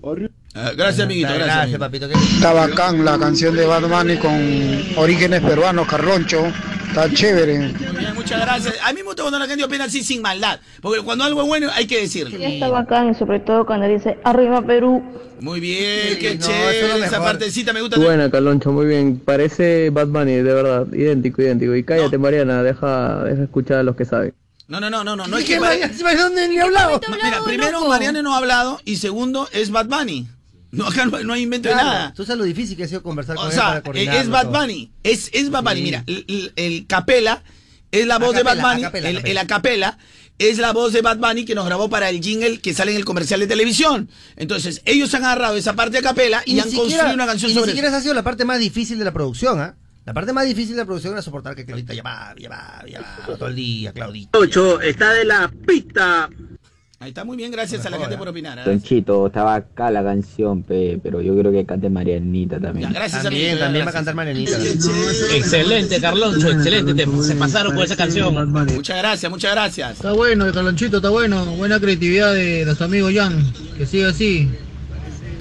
[SPEAKER 6] Ah, Gracias, amiguito,
[SPEAKER 1] Dale,
[SPEAKER 6] gracias.
[SPEAKER 1] gracias, papito.
[SPEAKER 22] Está bacán la canción de Bad Bunny con orígenes peruanos, Carloncho.
[SPEAKER 7] Está chévere.
[SPEAKER 6] Muchas gracias. A mí me gusta cuando la gente opina así sin maldad. Porque cuando algo es bueno hay que decirlo.
[SPEAKER 10] Ya está bacán, sobre todo cuando dice arriba Perú.
[SPEAKER 6] Muy bien, qué
[SPEAKER 10] No, eso es lo
[SPEAKER 6] chévere. Esa
[SPEAKER 10] mejor.
[SPEAKER 6] partecita me gusta.
[SPEAKER 22] Buena, Caloncho, muy bien. Parece Bad Bunny, de verdad. Idéntico, idéntico. Y cállate, Mariana, deja, deja escuchar a los que saben.
[SPEAKER 6] No, no, no, no, no. No
[SPEAKER 7] ¿Y
[SPEAKER 6] es
[SPEAKER 7] qué
[SPEAKER 6] que.
[SPEAKER 7] Mariana- ¿Dónde ni hablado?
[SPEAKER 6] Mira, primero Mariana no ha hablado y segundo es Bad Bunny. No, acá no, no hay invento de
[SPEAKER 1] Claro,
[SPEAKER 6] nada.
[SPEAKER 1] Tú sabes lo difícil que ha sido conversar con
[SPEAKER 6] O
[SPEAKER 1] él
[SPEAKER 6] sea,
[SPEAKER 1] para
[SPEAKER 6] eh,
[SPEAKER 1] coordinarlo
[SPEAKER 6] es Bad
[SPEAKER 1] todo.
[SPEAKER 6] Bunny. Es, es Bad Bunny.
[SPEAKER 1] Sí.
[SPEAKER 6] Mira, el, el- el capela es la voz de
[SPEAKER 1] Acapela,
[SPEAKER 6] Bad Bunny.
[SPEAKER 1] acapela,
[SPEAKER 6] el,
[SPEAKER 1] acapela.
[SPEAKER 6] el acapela es la voz de Bad Bunny que nos grabó para el jingle que sale en el comercial de televisión. Entonces, ellos han agarrado esa parte de acapela y,
[SPEAKER 1] ni
[SPEAKER 6] han
[SPEAKER 1] siquiera-
[SPEAKER 6] construido una canción
[SPEAKER 1] y
[SPEAKER 6] sobre
[SPEAKER 1] Ni siquiera
[SPEAKER 6] eso.
[SPEAKER 1] esa ha sido la parte más difícil de la producción, ¿ah? La parte más difícil de la producción era soportar que Claudita llamaba, llamaba, llamaba todo el día, Claudita.
[SPEAKER 6] Ocho, está de la pista. Ahí está muy bien, gracias a la
[SPEAKER 1] ¿eh?
[SPEAKER 6] gente por opinar. ¿ah?
[SPEAKER 23] Tonchito, estaba acá la canción, pe, pero yo creo que cante Marianita también.
[SPEAKER 6] Gracias
[SPEAKER 1] También,
[SPEAKER 6] amigo,
[SPEAKER 1] también va a
[SPEAKER 6] gracias.
[SPEAKER 1] cantar Marianita.
[SPEAKER 22] Excelente, Carloncho, excelente. Te- se pasaron con esa canción.
[SPEAKER 6] Muchas gracias, muchas gracias.
[SPEAKER 22] Está bueno, el Calonchito, está bueno. Buena creatividad de nuestro amigo Jan. Que siga así.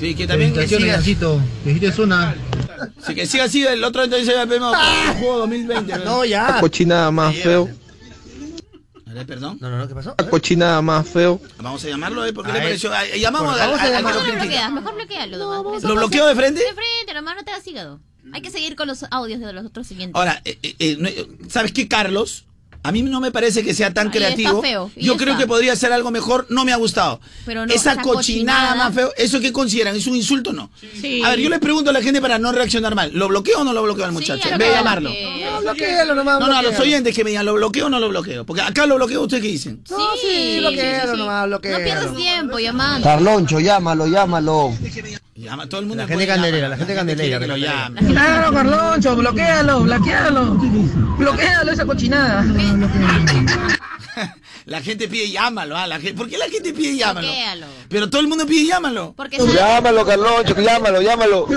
[SPEAKER 6] Sí, que también que siga, sí,
[SPEAKER 22] es una.
[SPEAKER 6] que siga así, el otro entonces el premio juego 2020.
[SPEAKER 1] Ah. No,
[SPEAKER 7] La
[SPEAKER 6] ya.
[SPEAKER 7] cochinada más feo.
[SPEAKER 6] Perdón.
[SPEAKER 1] No, no, no, ¿qué pasó?
[SPEAKER 7] La cochinada más feo.
[SPEAKER 6] Vamos a llamarlo, ¿eh? Porque
[SPEAKER 7] A
[SPEAKER 6] le
[SPEAKER 7] ver.
[SPEAKER 6] pareció. Ah, eh, Llamamos
[SPEAKER 7] Bueno,
[SPEAKER 6] al-
[SPEAKER 7] vamos a
[SPEAKER 6] al- al que
[SPEAKER 2] Mejor no
[SPEAKER 6] lo
[SPEAKER 2] lo
[SPEAKER 6] critica.
[SPEAKER 2] bloqueas, mejor bloqueas lo demás. Mejor
[SPEAKER 6] ¿Lo bloqueo de frente?
[SPEAKER 2] De frente, nomás no te hagas hígado. Hay que seguir con los audios de los otros siguientes.
[SPEAKER 6] Ahora, eh, eh, eh, no, eh, ¿sabes qué, Carlos? A mí no me parece que sea tan
[SPEAKER 2] Ahí
[SPEAKER 6] creativo.
[SPEAKER 2] está feo, y
[SPEAKER 6] Yo
[SPEAKER 2] ya
[SPEAKER 6] creo
[SPEAKER 2] está.
[SPEAKER 6] que podría ser algo mejor. No me ha gustado.
[SPEAKER 2] Pero no,
[SPEAKER 6] esa
[SPEAKER 2] esa
[SPEAKER 6] cochinada,
[SPEAKER 2] cochinada-
[SPEAKER 6] más feo, ¿eso qué consideran? ¿Es un insulto o no?
[SPEAKER 2] Sí.
[SPEAKER 6] A ver, yo les pregunto a la gente para no reaccionar mal. ¿Lo bloqueo o no lo bloqueo al muchacho?
[SPEAKER 2] ya lo
[SPEAKER 6] En vez de
[SPEAKER 2] bloqueo.
[SPEAKER 6] llamarlo.
[SPEAKER 2] No,
[SPEAKER 1] bloquéalo nomás,
[SPEAKER 6] No, no, a los
[SPEAKER 1] bloquéalo.
[SPEAKER 6] oyentes que me digan, ¿lo bloqueo o no lo bloqueo? Porque acá lo bloqueo, ¿ustedes qué dicen?
[SPEAKER 1] No, sí, bloquealo nomás, bloquealo.
[SPEAKER 2] No pierdas tiempo llamando.
[SPEAKER 7] Carloncho, llámalo, llámalo.
[SPEAKER 6] Llama, todo el mundo
[SPEAKER 1] La gente candelera, la gente candelera.
[SPEAKER 6] que lo llame.
[SPEAKER 7] Claro, Carloncho, bloquealo, bloquealo.
[SPEAKER 6] Bloquéalo esa cochinada. La gente pide llámalo, ah, la gente- ¿por qué la gente pide llámalo?
[SPEAKER 2] Bloquéalo.
[SPEAKER 6] Pero todo el mundo pide llámalo.
[SPEAKER 2] Porque
[SPEAKER 7] Llámalo, Carloncho, llámalo, llámalo.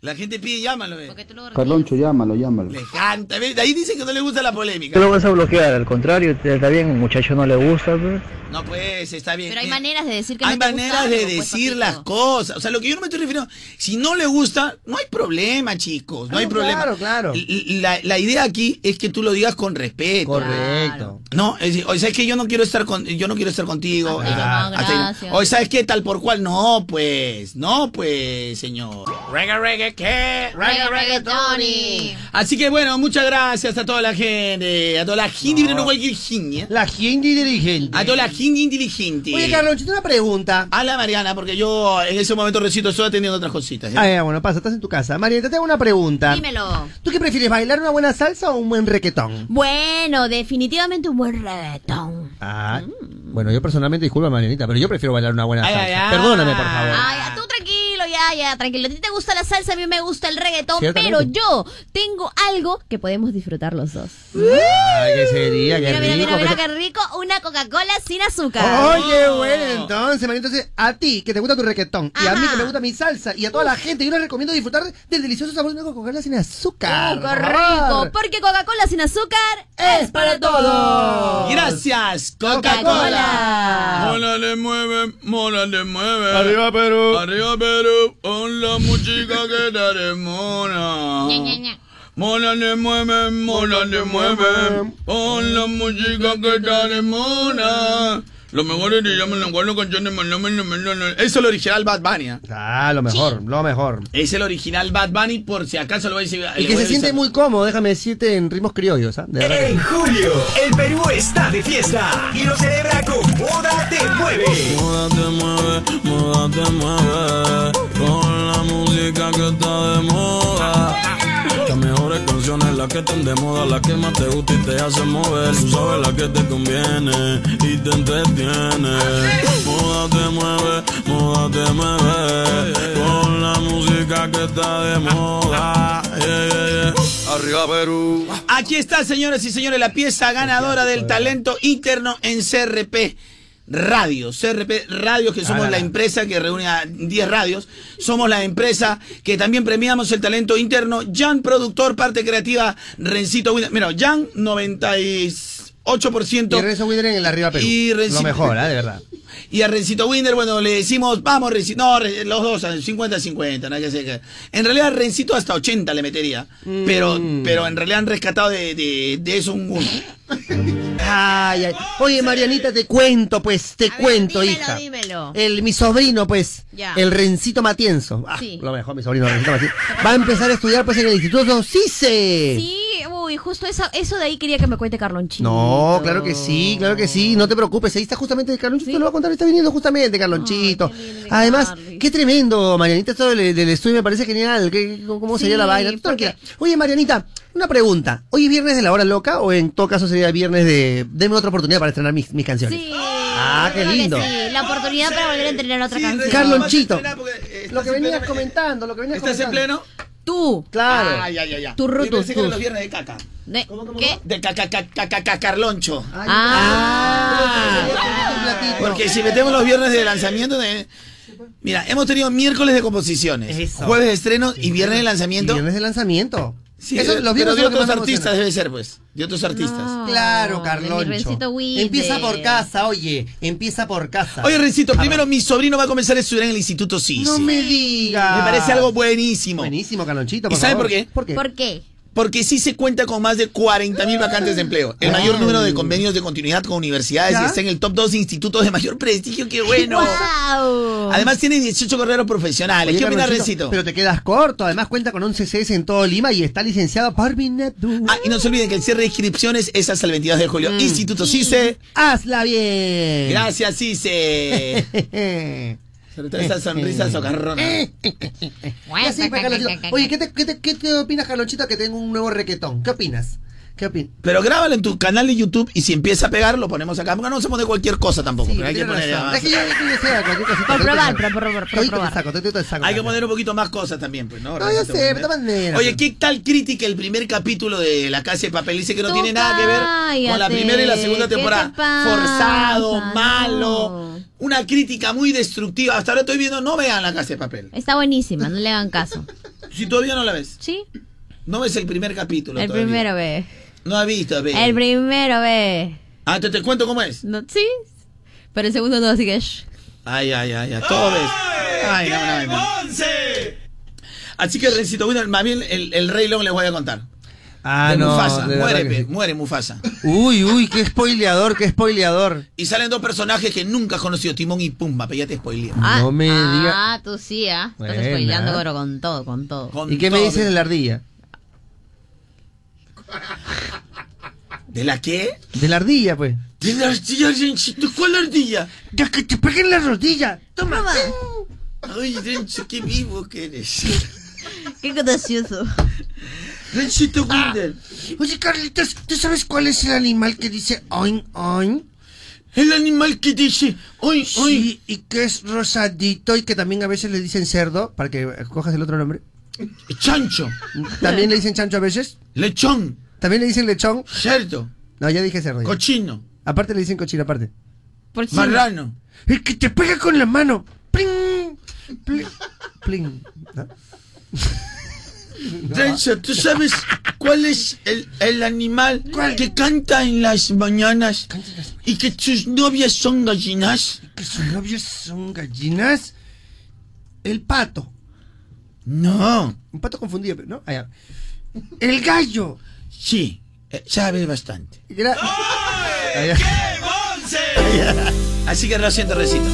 [SPEAKER 6] La gente pide llámalo, eh.
[SPEAKER 22] Carloncho, llámalo, llámalo.
[SPEAKER 6] Le encanta, ¿ves? De ahí dicen que no le gusta la polémica.
[SPEAKER 22] Tú lo vas a bloquear, al contrario, te- está bien, un muchacho no le gusta, pues.
[SPEAKER 6] No, pues, está bien.
[SPEAKER 2] Pero hay
[SPEAKER 6] Eh,
[SPEAKER 2] maneras de decir que
[SPEAKER 6] hay
[SPEAKER 2] no te gusta
[SPEAKER 6] maneras
[SPEAKER 2] algo,
[SPEAKER 6] de
[SPEAKER 2] pues,
[SPEAKER 6] decir
[SPEAKER 2] papito.
[SPEAKER 6] las cosas. O sea, lo que yo no me estoy refiriendo, si no le gusta, no hay problema, chicos. No
[SPEAKER 1] Ah,
[SPEAKER 6] hay
[SPEAKER 1] no,
[SPEAKER 6] problema.
[SPEAKER 1] claro, claro.
[SPEAKER 6] L- l- La, la idea aquí es que tú lo digas con respeto.
[SPEAKER 1] Correcto.
[SPEAKER 6] No, es decir, oye, ¿sabes qué? Yo no quiero estar con, yo no quiero estar contigo.
[SPEAKER 1] Hasta ahí
[SPEAKER 6] Ah,
[SPEAKER 1] nomás,
[SPEAKER 6] hasta ahí.
[SPEAKER 1] gracias.
[SPEAKER 6] Oye, ¿sabes qué? Tal por cual. No, pues, no, pues, señor. Reggae, reggae, ¿qué?
[SPEAKER 2] Reggae, reggae, Tony.
[SPEAKER 6] Así que bueno, muchas gracias a toda la gente, a toda la gente, pero no cualquier gente. ¿eh?
[SPEAKER 1] La gente dirigente.
[SPEAKER 6] A toda la gente inteligente.
[SPEAKER 1] Oye, Carlonchito, una pregunta.
[SPEAKER 6] A la Mariana, porque yo en ese momento recito, estoy atendiendo otras cositas. ¿eh? ¿ya?
[SPEAKER 1] Ah, ya, bueno, pasa, estás en tu casa. Marieta, te hago una pregunta.
[SPEAKER 2] Dímelo.
[SPEAKER 1] ¿Tú qué prefieres, bailar una buena salsa o un buen requetón?
[SPEAKER 2] Bueno, definitivamente un buen reggaetón.
[SPEAKER 1] Ah, bueno, yo personalmente, disculpa, Marianita, pero yo prefiero bailar una buena
[SPEAKER 2] Ay,
[SPEAKER 1] salsa.
[SPEAKER 2] ay, ay.
[SPEAKER 1] Perdóname, por favor.
[SPEAKER 6] Ah.
[SPEAKER 2] Ay, tú tranquilo, ya, ya, tranquilo. A ti te gusta la salsa, a mí me gusta el reggaetón,
[SPEAKER 1] Ciertamente.
[SPEAKER 2] pero yo tengo algo que podemos disfrutar los dos.
[SPEAKER 1] Ay, qué sería, qué
[SPEAKER 2] mira, mira,
[SPEAKER 1] rico.
[SPEAKER 2] mira, mira,
[SPEAKER 1] que-
[SPEAKER 2] qué rico, una Coca-Cola sin azúcar.
[SPEAKER 1] Oye, bueno, entonces, María, entonces, a ti que te gusta tu requetón y a mí que me gusta mi salsa y a toda la gente, yo les recomiendo disfrutar del delicioso sabor de una Coca-Cola sin azúcar.
[SPEAKER 2] Uh,
[SPEAKER 1] por
[SPEAKER 2] qué
[SPEAKER 1] favor.
[SPEAKER 2] rico, porque Coca-Cola sin azúcar es para todos.
[SPEAKER 6] Gracias,
[SPEAKER 2] Coca-Cola.
[SPEAKER 5] Mola le mueve, mola le mueve. Arriba Perú. Arriba Perú. Hola muchica que daré mona. Mola le mueve, mola le mueve. Hola muchica que daré mona. Lo mejor es que llaman la guardo canciones, me lo me lo me lo- lo-
[SPEAKER 6] Eso es el original Bad Bunny. ¿ah?
[SPEAKER 1] Ah, lo mejor, lo mejor.
[SPEAKER 6] Es el original Bad Bunny, por si acaso lo voy a decir.
[SPEAKER 1] Y
[SPEAKER 6] le
[SPEAKER 1] que
[SPEAKER 6] voy
[SPEAKER 1] se
[SPEAKER 6] a
[SPEAKER 1] siente
[SPEAKER 6] avisar.
[SPEAKER 1] muy cómodo, déjame decirte, en ritmos criollos, ¿ah? De verdad que-
[SPEAKER 18] En julio, el Perú está de fiesta y lo celebra con Moda Te Mueve.
[SPEAKER 5] Moda te mueve, moda te mueve Con la música que está de moda Las mejores canciones, las que están de moda Las que más te gustan y te hacen mover Tú sabes la que te conviene y te entretiene Moda te mueve, moda te mueve Con la música que está de moda Yeah, yeah, yeah. Arriba Perú
[SPEAKER 6] Aquí está, señoras y señores, la pieza ganadora del talento interno en CRP. Radio, CRP Radios, que somos
[SPEAKER 22] Ah, la,
[SPEAKER 6] la
[SPEAKER 22] la.
[SPEAKER 6] empresa que reúne a 10 radios. Somos la empresa que también premiamos el talento interno. Jan, productor, parte creativa, Rencito Winter. Mira, Jan, 98 8%. Y
[SPEAKER 1] Renzo Winder en el Arriba Perú.
[SPEAKER 6] Y
[SPEAKER 1] Lo
[SPEAKER 6] Renzi-
[SPEAKER 1] mejor, ¿ah? de verdad.
[SPEAKER 6] Y a Rencito Winder, bueno, le decimos, vamos, Rencito. No, Ren- los dos, 50-50, nada que sea. En realidad, Rencito hasta 80 le metería. Pero,
[SPEAKER 1] Mm.
[SPEAKER 6] pero en realidad han rescatado de, de- de eso un uno.
[SPEAKER 1] Ay, ay. Oye, Marianita, te cuento, pues, te cuento, hija.
[SPEAKER 2] dímelo.
[SPEAKER 1] El, mi sobrino, pues,
[SPEAKER 2] Ya.
[SPEAKER 1] el Rencito Matienzo. Ah,
[SPEAKER 2] Sí.
[SPEAKER 1] Lo mejor, mi sobrino Rencito Matienzo. Va a empezar a estudiar, pues, en el Instituto CICE.
[SPEAKER 2] Sí, uy, justo esa- eso de ahí quería que me cuente Carlonchito.
[SPEAKER 1] No, claro que sí, claro que sí, no te preocupes, ahí está justamente Carlonchito, te lo va a contar, está viniendo justamente Carlonchito. Además, qué tremendo, Marianita, esto del, del estudio me parece genial, ¿Qué, ¿cómo sería
[SPEAKER 2] Sí,
[SPEAKER 1] la vaina? Tú tranquila. Oye, Marianita, una pregunta, ¿hoy es viernes de la hora loca o en todo caso sería viernes de... Deme otra oportunidad para estrenar mis, mis canciones?
[SPEAKER 2] Sí.
[SPEAKER 1] Ah, qué
[SPEAKER 2] Claro que
[SPEAKER 1] lindo.
[SPEAKER 2] sí, la oportunidad para volver a entrenar otra canción.
[SPEAKER 1] Carlonchito,
[SPEAKER 6] Lo
[SPEAKER 1] que venías comentando, lo que venías
[SPEAKER 6] eh, ¿Estás en pleno?
[SPEAKER 2] Tú.
[SPEAKER 1] Claro.
[SPEAKER 6] Ah, ya, ya, ya.
[SPEAKER 2] Tú,
[SPEAKER 6] Yo
[SPEAKER 2] Rutus,
[SPEAKER 6] pensé que eran
[SPEAKER 2] tú.
[SPEAKER 6] los viernes de caca.
[SPEAKER 2] De- ¿Qué?
[SPEAKER 6] De caca, caca, caca, caca, Carloncho.
[SPEAKER 2] Ah.
[SPEAKER 6] Porque si metemos los viernes de lanzamiento, de- mira, hemos tenido miércoles de composiciones, jueves de estreno y viernes de lanzamiento.
[SPEAKER 1] Viernes de lanzamiento.
[SPEAKER 6] Sí,
[SPEAKER 1] Eso, los
[SPEAKER 6] pero
[SPEAKER 1] viernes
[SPEAKER 6] de
[SPEAKER 1] son los que
[SPEAKER 6] otros
[SPEAKER 1] más
[SPEAKER 6] artistas
[SPEAKER 1] emocionan.
[SPEAKER 6] debe ser, pues. De otros artistas.
[SPEAKER 2] Ah,
[SPEAKER 1] Claro,
[SPEAKER 6] de mi
[SPEAKER 1] Carloncho.
[SPEAKER 6] Rencito Wilde.
[SPEAKER 1] Empieza por casa, oye, empieza por casa.
[SPEAKER 6] Oye, Rencito, primero mi sobrino va a comenzar a estudiar en el Instituto CIS.
[SPEAKER 1] No me digas.
[SPEAKER 6] Me parece algo buenísimo.
[SPEAKER 1] Buenísimo, Carlonchito.
[SPEAKER 6] ¿Y
[SPEAKER 1] por
[SPEAKER 6] sabe
[SPEAKER 1] favor.
[SPEAKER 6] por qué?
[SPEAKER 1] ¿Por qué?
[SPEAKER 2] ¿Por qué?
[SPEAKER 6] Porque sí se cuenta con más de 40.000 vacantes de empleo. El
[SPEAKER 1] Ah.
[SPEAKER 6] mayor número de convenios de continuidad con universidades
[SPEAKER 2] ¿Ya?
[SPEAKER 6] y está en el top 2 de institutos de mayor prestigio. ¡Qué bueno!
[SPEAKER 2] Wow.
[SPEAKER 6] Además tiene 18 carreras profesionales.
[SPEAKER 1] Oye,
[SPEAKER 6] ¿Qué opina
[SPEAKER 1] Carlonchito,
[SPEAKER 6] Rencito?
[SPEAKER 1] Pero te quedas corto, además cuenta con 11 CS en todo Lima y está licenciado por Minatu.
[SPEAKER 6] Ah, y no se olviden que el cierre de inscripciones es hasta el 22 de julio.
[SPEAKER 1] Mm.
[SPEAKER 6] Instituto CICE.
[SPEAKER 1] Hazla bien.
[SPEAKER 6] Gracias, CICE. Sobre todo esa sonrisa socarrona.
[SPEAKER 1] Ya sí, pues, Carlonchito. Oye, ¿qué te, qué te- qué te opinas, Carlonchito, que tengo un nuevo requetón? ¿Qué opinas? ¿Qué opinas?
[SPEAKER 6] Pero grábalo en tu canal de YouTube y si empieza a pegar, lo ponemos acá. Porque no se pone cualquier cosa tampoco. pero hay que
[SPEAKER 1] Tienes
[SPEAKER 6] poner
[SPEAKER 1] razón.
[SPEAKER 6] además.
[SPEAKER 1] Es que yo- yo- yo sé cualquier cosita,
[SPEAKER 2] Por
[SPEAKER 1] yo te
[SPEAKER 2] probar,
[SPEAKER 1] saco.
[SPEAKER 2] por probar, por
[SPEAKER 1] Todito te
[SPEAKER 2] probar.
[SPEAKER 1] saco, todito te saco.
[SPEAKER 6] Hay que poner un poquito más cosas también, pues, ¿no?
[SPEAKER 1] No, yo
[SPEAKER 6] Rencito?
[SPEAKER 1] sé, pero de todas maneras.
[SPEAKER 6] Oye, ¿qué tal crítica el primer capítulo de La Casa de Papel? Dice que no
[SPEAKER 2] Tú
[SPEAKER 6] tiene nada que ver con la
[SPEAKER 2] cállate,
[SPEAKER 6] primera y la segunda
[SPEAKER 2] ¿qué te
[SPEAKER 6] temporada.
[SPEAKER 2] pasa?
[SPEAKER 6] Forzado,
[SPEAKER 2] No.
[SPEAKER 6] malo. Una crítica muy destructiva. Hasta ahora estoy viendo, no vean La Casa de Papel.
[SPEAKER 2] Está buenísima, no le hagan caso.
[SPEAKER 6] Si todavía no la ves.
[SPEAKER 2] Sí.
[SPEAKER 6] No ves el primer capítulo.
[SPEAKER 2] El
[SPEAKER 6] todavía.
[SPEAKER 2] primero ve.
[SPEAKER 6] No has visto, ve.
[SPEAKER 2] El primero ve.
[SPEAKER 6] Ah, te, te cuento cómo es.
[SPEAKER 2] No, sí. Pero el segundo no, así que. shh.
[SPEAKER 6] Ay, ay, ay, ay. Todo ves. Ay, no, no, no. Así que, Rencito, bueno, más bien el, el Rey León les voy a contar.
[SPEAKER 1] Ah,
[SPEAKER 6] de
[SPEAKER 1] no.
[SPEAKER 6] Mufasa.
[SPEAKER 1] de verdad
[SPEAKER 6] Muere,
[SPEAKER 1] que
[SPEAKER 6] pe,
[SPEAKER 1] sí.
[SPEAKER 6] muere Mufasa.
[SPEAKER 1] Uy, uy, qué spoileador, qué spoileador.
[SPEAKER 6] Y salen dos personajes que nunca has conocido, Timón y Pumba, pero ya te spoileé.
[SPEAKER 2] Ah,
[SPEAKER 1] No me digas.
[SPEAKER 2] Ah, tú sí, ¿ah? Estás
[SPEAKER 1] Buena.
[SPEAKER 2] spoileando, Goro, con todo, con todo.
[SPEAKER 6] Con
[SPEAKER 1] ¿Y qué me
[SPEAKER 6] todo,
[SPEAKER 1] dices
[SPEAKER 6] pe.
[SPEAKER 1] de la ardilla?
[SPEAKER 6] ¿De la qué?
[SPEAKER 1] De la ardilla, pues.
[SPEAKER 6] ¿De la ardilla, Rencito? ¿Cuál ardilla?
[SPEAKER 1] ¡Ya que te peguen la rodilla! ¡Toma!
[SPEAKER 6] Ay, Rencho, qué vivo que eres.
[SPEAKER 2] Qué gracioso.
[SPEAKER 6] Renchito
[SPEAKER 1] Ah.
[SPEAKER 6] Winder.
[SPEAKER 1] Oye, Carlitos, ¿tú sabes cuál es el animal que dice oin, oin?
[SPEAKER 6] El animal que dice oin,
[SPEAKER 1] oin. y que es rosadito y que también a veces le dicen cerdo, para que cojas el otro nombre.
[SPEAKER 6] Chancho.
[SPEAKER 1] También le dicen chancho a veces.
[SPEAKER 6] Lechón.
[SPEAKER 1] También le dicen lechón.
[SPEAKER 6] Cerdo.
[SPEAKER 1] No, ya dije cerdo. ya.
[SPEAKER 6] Cochino.
[SPEAKER 1] Aparte le dicen cochino, aparte.
[SPEAKER 6] Marrano.
[SPEAKER 1] ¡Es que te pega con la mano! ¡Pling! ¡Pling! ¡Pling! ¿No?
[SPEAKER 6] Renzo, ¿tú sabes cuál es el, el animal que canta en las mañanas y que sus novias son gallinas?
[SPEAKER 1] ¿Que sus novias son gallinas? El pato.
[SPEAKER 6] No.
[SPEAKER 1] Un pato confundido, pero ¿no? Allá. El gallo.
[SPEAKER 6] Sí, eh, sabe bastante.
[SPEAKER 1] Era- Allá.
[SPEAKER 6] Así que lo siento, recito.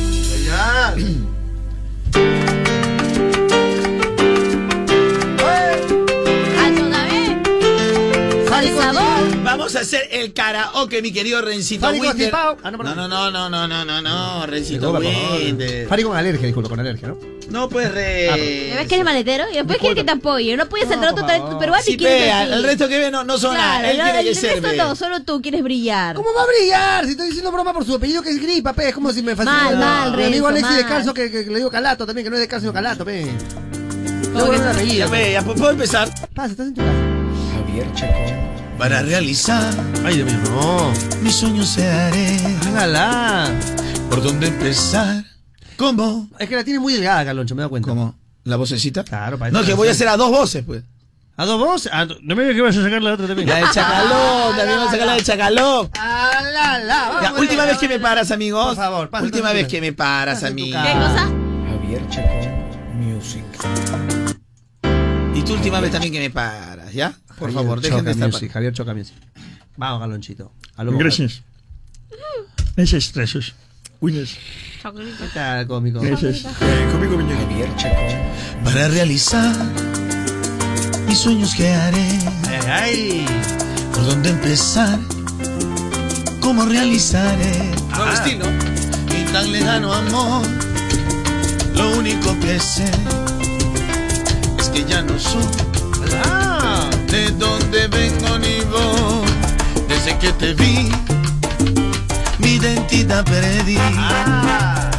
[SPEAKER 2] Ah,
[SPEAKER 6] Vamos a hacer el karaoke, mi querido Rencito
[SPEAKER 1] Fárico
[SPEAKER 6] Winder.
[SPEAKER 1] Cipao. Ah, no,
[SPEAKER 6] No,
[SPEAKER 1] perdón.
[SPEAKER 6] no, no, no, no, no, no, no, Rencito
[SPEAKER 1] Disculpa, por favor.
[SPEAKER 6] Winder.
[SPEAKER 1] Fari con alergia, disculpa, con alergia, ¿no?
[SPEAKER 6] No, pues,
[SPEAKER 2] ¿Me
[SPEAKER 1] Ah,
[SPEAKER 6] Re...
[SPEAKER 2] ves que eres maletero? Y después quiere que te apoye. No puedes entrar otro talento peruano
[SPEAKER 6] Sí,
[SPEAKER 2] y quieres
[SPEAKER 6] pe,
[SPEAKER 2] decir.
[SPEAKER 6] el resto que ve no, no son
[SPEAKER 2] Claro,
[SPEAKER 6] nada. Él
[SPEAKER 2] no,
[SPEAKER 6] tiene que
[SPEAKER 2] el
[SPEAKER 6] ser,
[SPEAKER 2] resto
[SPEAKER 6] pe.
[SPEAKER 2] no, solo tú quieres brillar.
[SPEAKER 1] ¿Cómo va a brillar? Si estoy diciendo broma por su apellido que es gripa, pe, es como si me
[SPEAKER 2] Mal, mal,
[SPEAKER 1] Mi amigo
[SPEAKER 2] Renzo,
[SPEAKER 1] Alexis
[SPEAKER 2] mal.
[SPEAKER 1] de Calzo, que, que le digo calato también, que no es de Calzo, sino calato, pe.
[SPEAKER 6] No,
[SPEAKER 1] Luego no es un apellido.
[SPEAKER 6] ya, pe, ya, pues, ¿puedo empezar?
[SPEAKER 1] Pasa, estás en tu casa.
[SPEAKER 6] Javier Chacón. Para realizar
[SPEAKER 1] Ay, Dios mío, no.
[SPEAKER 6] mis sueños se haré.
[SPEAKER 1] Hágala.
[SPEAKER 6] ¿Por dónde empezar? ¿Cómo?
[SPEAKER 1] Es que la tiene muy delgada, Carloncho, me he dado cuenta.
[SPEAKER 6] ¿Cómo? ¿La vocecita?
[SPEAKER 1] Claro, para
[SPEAKER 6] No,
[SPEAKER 1] eso
[SPEAKER 6] que
[SPEAKER 1] la
[SPEAKER 6] voy a
[SPEAKER 1] hace.
[SPEAKER 6] hacer a dos voces, pues.
[SPEAKER 4] ¿A dos vos?
[SPEAKER 1] Ah,
[SPEAKER 4] A do- No me digas que vas a sacar la otra también.
[SPEAKER 6] La del chacalón, también vamos a sacar la del chacalón.
[SPEAKER 4] Ah, la, la,
[SPEAKER 6] Ya,
[SPEAKER 4] vamos,
[SPEAKER 6] última
[SPEAKER 4] la,
[SPEAKER 6] vez que me paras, amigos.
[SPEAKER 4] Por favor, pasa
[SPEAKER 6] Última
[SPEAKER 4] tu
[SPEAKER 6] vez
[SPEAKER 4] cara.
[SPEAKER 6] que me paras, amigos.
[SPEAKER 4] cara. ¿Qué cosa?
[SPEAKER 6] Javier Chacón Music. Y tú última vez también que me paras, ¿ya? Por
[SPEAKER 4] Javier
[SPEAKER 6] favor, dejen
[SPEAKER 4] Choca
[SPEAKER 6] de estar.
[SPEAKER 4] Music, Javier Choca Music. Vamos, galonchito. A lo mejor. Gracias. Gracias, gracias. Winners.
[SPEAKER 6] ¿Qué tal, cómico?
[SPEAKER 4] Gracias. Eh,
[SPEAKER 6] Cómico Javier Chacón. Para realizar mis sueños que haré.
[SPEAKER 4] Ay,
[SPEAKER 6] ¿Por dónde empezar? ¿Cómo realizaré? Nuevo estilo. Y tan lejano amor. Lo único que sé es que ya no supe de dónde vengo ni voy. Desde que te vi, mi identidad perdí. Ay, Ah.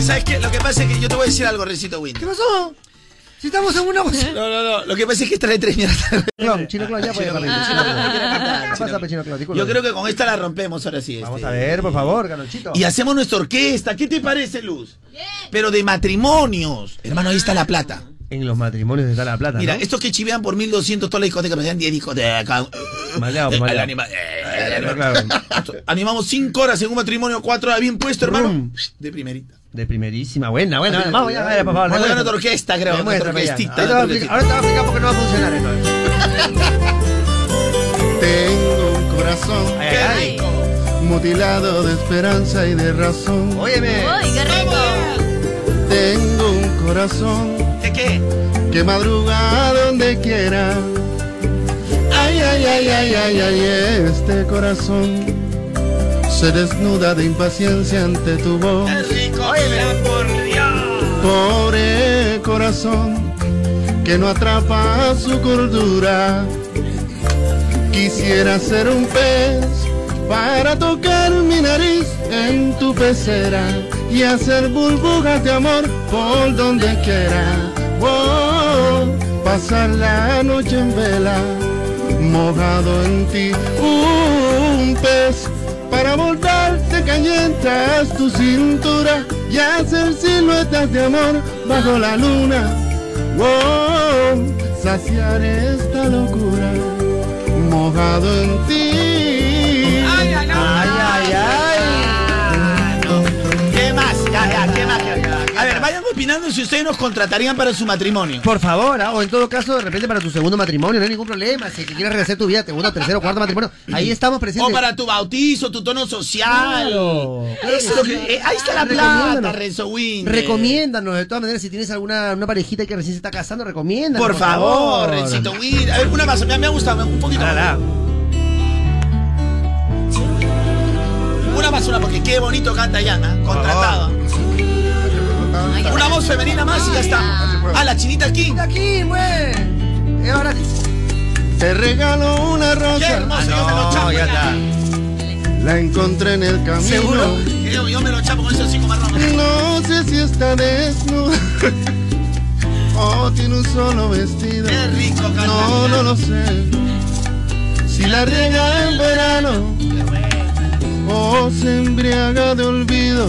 [SPEAKER 6] ¿sabes qué? Lo que pasa es que yo te voy a decir algo, Recito Win.
[SPEAKER 1] ¿Qué pasó? Si estamos en una...
[SPEAKER 6] No, no, no. Lo que pasa es que esta letra es mierda.
[SPEAKER 1] Clon, Chino Clon, ya puede
[SPEAKER 6] Chino
[SPEAKER 1] partir.
[SPEAKER 6] Clon,
[SPEAKER 1] Chino
[SPEAKER 6] Chino Clon.
[SPEAKER 1] Clon. Pasa, pe, Chino Clon, disculpa.
[SPEAKER 6] Yo creo que con esta la rompemos ahora sí.
[SPEAKER 1] Vamos
[SPEAKER 6] este.
[SPEAKER 1] a ver, por favor, galonchito.
[SPEAKER 6] Y hacemos nuestra orquesta. ¿Qué te parece, Luz? Pero de matrimonios. Hermano, ahí está la plata.
[SPEAKER 1] En los matrimonios está la plata,
[SPEAKER 6] Mira,
[SPEAKER 1] ¿no?
[SPEAKER 6] estos que chivean por 1200 todas las discotecas, me dan 10 discotecas.
[SPEAKER 1] Maleado,
[SPEAKER 6] Eh, al
[SPEAKER 1] maleado.
[SPEAKER 6] anima- eh, al anima- Animamos 5 horas en un matrimonio, 4 horas bien puesto, hermano. De primerita.
[SPEAKER 1] De primerísima, buena, buena. Vamos, ya, ya, por favor.
[SPEAKER 6] Vamos a ganar
[SPEAKER 1] demuéstrame.
[SPEAKER 6] otra orquesta, creo. otra
[SPEAKER 1] Demuéstrame ya. Ahora
[SPEAKER 6] orquestita,
[SPEAKER 1] te voy a
[SPEAKER 6] otra orquestita.
[SPEAKER 1] explicar- ahora te voy a explicar por qué no va a funcionar entonces.
[SPEAKER 8] Tengo un corazón mutilado de esperanza y de razón.
[SPEAKER 1] Óyeme.
[SPEAKER 2] Uy, qué rico.
[SPEAKER 8] Tengo un corazón
[SPEAKER 6] ¿De qué?
[SPEAKER 8] que madruga a donde quiera. Ay, ay, ay, ay, ay, ay, este corazón se desnuda de impaciencia ante tu voz. Pobre corazón que no atrapa su cordura. Quisiera ser un pez para tocar mi nariz en tu pecera y hacer burbujas de amor por donde quiera. Oh, pasar la noche en vela, mojado en ti, un pez para volverte cañetas tu cintura y hacer siluetas de amor bajo la luna. Oh, saciar esta locura mojado en ti. Ay, ay, ay,
[SPEAKER 6] ¿Qué más? Ya, ya, ¿qué más? Ya, ya, ya. A ver, vayan opinando si ustedes nos contratarían para su matrimonio.
[SPEAKER 1] Por favor, ah, o en todo caso, de repente para tu segundo matrimonio, no hay ningún problema. Si quieres regresar tu vida, segundo, tercero, cuarto matrimonio, ahí estamos presentes.
[SPEAKER 6] O para tu bautizo, tu tono social.
[SPEAKER 1] Claro.
[SPEAKER 6] Eso es lo que- eh, ahí está la plata,
[SPEAKER 1] Recomiéndanos.
[SPEAKER 6] Renzo Win.
[SPEAKER 1] Recomiéndanos, de todas maneras, si tienes alguna una parejita que recién se está casando, recomiéndanos.
[SPEAKER 6] Por favor, Rencito Win. A ver, una más, me me ha gustado, un poquito más. Una más, una, porque qué bonito canta Yana, contratada. Una voz femenina más y ya está. A la chinita King.
[SPEAKER 1] Aquí, güey. Es ahora
[SPEAKER 8] Te regalo una rosa. Ah,
[SPEAKER 6] Qué hermoso, yo me lo chapo. ya.
[SPEAKER 8] La encontré en el camino.
[SPEAKER 6] ¿Seguro? Yo, yo me lo chapo con esos cinco marrones.
[SPEAKER 8] No sé si está desnuda o Oh, tiene un solo vestido. no, no lo sé. Si la riega en verano o se embriaga de olvido.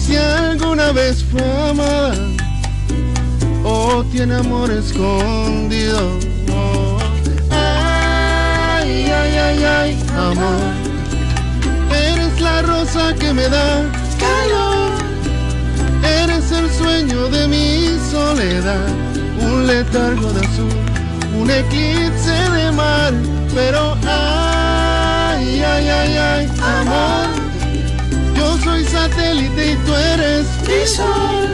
[SPEAKER 8] Si alguna vez fue amada o tiene amor escondido. Oh, Ay, ay, ay, ay, amor. Eres la rosa que me da calor. Eres el sueño de mi soledad. Un letargo de azul, un eclipse de mar. Pero ay, ay, ay, ay, amor. Yo soy satélite y tú eres mi sol.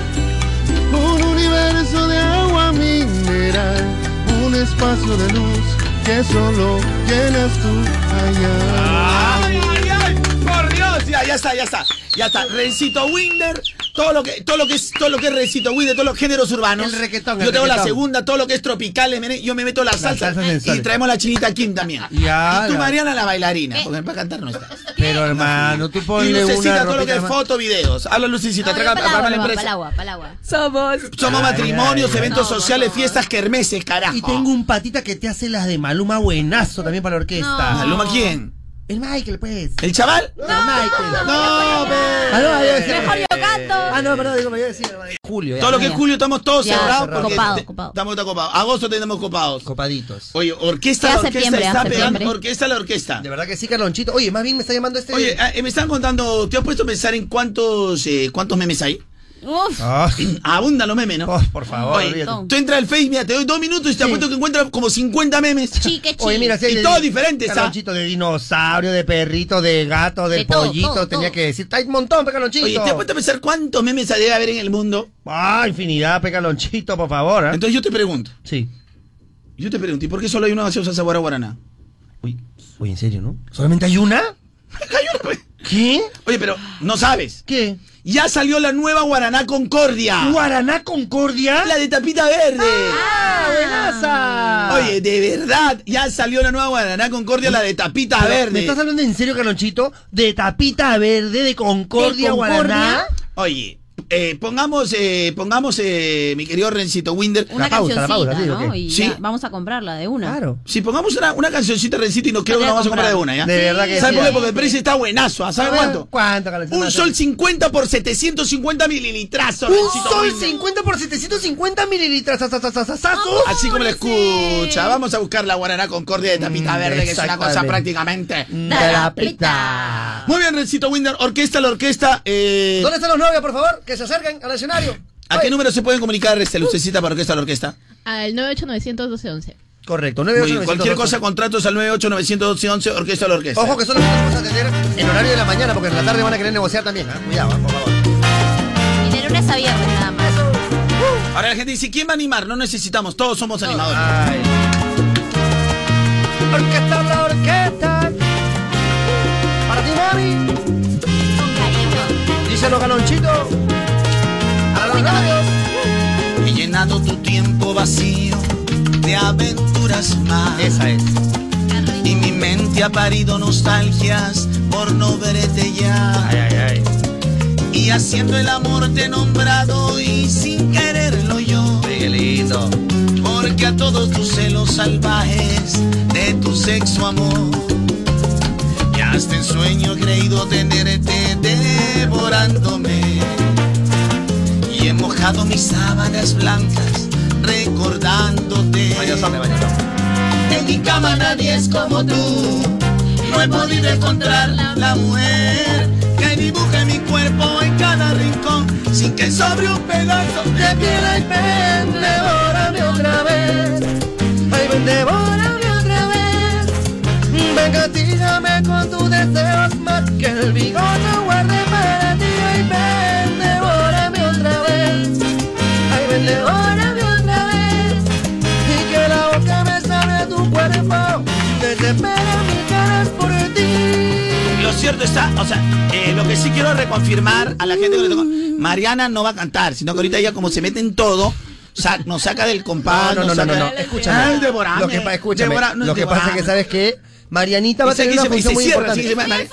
[SPEAKER 8] Un universo de agua mineral. Un espacio de luz que solo llenas tú allá.
[SPEAKER 6] ¡Ay, ay, ay! ¡Por Dios! Ya, ya está, ya está. Ya está. Rencito Winder, todo lo que, todo lo que es, todo lo que es Rencito Winder, todos los géneros urbanos.
[SPEAKER 1] El reggaetón,
[SPEAKER 6] Yo
[SPEAKER 1] el
[SPEAKER 6] tengo la
[SPEAKER 1] reggaetón.
[SPEAKER 6] segunda, todo lo que es tropicales, mene- yo me meto la salsa.
[SPEAKER 1] salsas
[SPEAKER 6] y
[SPEAKER 1] sensuales.
[SPEAKER 6] traemos la chinita Kim también.
[SPEAKER 1] Ya,
[SPEAKER 6] y tú,
[SPEAKER 1] ya.
[SPEAKER 6] Mariana, la bailarina,
[SPEAKER 1] Eh.
[SPEAKER 6] porque para cantar no está.
[SPEAKER 1] Pero hermano, tú
[SPEAKER 6] Y
[SPEAKER 1] ponle una
[SPEAKER 6] Lucecita, todo lo
[SPEAKER 1] ropita
[SPEAKER 6] que es
[SPEAKER 1] más.
[SPEAKER 6] foto, videos. Habla Lucecita, traga
[SPEAKER 2] Palagua,
[SPEAKER 6] para la
[SPEAKER 2] nomás,
[SPEAKER 6] empresa.
[SPEAKER 2] palagua, palagua.
[SPEAKER 3] Somos.
[SPEAKER 6] Somos
[SPEAKER 1] Ay,
[SPEAKER 6] matrimonios,
[SPEAKER 1] ay, ay.
[SPEAKER 6] eventos
[SPEAKER 1] No,
[SPEAKER 6] sociales, fiestas, kermeses, carajo.
[SPEAKER 1] Y tengo un patita que te hace las de Maluma buenazo también para la orquesta.
[SPEAKER 6] ¿Maluma quién?
[SPEAKER 1] El Michael, pues.
[SPEAKER 6] ¿El chaval?
[SPEAKER 1] El Michael.
[SPEAKER 6] No,
[SPEAKER 1] Ah, no, yo decía-
[SPEAKER 2] Mejor yo canto.
[SPEAKER 1] Ah, no, perdón, digo, yo decía. Julio.
[SPEAKER 6] Todo lo que es julio estamos todos
[SPEAKER 1] Ya,
[SPEAKER 6] cerrados.
[SPEAKER 1] cerrado.
[SPEAKER 6] porque
[SPEAKER 1] Copado,
[SPEAKER 6] te- Estamos todos copados. Agosto tenemos copados.
[SPEAKER 1] Copaditos.
[SPEAKER 6] Oye, orquesta,
[SPEAKER 1] Ya
[SPEAKER 6] la orquesta
[SPEAKER 1] septiembre,
[SPEAKER 6] está
[SPEAKER 1] ya septiembre.
[SPEAKER 6] pegando. Orquesta, la orquesta.
[SPEAKER 1] De verdad que sí, Carlonchito. Oye, más bien me está llamando este.
[SPEAKER 6] Oye, ah, eh, me están contando, ¿te has puesto a pensar en cuántos eh, cuántos memes hay?
[SPEAKER 2] Uf.
[SPEAKER 1] Ah,
[SPEAKER 6] Abundan los memes, ¿no?
[SPEAKER 1] por favor,
[SPEAKER 6] Oye,
[SPEAKER 1] olvídate.
[SPEAKER 6] tú entras al Face, mira, te doy dos minutos y te apuesto que encuentras como 50 memes.
[SPEAKER 1] Oye, mira, sí, hay
[SPEAKER 6] y
[SPEAKER 1] de-
[SPEAKER 6] todos diferentes, ¿ah?
[SPEAKER 1] Carlonchito de dinosaurio, de perrito, de gato, del
[SPEAKER 6] De todo,
[SPEAKER 1] pollito,
[SPEAKER 6] todo,
[SPEAKER 1] tenía que decir. Hay un montón, Pecalonchito.
[SPEAKER 6] Oye, ¿te has puesto a pensar cuántos memes debe haber en el mundo?
[SPEAKER 1] Ah, infinidad, Pecalonchito, por favor. ¿ah?
[SPEAKER 6] Entonces yo te pregunto.
[SPEAKER 1] Sí.
[SPEAKER 6] Yo te pregunto, ¿y por qué solo hay una gaseosa sabor a guaraná?
[SPEAKER 1] Oye, en serio, ¿no? ¿Solamente hay una? ¿Qué?
[SPEAKER 6] pues. Oye, pero no sabes.
[SPEAKER 1] ¿Qué?
[SPEAKER 6] Ya salió la nueva Guaraná Concordia.
[SPEAKER 1] ¿Guaraná Concordia?
[SPEAKER 6] La de tapita verde. ¡Ah,
[SPEAKER 1] buenaza!
[SPEAKER 6] Oye, de verdad, ya salió la nueva Guaraná Concordia, la de tapita
[SPEAKER 1] Pero,
[SPEAKER 6] verde.
[SPEAKER 1] ¿Me estás hablando en serio, Carlonchito? ¿De tapita verde, de Concordia,
[SPEAKER 6] ¿De Concordia?
[SPEAKER 1] Guaraná?
[SPEAKER 6] Oye, eh, pongamos, eh, pongamos, eh, mi querido Rencito Winder.
[SPEAKER 2] Una cancioncita, ¿no? Y
[SPEAKER 6] Sí,
[SPEAKER 2] ya, vamos a comprarla de una. Claro.
[SPEAKER 6] Si pongamos una, una cancioncita Rencito y nos creo que
[SPEAKER 2] La
[SPEAKER 6] nos
[SPEAKER 2] voy a
[SPEAKER 6] vamos a comprar de una,
[SPEAKER 2] comprar.
[SPEAKER 6] ¿ya?
[SPEAKER 2] De verdad que sí.
[SPEAKER 6] ¿Sabes por qué? Porque el precio está buenazo, ¿ah? ¿sabes
[SPEAKER 1] A ver,
[SPEAKER 6] cuánto?
[SPEAKER 1] ¿Cuánto, Carlonchito?
[SPEAKER 6] Un sol 50 por 750 mililitrazos.
[SPEAKER 1] Un
[SPEAKER 6] Rencito
[SPEAKER 1] sol
[SPEAKER 6] Winder.
[SPEAKER 1] 50 por 750 mililitros. ¡Sasasasasasazos!
[SPEAKER 6] Así como la escucha, vamos a buscar la Guaraná Concordia de tapita verde, que es una cosa
[SPEAKER 1] exactamente.
[SPEAKER 6] prácticamente.
[SPEAKER 1] pita.
[SPEAKER 6] Muy bien, Rencito Winder, orquesta, la orquesta. eh,
[SPEAKER 1] ¿Dónde están los novios, por favor? Que se acerquen al escenario.
[SPEAKER 6] ¿A qué número se pueden comunicar, este, lucecita para orquesta, la orquesta?
[SPEAKER 3] Al 9891211.
[SPEAKER 1] Correcto,
[SPEAKER 6] Muy bien,
[SPEAKER 1] 98912.
[SPEAKER 6] Cualquier cosa, contratos al 98911, orquesta, la orquesta.
[SPEAKER 1] Ojo que son las que vamos a atender en horario de la mañana, porque en la tarde van a querer negociar también. ¿ah? Cuidado, por favor.
[SPEAKER 2] Y de lunes a viernes nada más.
[SPEAKER 6] Ahora la gente dice, ¿quién va a animar? No necesitamos, todos somos animadores.
[SPEAKER 1] Ah. Orquesta, la orquesta. Para ti, mami. Con cariño. Díselo, galonchito. A los labios.
[SPEAKER 6] He llenado tu tiempo vacío de aventuras más. Esa
[SPEAKER 1] es.
[SPEAKER 6] Y mi mente ha parido nostalgias por no verte ya. Y haciendo el amor te he nombrado y sin quererlo yo.
[SPEAKER 1] Qué lindo.
[SPEAKER 6] Porque a todos tus celos salvajes de tu sexo amor. Y hasta en sueño he creído tenerte devorándome. Y he mojado mis sábanas blancas recordándote. En mi cama nadie es como tú. No he podido encontrar la mujer que dibuje mi cuerpo en cada rincón sin que sobre un pedazo de piel hay pen. Devórame otra vez.
[SPEAKER 1] Ay, ven, devórame otra vez. Ven, gatíllame con tus deseos más que el bigote guarde para ti. Ay, ven, devórame otra vez. Ay, ven, devórame otra vez. Y que la boca me sabe a tu cuerpo. Desespera mi cara es por ti.
[SPEAKER 6] Lo cierto está, o sea, eh, lo que sí quiero reconfirmar a la gente que le tocó. Mariana no va a cantar, sino que ahorita ella como se mete en todo, sa- nos saca del compás.
[SPEAKER 1] No, no,
[SPEAKER 6] nos
[SPEAKER 1] no, no,
[SPEAKER 6] saca-
[SPEAKER 1] no, escúchame.
[SPEAKER 6] Ay, devorame.
[SPEAKER 1] Lo que, pa- escúchame,
[SPEAKER 6] Devora- no
[SPEAKER 1] lo que pasa es que,
[SPEAKER 6] devorame.
[SPEAKER 1] ¿sabes qué? Marianita va a
[SPEAKER 6] Ese
[SPEAKER 1] tener
[SPEAKER 6] aquí
[SPEAKER 1] una
[SPEAKER 6] se- y se
[SPEAKER 1] función muy
[SPEAKER 6] cierra,
[SPEAKER 1] importante.
[SPEAKER 6] sí, se- Mari-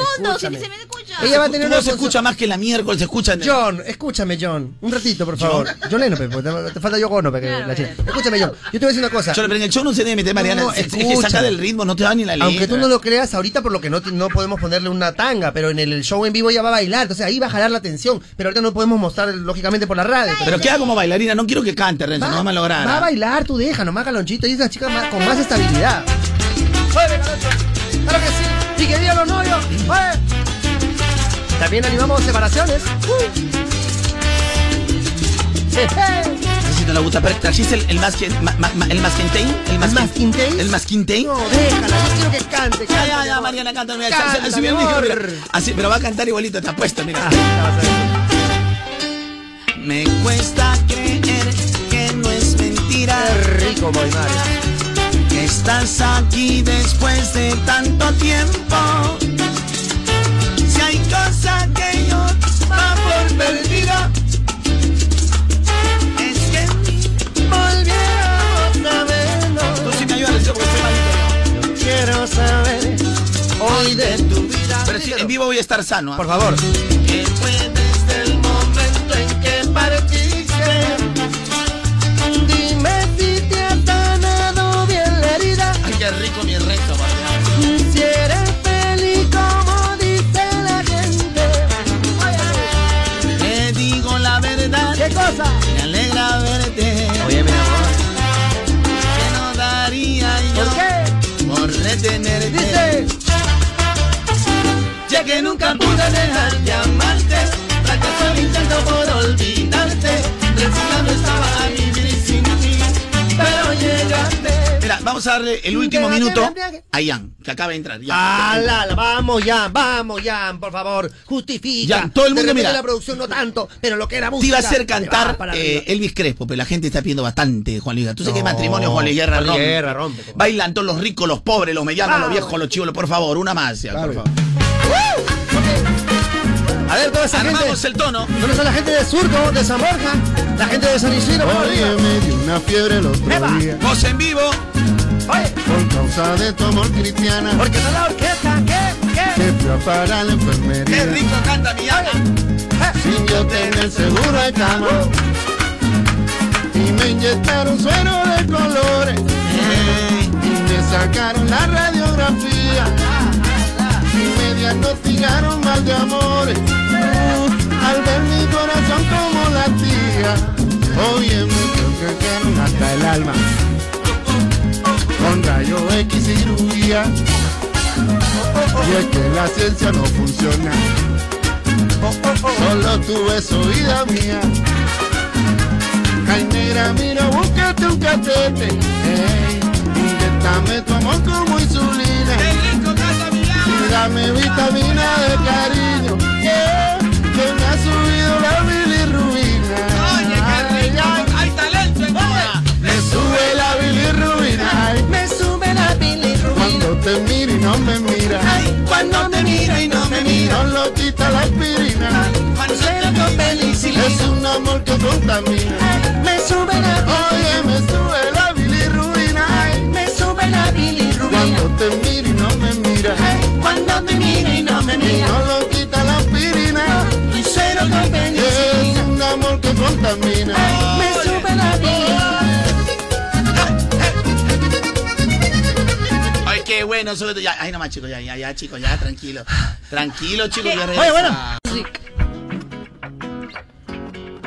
[SPEAKER 1] Escúchame. Ella va a tener
[SPEAKER 6] Tu
[SPEAKER 1] una
[SPEAKER 6] voz se
[SPEAKER 1] función-
[SPEAKER 6] escucha más que la miércoles, se escucha. en-
[SPEAKER 1] John, escúchame, John. Un ratito, por favor. John Lenope, porque te, te falta yo Ono, porque la chica. Escúchame, John. Yo te voy a decir una cosa.
[SPEAKER 6] Cholo, pero en el show no se debe meter Mariana.
[SPEAKER 1] No,
[SPEAKER 6] es, es que
[SPEAKER 1] escúchame.
[SPEAKER 6] saca del ritmo, no te da ni la letra.
[SPEAKER 1] Aunque tú no lo creas ahorita, por lo que no, te- no podemos ponerle una tanga, pero en el show en vivo ella va a bailar, entonces ahí va a jalar la atención. Pero ahorita no podemos mostrar, lógicamente, por la radio.
[SPEAKER 6] Pero queda como bailarina, no quiero que cante, Renzo, no vamos a lograr.
[SPEAKER 1] Va a
[SPEAKER 6] ¿ah?
[SPEAKER 1] bailar, tú deja, nomás galonchito. Y es una chica más- con más estabilidad. ¡Oye, galoncho! ¡Claro que sí! ¡Y que digan los novios! ¡Oye! También animamos separaciones. ¡Uh! ¡Eh, eh!
[SPEAKER 6] No sé si te la gusta, pero ¿trajiste el, el más que, ma- ma- ma- el más quintain? ¿El más quintain? ¿El más quintain?
[SPEAKER 1] Déjala, yo quiero que cante.
[SPEAKER 6] Ya, ya, ya,
[SPEAKER 1] amor.
[SPEAKER 6] Mariana, canta. mira,
[SPEAKER 1] Canta,
[SPEAKER 6] así- así, mira,
[SPEAKER 1] mi
[SPEAKER 6] mira,
[SPEAKER 1] amor.
[SPEAKER 6] mira. Así, pero va a cantar igualito, te apuesto, mira. Me cuesta creer que no es mentira.
[SPEAKER 1] rico, Moimar.
[SPEAKER 6] Que estás aquí después de tanto tiempo. Si hay cosa que yo va por perdida, es que
[SPEAKER 1] volviera otra vez. no.
[SPEAKER 6] Tú sí me ayudas, yo porque estoy malito.
[SPEAKER 1] Quiero saber hoy de tu vida.
[SPEAKER 6] Pero sí, en vivo voy a estar sano. ¿ah?
[SPEAKER 1] Por favor.
[SPEAKER 6] Que fue desde el momento en que
[SPEAKER 1] partiste. Dime si te ha sanado bien la herida.
[SPEAKER 6] Ay, qué rico mi reto, Mariana.
[SPEAKER 1] Si eres feliz
[SPEAKER 9] qué cosa? Me alegra verte. Oye, mi amor. Que no daría yo ¿Por qué? Por retenerte.
[SPEAKER 1] Eh,
[SPEAKER 9] Ya que nunca pude dejar de amarte. Fracasó el intento por olvidarte. Resignado estaba a vivir sin ti. Pero llegaste.
[SPEAKER 6] Mira, vamos a darle el último minuto a Ian, que acaba de entrar. Ian.
[SPEAKER 9] Ah,
[SPEAKER 1] Ala, la- vamos ya, vamos ya, por favor, justifica.
[SPEAKER 6] Ya, todo el
[SPEAKER 1] De
[SPEAKER 6] mundo,
[SPEAKER 1] repente
[SPEAKER 6] mira.
[SPEAKER 1] la producción no tanto, pero lo que era
[SPEAKER 6] Te
[SPEAKER 1] música.
[SPEAKER 6] iba a hacer
[SPEAKER 1] te
[SPEAKER 6] cantar
[SPEAKER 1] va para
[SPEAKER 6] eh,
[SPEAKER 1] arriba.
[SPEAKER 6] Elvis Crespo, pero la gente está pidiendo bastante, Juan Luis Guerra. Tú sabes
[SPEAKER 1] No,
[SPEAKER 6] que matrimonio, Juan Luis Guerra
[SPEAKER 1] Juan Luis
[SPEAKER 6] rompe.
[SPEAKER 1] Guerra rompe,
[SPEAKER 6] Bailan todos los ricos, los pobres, los medianos,
[SPEAKER 1] Vamos.
[SPEAKER 6] los viejos, los chivos. Por favor, una más, ya, por favor. A ver, toda esa Armamos el tono.
[SPEAKER 1] ¿Dónde está la gente de Surco, de San Borja? La gente de San Isidro, por arriba.
[SPEAKER 8] Oye, me dio una fiebre el otro día.
[SPEAKER 6] Voz en vivo.
[SPEAKER 8] Por causa de tu amor cristiana. Porque no la orquesta, ¿qué? ¿Qué? Se fue a parar la enfermería.
[SPEAKER 6] rico canta mi
[SPEAKER 8] Sin yo tener seguro de cama. Y me inyectaron suero de colores. Y me sacaron la radiografía. Y me diagnosticaron mal de amores. Al ver mi corazón como latía. Oye, me tocaron hasta el alma. Con rayo X cirugía. Y es que la ciencia no funciona. Solo tu beso, vida mía. Ay, mira, mira, búscate un catete. Ey, inyectame tu amor como insulina. Y dame vitamina de cariño. yeah, que me ha subido la bilirrubina. Ay, ay,
[SPEAKER 6] hay talento
[SPEAKER 8] Me sube la bilirrubina. ay.
[SPEAKER 9] Me sube la bilirrubina.
[SPEAKER 8] Cuando te miro y no me mira.
[SPEAKER 9] Ay, cuando te miro y no me miro.
[SPEAKER 8] No lo quita la aspirina. Es un amor que contamina.
[SPEAKER 9] Me sube la
[SPEAKER 8] Oye, me sube la bilirrubina.
[SPEAKER 9] Ay, me sube la bilirrubina.
[SPEAKER 8] Cuando te miro y no me mira.
[SPEAKER 9] Cuando me miro y no me mira.
[SPEAKER 8] No lo quita la aspirina.
[SPEAKER 9] Y cero con
[SPEAKER 8] Es un amor que contamina.
[SPEAKER 9] Me sube la bilirrubina.
[SPEAKER 6] Ay, qué bueno. Solo, ya, ay, nomás, chicos, ya, ya, ya, chicos, ya, tranquilo. Tranquilo, chicos. ya
[SPEAKER 2] Oye, bueno.
[SPEAKER 6] regresa.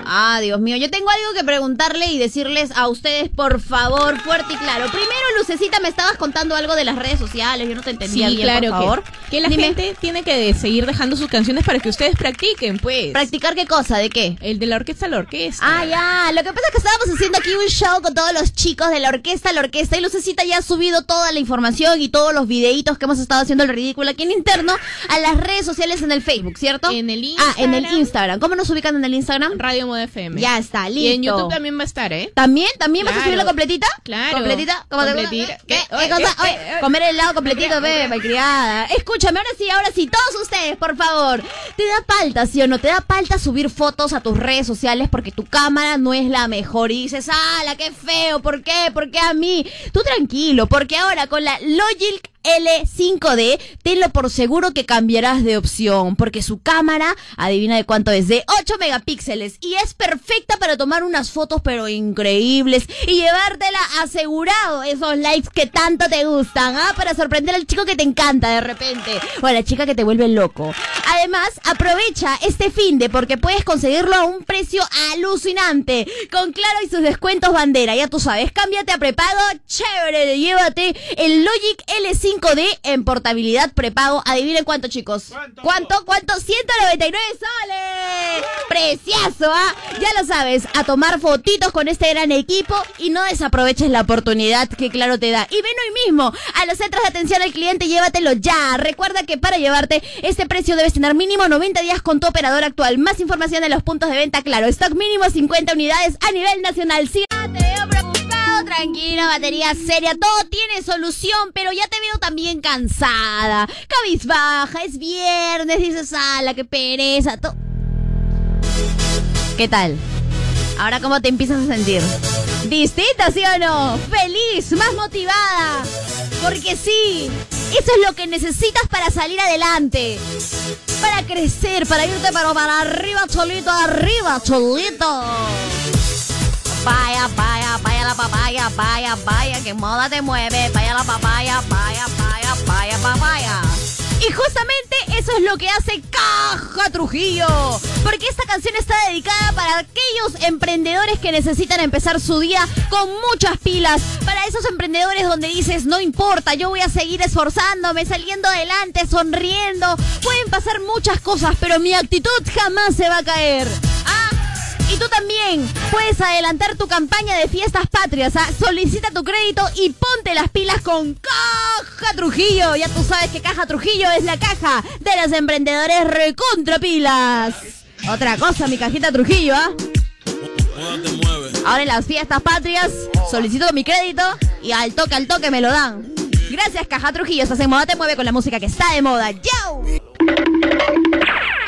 [SPEAKER 2] Ah, Dios mío, yo tengo algo que preguntarle y decirles a ustedes, por favor, fuerte y claro. Primero, Lucecita, me estabas contando algo de las redes sociales, yo no te entendía
[SPEAKER 3] Sí,
[SPEAKER 2] bien,
[SPEAKER 3] claro
[SPEAKER 2] por favor.
[SPEAKER 3] que, que la
[SPEAKER 2] Dime.
[SPEAKER 3] gente tiene que de- seguir dejando sus canciones para que ustedes practiquen, pues.
[SPEAKER 2] ¿Practicar qué cosa? ¿De qué?
[SPEAKER 3] El de la orquesta a la orquesta.
[SPEAKER 2] Ah, ya. Lo que pasa es que estábamos haciendo aquí un show con todos los chicos de la orquesta, la orquesta, y Lucecita ya ha subido toda la información y todos los videitos que hemos estado haciendo el ridículo aquí en interno a las redes sociales en el Facebook, ¿cierto? En el Instagram. Ah, en el Instagram. ¿Cómo nos ubican en el Instagram?
[SPEAKER 3] Radio Moda FM.
[SPEAKER 2] Ya está, listo.
[SPEAKER 3] Y en YouTube también va a estar, ¿eh?
[SPEAKER 2] ¿También? ¿También vas a
[SPEAKER 3] Claro.
[SPEAKER 2] subirla completita?
[SPEAKER 3] Claro.
[SPEAKER 2] ¿Completita? ¿Cómo te-
[SPEAKER 3] Completita.
[SPEAKER 2] ¿Qué?
[SPEAKER 3] ¿Qué?
[SPEAKER 2] ¿Qué cosa?
[SPEAKER 3] Oye, eh,
[SPEAKER 2] Oye,
[SPEAKER 3] oye,
[SPEAKER 2] comer el helado completito, ve, malcriada. Escúchame, ahora sí, ahora sí, todos ustedes, por favor. ¿Te da palta, sí o no? ¿Te da palta subir fotos a tus redes sociales porque tu cámara no es la mejor? Y dices, ¡ala, qué feo! ¿Por qué? ¿Por qué a mí? Tú tranquilo, porque ahora con la Logic L5D, tenlo por seguro que cambiarás de opción, porque su cámara, adivina de cuánto es, de 8 megapíxeles y es perfecta para tomar unas fotos pero increíbles y llevártela asegurado esos likes que tanto te gustan, ¿ah? Para sorprender al chico que te encanta de repente o a la chica que te vuelve loco. Además, aprovecha este fin de porque puedes conseguirlo a un precio alucinante con Claro y sus descuentos bandera. Ya tú sabes, cámbiate a prepago, chévere, llévate el Logic L5D en portabilidad prepago. Adivinen cuánto, chicos. ¿Cuánto? ¿Cuánto? 199 soles. Precioso, ¿ah? Ya lo sabes, a tomar fotitos con este gran equipo y no desaproveches la oportunidad que Claro te da. Y ven hoy mismo a los centros de atención al cliente, llévatelo ya. Recuerda que para llevarte este precio debes tener mínimo 90 días con tu operador actual. Más información en los puntos de venta Claro. Stock mínimo 50 unidades a nivel nacional. Sí, ah, te veo preocupado, tranquilo, batería seria, todo tiene solución, pero ya te veo también cansada, cabizbaja, es viernes, dices, ala, qué pereza, to- ¿Qué tal? Ahora cómo te empiezas a sentir. Distinta, ¿sí o no? Feliz, más motivada. Porque sí, eso es lo que necesitas para salir adelante. Para crecer, para irte pero para arriba, cholito, arriba, cholito. Vaya, vaya, vaya la papaya, vaya, vaya, que moda te mueve, vaya la papaya, vaya, vaya, vaya, papaya. Y justamente eso es lo que hace Caja Trujillo. Porque esta canción está dedicada para aquellos emprendedores que necesitan empezar su día con muchas pilas. Para esos emprendedores donde dices, no importa, yo voy a seguir esforzándome, saliendo adelante, sonriendo. Pueden pasar muchas cosas, pero mi actitud jamás se va a caer. Ah, y tú también puedes adelantar tu campaña de fiestas patrias. ¿ah? Solicita tu crédito y ponte las pilas con Caja Trujillo. Ya tú sabes que Caja Trujillo es la caja de los emprendedores recontrapilas. Otra cosa, mi cajita Trujillo, ¿ah? Ahora en las fiestas patrias solicito mi crédito y al toque, al toque me lo dan. Gracias, Caja Trujillo. Estás en moda, te mueve con la música que está de moda. ¡Yo!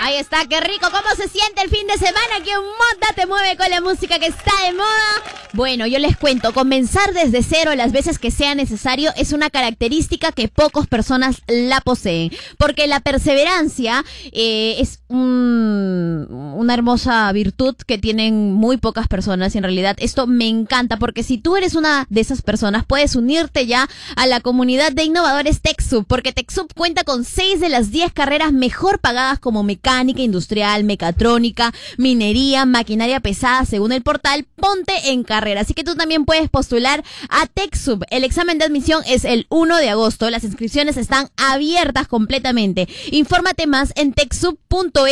[SPEAKER 2] Ahí está, qué rico. ¿Cómo se siente el fin de semana? Que un moda te mueve con la música que está de moda. Bueno, yo les cuento, comenzar desde cero las veces que sea necesario es una característica que pocas personas la poseen. Porque la perseverancia eh, es un- una hermosa virtud que tienen muy pocas personas. Y en realidad esto me encanta porque si tú eres una de esas personas, puedes unirte ya a la comunidad de innovadores TechSoup. Porque TechSoup cuenta con 6 de las 10 carreras mejor pagadas como mecánica industrial, mecatrónica, minería, maquinaria pesada, según el portal Ponte en Carrera. Así que tú también puedes postular a TechSoup. El examen de admisión es el 1 de agosto. Las inscripciones están abiertas completamente. Infórmate más en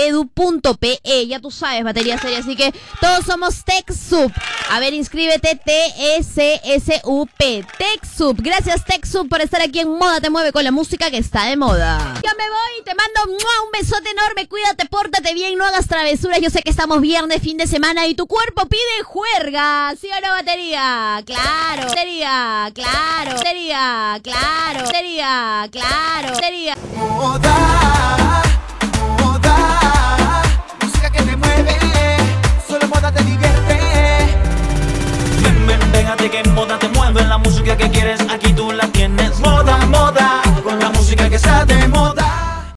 [SPEAKER 2] techsoup.edu.pe. Ya tú sabes, batería seria. Así que todos somos TechSoup. A ver, inscríbete E T-E-C-S-U-P. TechSoup. Gracias, TechSoup, por estar aquí en Moda Te Mueve con la música que está de moda. Yo me voy, te mando ¡mua! un besote enorme, cuídate, pórtate bien, no hagas travesuras. Yo sé que estamos viernes, fin de semana y tu cuerpo pide juerga. ¿Sí o no, batería? Claro, batería, claro, batería, claro, batería, claro, batería.
[SPEAKER 9] Moda.